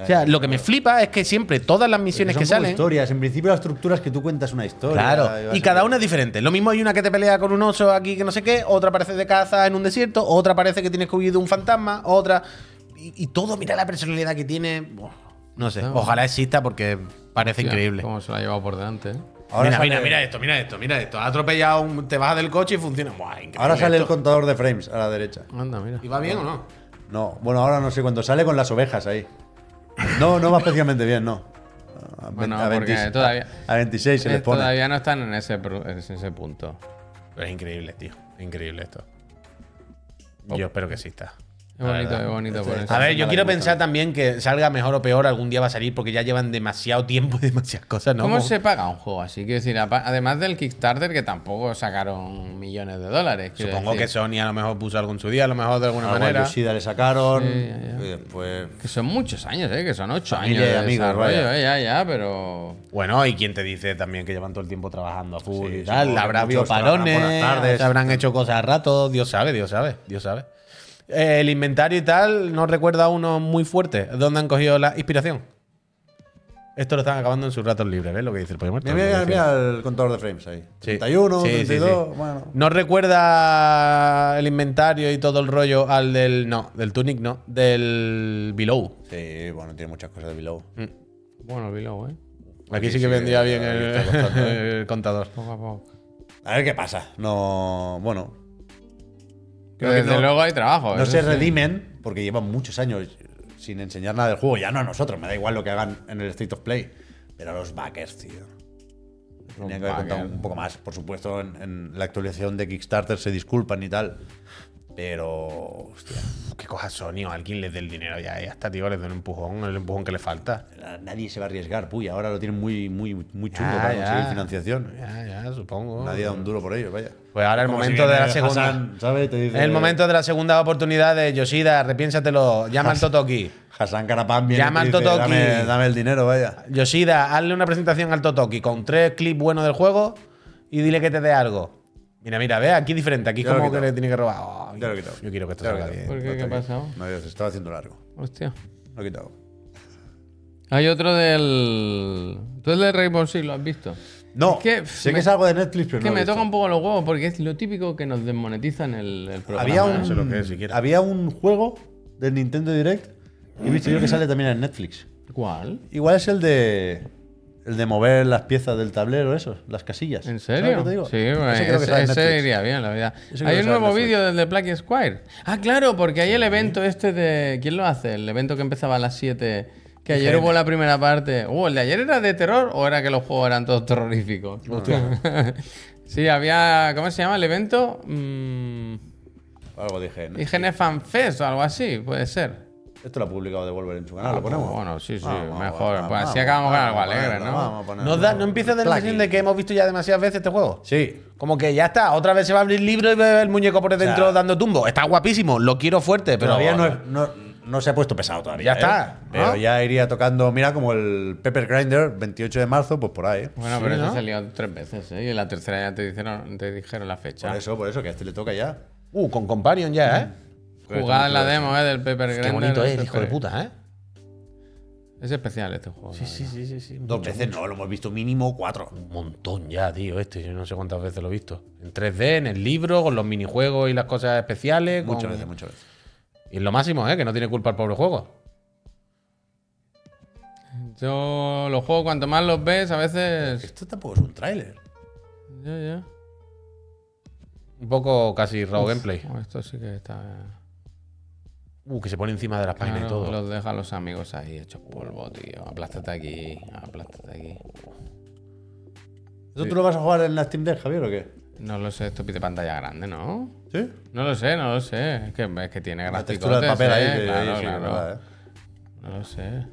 O sea, lo que me flipa es que siempre todas las misiones Son que como salen... historias. En principio las estructuras que tú cuentas una historia. Claro, vas y cada a- una es diferente. Lo mismo hay una que te pelea con un oso aquí que no sé qué, otra parece de caza en un desierto, otra parece que tienes que huir de un fantasma, otra. Y, y todo, mira la personalidad que tiene. Buah, No sé, ojalá exista porque parece increíble. Cómo se lo ha llevado por delante, ¿eh? Ahora mira, sale- mira, mira esto, mira esto, mira esto. Ha atropellado, un- te bajas del coche y funciona. Buah, increíble Ahora sale el esto. contador de frames a la derecha. Anda, mira. ¿Y va bien o no? No, bueno, ahora no sé cuándo sale con las ovejas ahí. No, no va especialmente bien, no. A, ve- Bueno, a porque 26 todavía- a 26 se Eh, les pone. Todavía no están en ese, pru- en ese punto. Pero es increíble, tío. Es increíble esto. Oh. Yo espero que exista. Es La bonito, verdad. es bonito por eso. A ver, yo Nada, quiero nada. pensar también que salga mejor o peor, algún día va a salir porque ya llevan demasiado tiempo y demasiadas cosas, ¿no? ¿Cómo Como- se paga un juego así? Quiero decir, apa- además del Kickstarter, que tampoco sacaron millones de dólares. quiero Supongo que decir. Sony a lo mejor puso algo en su día, a lo mejor de alguna Algo a manera. Yoshida le sacaron. Sí, ya, ya. y después- que son muchos años, ¿eh? Que son ocho Familia años de y amigos, desarrollo, vaya. ¿eh? Ya, ya, pero... Bueno, y quién te dice también que llevan todo el tiempo trabajando a full Sí, y tal. supongo que Habrá habido muchos trabajan por las parones, tardes. se habrán hecho cosas a rato, Dios sabe, Dios sabe, Dios sabe. Eh, El inventario y tal nos recuerda a uno muy fuerte. ¿Dónde han cogido la inspiración? Esto lo están acabando en sus ratos libres, ¿ves lo que dice el pollo muerto? Mira, mira, Lo mira, que mira el contador de frames ahí. Sí. 31, Sí, sí, 32, sí. bueno. ¿No recuerda el inventario y todo el rollo al del. No, del Tunic, no. Del Below. Sí, bueno, tiene muchas cosas de below. Bueno, Below, ¿eh? Aquí Aquí sí que Mm, sí, vendría bien ahí el, está costando, ¿eh? el contador. Poco a poco. A ver qué pasa. No, bueno. Que que desde no- luego hay trabajo. No eso se sí. redimen porque llevan muchos años sin enseñar nada del juego. Ya no a nosotros, me da igual lo que hagan en el State of Play. Pero a los backers, tío. Tenían que haber contado backers. un poco más. Por supuesto, en, en la actualización de Kickstarter se disculpan y tal. Pero, hostia, Uf, Que coja Sony o alguien les dé el dinero ya. Y hasta, tío, les den un empujón, el empujón que le falta. na- nadie se va a arriesgar. Puy, ahora lo tienen muy, muy, muy chungo Ya, para ya. conseguir financiación. Ya, ya, supongo. Nadie da un duro por ellos, vaya. Pues ahora el Como si momento de la viene segunda. Hassan, ¿sabes? Te Es dice- el momento de la segunda oportunidad de Yoshida. Repiénsatelo. Llama al Totoki. Hassan Carapán viene Llama y al te dice, Totoki. dame, dame el dinero, vaya. Yoshida, hazle una presentación al Totoki con tres clips buenos del juego y dile que te dé algo. Mira, mira, ve, aquí diferente. Aquí Ya lo he como que quitado. le tiene que robar. Oh, Ya lo he quitado. Yo quiero que esto Ya lo he salga quitado. bien. ¿Por qué? ¿Qué ha pasado? No, Dios, estaba haciendo largo. Hostia. Lo he quitado. Hay otro del... Tú el de Rainbow Six lo has visto. No, Es que, sé me- que es algo de Netflix, pero que no lo me he visto. toca un poco los huevos porque es lo típico que nos desmonetizan el, el programa. Había ¿eh? un, sé lo que es siquiera. había un juego del Nintendo Direct que he visto yo que sale también en Netflix. ¿Cuál? Igual es el de el de mover las piezas del tablero, eso, las casillas. ¿En ¿Sabes serio? lo que te digo? Sí, Eso bueno, creo que ese, sale en ese Netflix. iría bien, la verdad. Hay un Eso creo que sale en nuevo Netflix. vídeo del de Black Squire. Ah, claro, porque hay el evento este de. ¿Quién lo hace? El evento que empezaba a las 7. Que ayer hubo la primera parte. Uh, ¿el de ayer era de terror o era que los juegos eran todos terroríficos? sí, había. ¿Cómo se llama el evento? Mm, Algo dije. ¿no? IGN Fan Fest o algo así, puede ser. Esto lo ha publicado Devolver en su canal, Ah, lo ponemos. Bueno, sí, sí, Vamos, mejor. vamos, pues así acabamos vamos, con algo vamos a alegre, ponerlo, ¿no? vamos a ponerlo. ¿Nos da, ¿No empieza a dar la Plugin. sensación de que hemos visto ya demasiadas veces este juego? Sí. Como que ya está, otra vez se va a abrir libro y ve el muñeco por dentro sea, dando tumbo. Está guapísimo, lo quiero fuerte, pero. todavía no, es- no, no se ha puesto pesado todavía. Ya ¿eh? está, ¿no? Pero ya iría tocando, mira, como el Pepper Grinder, 28 de marzo, pues por ahí. ¿eh? Bueno, Sí, pero ¿no? eso salió tres veces, ¿eh? Y en la tercera ya te dijeron, te dijeron la fecha. Por eso, por eso, que a este le toca ya. Uh, con Companion ya, ¿eh? Jugada en la demo, eh, del Pepper Qué Grinder. bonito del es, hijo de Pepper- puta, ¿eh? Es especial este juego. la Sí, sí, sí, sí. Dos veces no, lo hemos visto mínimo cuatro. Un montón ya, tío, este. Yo no sé cuántas veces lo he visto. En 3D, en el libro, con los minijuegos y las cosas especiales. con- Muchas veces, muchas veces. Y en lo máximo, ¿eh? Que no tiene culpa el pobre juego. verdad. Yo los juegos, cuanto más los ves, a veces. Esto tampoco es un tráiler. Ya, ya. Un poco casi raw gameplay. Oh, esto sí que está. eh, Uh, que se pone encima de las páginas Claro, y todo. Los deja a los amigos ahí hechos polvo, tío. Aplástate aquí, aplástate aquí. ¿Eso tú lo vas a jugar en la Steam Deck, Javier, o qué? No lo sé, esto pide pantalla grande, ¿no? Sí. No lo sé, no lo sé. Es que, es que tiene La graficotes, textura del papel ahí. ¿eh? que- Claro, ahí sí, claro. verdad, ¿eh? No lo sé.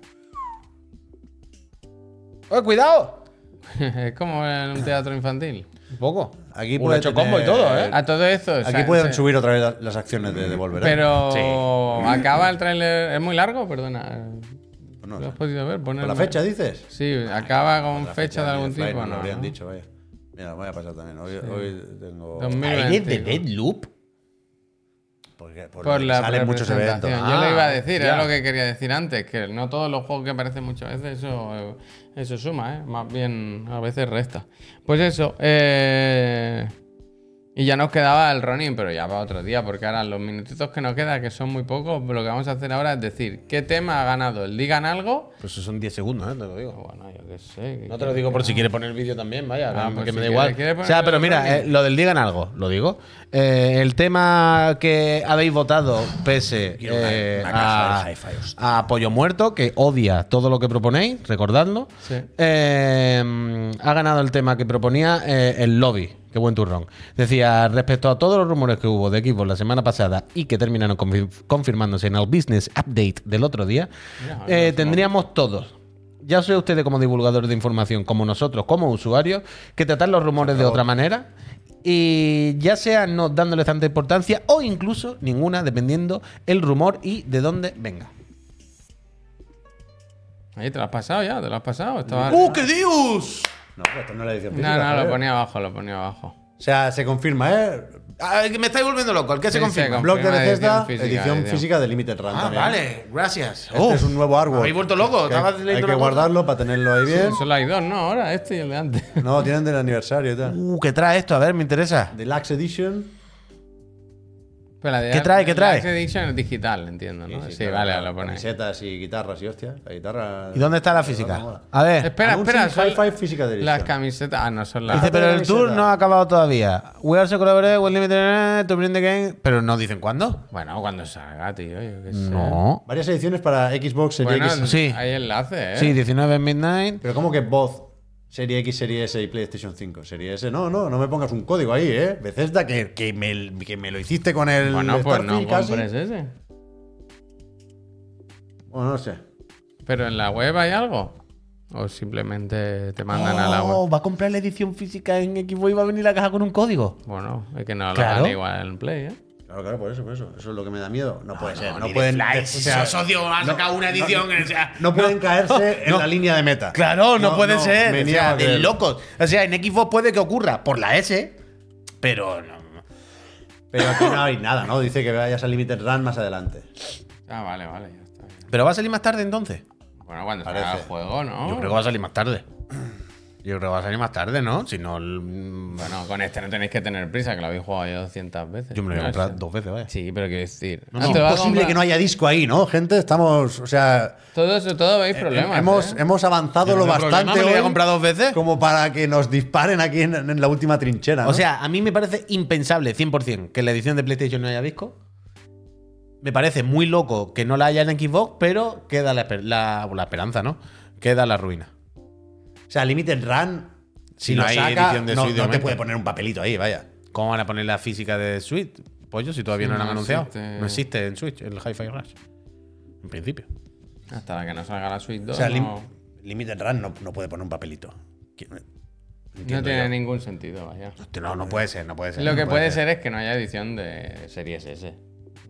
¡Eh, cuidado! es como en un teatro infantil. Un poco. Aquí Un puede hecho tener- combo y todo, ¿eh? A todo esto. o Aquí sea, pueden se- subir otra vez la- las acciones de Devolver. ¿eh? Pero acaba el tráiler. ¿Es muy largo? Perdona. No, ¿Lo has Pues no. podido ver? Ponerme... ¿Por la fecha dices? Sí, acaba con La fecha, de algún Flight, tipo. no lo ¿no? habían dicho, vaya. Mira, voy a pasar también. Hoy, hoy tengo. 2020, ¿Eres de ¿no? Deadloop? Porque, por Por lo que la salen muchos eventos. representación. Ah, Yo Ah, le iba a decir, era ya. lo que quería decir antes, que no todos los juegos que aparecen muchas veces, eso, eh, eso suma, ¿eh? más bien a veces resta. Pues eso, eh, y ya nos quedaba el Ronin, pero ya para otro día, porque ahora los minutitos que nos queda, que son muy pocos, lo que vamos a hacer ahora es decir qué tema ha ganado el Digan Algo. Pues eso son 10 segundos, ¿eh? Te lo digo. Bueno, yo qué sé. No te lo digo por si quieres poner el vídeo también, vaya, Ah, que pues si me da quieres- igual. quieres o sea, ponerlo pero mira, también. eh, lo del digan algo, lo digo. Eh, el tema que habéis votado pese Quiero una- eh, una caja a, de hi-fi, hostia. a Pollo Muerto, que odia todo lo que proponéis, recordadlo, Sí. eh, ha ganado el tema que proponía eh, el lobby. Qué buen turrón. Decía, respecto a todos los rumores que hubo de equipos la semana pasada y que terminaron confir- confirmándose en el Business Update del otro día, Mira, eh, tendríamos todos, ya sea ustedes como divulgadores de información, como nosotros, como usuarios, que tratar los rumores de otra manera. Y ya sea no dándoles tanta importancia o incluso ninguna, dependiendo el rumor y de dónde venga. Ahí te lo has pasado ya, te lo has pasado. Estaba... qué Dios! No, pues esto no es la edición no, física, no, eh. lo joder. ponía abajo, lo ponía abajo. O sea, se confirma, ¿eh? me estáis volviendo loco. ¿El qué se Sí, confirma? se Blog de Confirma edición Bethesda, física, edición, edición. física de Limited Run. Ah, también. vale, gracias. Este es un nuevo árbol. Habéis vuelto loco. Que Estaba hay leyendo hay que una cosa. guardarlo para tenerlo ahí bien. Solo hay dos, ¿no? Ahora, este y el de antes. No, tienen del aniversario y tal. Uh, ¿qué trae esto? A ver, me interesa. Deluxe Edition. Pero la de ¿Qué trae, qué trae? Arte Edition es digital, entiendo, ¿no? Sí, claro, vale, claro, lo pones. Camisetas y guitarras y hostia. La guitarra. ¿Y dónde está la física? A ver. Espera, espera, Anuncian son hi-fi física de las edición. camisetas. Ah, no, son las. Dice, Dice, pero la el tour camiseta. no ha acabado todavía. We are so collaborative with limited eh, to bring the game. Pero no dicen cuándo. Bueno, cuando salga, tío, yo qué sé. No. Varias ediciones para Xbox Series Bueno, X. Sí. hay enlace, ¿eh? Sí, 19 midnight. Pero ¿cómo que voz? Serie X, Serie S y PlayStation 5. Serie S, no, no, no me pongas un código ahí, ¿eh? Bethesda, que, que, me, que me lo hiciste con el. Bueno, pues no Starfield casi. compres ese. Bueno, no sé. Pero en la web hay algo. O simplemente te mandan a la web. Oh, va a comprar la edición física en Xbox y va a venir la caja con un código. Bueno, es que no lo Claro. dan igual en Play, ¿eh? Claro, claro, por eso, por eso. Eso es lo que me da miedo. No, puede ser. No, pueden. o sea, socio, ha sacado una edición. o sea, no pueden caerse en no. la línea de meta. Claro, no, puede ser. me O niego sea, a de creerlo. locos. O sea, en Xbox puede que ocurra por la S, pero no. Pero aquí no hay nada, ¿no? Dice que vayas a Limited Run más adelante. Ah, vale, vale, ya está. bien. Pero va a salir más tarde entonces. Bueno, cuando salga Parece. el juego, ¿no? Yo creo que va a salir más tarde. Mm. Yo creo que va a salir más tarde, ¿no? Si no. el- mm, Bueno, con este no tenéis que tener prisa, que lo habéis jugado ya 200 veces. Yo me lo voy a No, comprar sí. dos veces, vaya. Sí, pero quiero decir. Es Ah, te lo vas a imposible comprar. que no haya disco ahí, ¿no? Gente, estamos. O sea. Todo eso, todo veis problemas. hemos, ¿eh? hemos avanzado lo No hay problema, bastante. me lo voy a hoy comprar dos veces. Como para que nos disparen aquí en, en la última trinchera. ¿no? O sea, a mí me parece impensable 100% que en la edición de PlayStation no haya disco. Me parece muy loco que no la haya en Xbox, pero queda la, esper- la- la esperanza, ¿no? Queda la ruina. O sea, Limited Run, si, Si no lo hay saca, edición de no, Switch de no te momento. puede poner un papelito ahí, vaya. ¿Cómo van a poner la física de Switch? Pollo, si todavía Sí, no la han no anunciado. existe. No existe en Switch el Hi-Fi Rush. En principio. Hasta la que no salga la Switch 2. O sea, Lim- no, Limited Run no, no puede poner un papelito. Quiero- no entiendo tiene yo. ningún sentido, vaya. No, no puede ser, no puede ser. Lo no que puede ser es que no haya edición de Series S.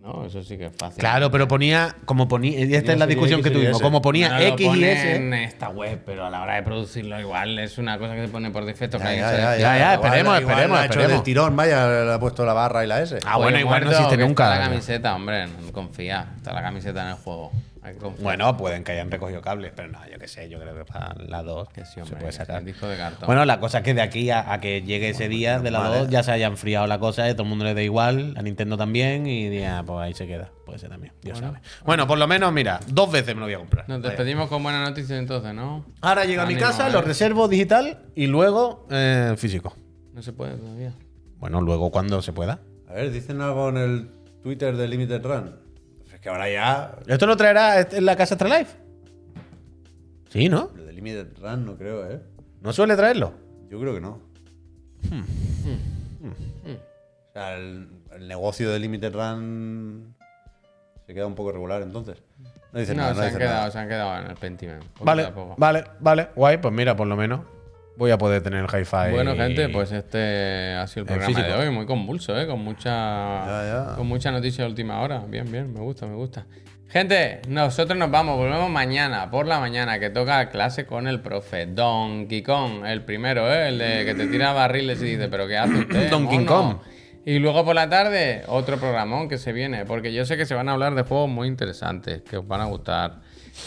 No, eso sí que es fácil. Claro, pero ponía, como ponía, y esta Ponía es la Serie discusión X, que Serie tuvimos, S. como ponía No lo X y pone S. en esta web, pero a la hora de producirlo igual es una cosa que se pone por defecto. Ya, que ya, hay ya, que- Ya, ya, esperemos, Igual esperemos, ha hecho esperemos. del tirón, vaya, le ha puesto la barra y la S. Ah, bueno, Oye, igual no muerto, existe Pues que nunca. Está la camiseta, hombre, no confía. Está la camiseta en el juego. Hay Hay que confiar. Bueno, pueden que hayan recogido cables, pero no, yo qué sé, yo creo que para la 2 Que sí, se hombre, puede que sea sacar. el disco de cartón. Bueno, la cosa es que de aquí a, a que llegue ese día de la 2 ya se haya enfriado la cosa, eh, todo el mundo le da igual, a Nintendo también, y diga, pues ahí se queda. Puede ser también, Dios sabe. Bueno, por lo menos, mira, dos veces me lo voy a comprar. Nos Vaya. despedimos con buenas noticias entonces, ¿no? Ahora llego a mi Ánimo, casa, ¿eh? lo reservo digital y luego eh, físico. No se puede todavía. Bueno, luego cuando se pueda. A ver, dicen algo en el Twitter de Limited Run. Es que ahora ya. ¿Esto lo traerá este, en la casa Extra Life? Sí, ¿no? El de Limited Run no creo, ¿eh? ¿No suele traerlo? Yo creo que no. Hmm. O sea, el, el negocio de Limited Run se queda un poco regular entonces. No dicen no, nada, se no han dicen quedado, nada. se han quedado en el Pentiment. Poquito Vale, a poco. vale, vale. Guay, pues mira, por lo menos voy a poder tener el hi-fi. Bueno, gente, pues este ha sido el En programa de físico. hoy, muy convulso, ¿eh? Con mucha, Ya, ya. con mucha noticia de última hora. Bien, bien, me gusta, me gusta. Gente, nosotros nos vamos, volvemos mañana, por la mañana, que toca clase con el profe Donkey Kong, el primero, ¿eh? El de que te tira barriles y dice, ¿pero qué hace usted? Donkey mono?". Kong. Y luego por la tarde, otro programón que se viene, porque yo sé que se van a hablar de juegos muy interesantes, que os van a gustar.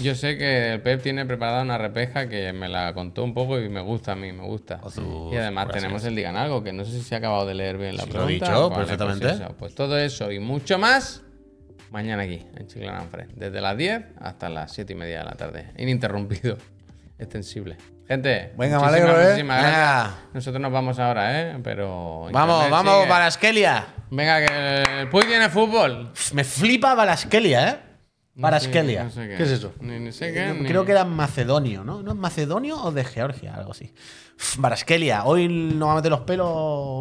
Yo sé que el Pep tiene preparada una repeja que me la contó un poco y me gusta a mí, me gusta. Jesús, Y además gracias. tenemos el Digan Algo, que no sé si se ha acabado de leer bien la Sí, lo he pregunta. dicho Vale, pues perfectamente. eso. Pues todo eso y mucho más mañana aquí, en Chiclana Fred. Desde las 10 hasta las 7 y media de la tarde. Ininterrumpido. Extensible. Gente, Venga, muchísimas, me alegro, ¿eh? muchísimas gracias. Venga. Nosotros nos vamos ahora, ¿eh? Pero... Vamos, Internet vamos, sigue. Baraskelia. Venga, que el Puy tiene fútbol. Pff, Me flipa Baraskelia, ¿eh? Baraskelia. No sé ¿Qué es eso? Ni, ni sé qué. Yo ni- Creo que era macedonio, ¿no? ¿No es macedonio o de Georgia? Algo así. Pff, Baraskelia, hoy no va a meter los pelos,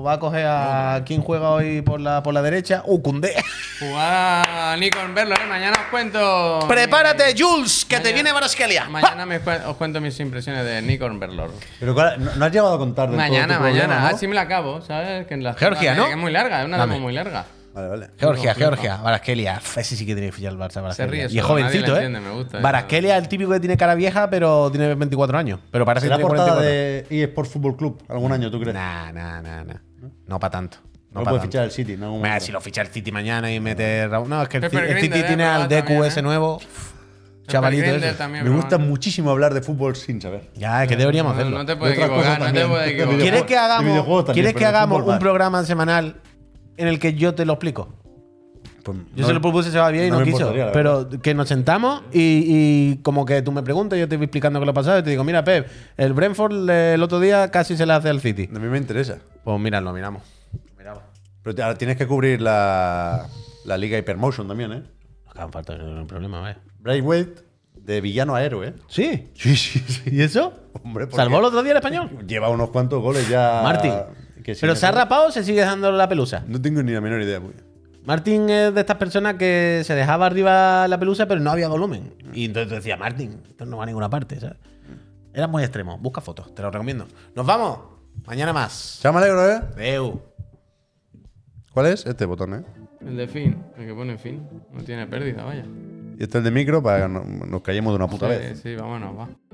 va a coger a quien juega hoy por la, por la derecha. ¡Uh, Cundé! Jugada ni con verlo, ¿eh? Mañana os cuento... mi- ¡Prepárate, Jules, que te Mañana- viene Baraskelia! Mañana me cuen- os cuento mis impresiones de Nikon Berlor. Pero ¿cuál- no, no has llegado a contar del todo Mañana, tu mañana. Ah, problema, ¿no? Así me la acabo, ¿sabes? Que en la Georgia, ¿no? que Es muy larga, es una demo Dame. muy larga. Vale, vale. Georgia, Georgia, Baraskelia. Pff, Ese sí que tiene que fichar el Barça, Baraskelia. ríe y es solo, jovencito, nadie ¿eh? le entiende, me gusta eso. Baraskelia, el típico que tiene cara vieja, pero tiene 24 años. Pero parece que ¿Será tiene portada 44. de eSports Football Club algún año, tú crees? Nah, nah, nah, nah. No para tanto. no No, pa' puede tanto. fichar el City, ¿no? Mira, si lo ficha el City mañana y mete. Raúl- No, es que el, Pepper Ci- el Grinder, City eh, tiene al probado también, DQ ese eh. nuevo. Chavalito Grinder ese. también, Me pero gusta bueno. muchísimo hablar de fútbol sin saber. Ya, es que deberíamos No, hacerlo. no te puedes De otras equivocar, no cosas te también. puedes De equivocar. ¿Quieres que videojuegos hagamos, también, ¿quieres pero que de hagamos fútbol un mal. programa semanal en el que yo te lo explico? Pues Yo no- se lo propuse, se va bien y no no, me quiso. importaría, la Pero que nos sentamos y, y como que tú me preguntas, yo te voy explicando qué lo ha pasado y te digo, mira, Pep, el Brentford eh, el otro día casi se le hace al City. A mí me interesa. Pues mira, lo miramos. Miramos. Pero te- ahora tienes que cubrir la, la liga Hypermotion también, ¿eh? Nos quedan falta, no hay problema, ¿eh? Braithwaite de villano a héroe. ¿eh? Sí. Sí, sí, sí. ¿Y eso? Hombre, porque ¿Salvó el otro día el español? Lleva unos cuantos goles ya. Martín. Ah, que si ¿Pero me- se ha rapado o se sigue dejando la pelusa? No tengo ni la menor idea. pues. Martín es de estas personas que se dejaba arriba la pelusa, pero no había volumen. Y entonces tú decías, Martín, esto no va a ninguna parte, ¿sabes? Era muy extremo. Busca fotos, te lo recomiendo. ¡Nos vamos! Mañana más. Chao, me alegro, ¿eh? Deu. ¿Cuál es? Este botón, ¿eh? El de fin, el que pone fin. No tiene pérdida, vaya. Y este es el de micro para que no- nos callemos de una puta Sí, vez. sí, vámonos, va.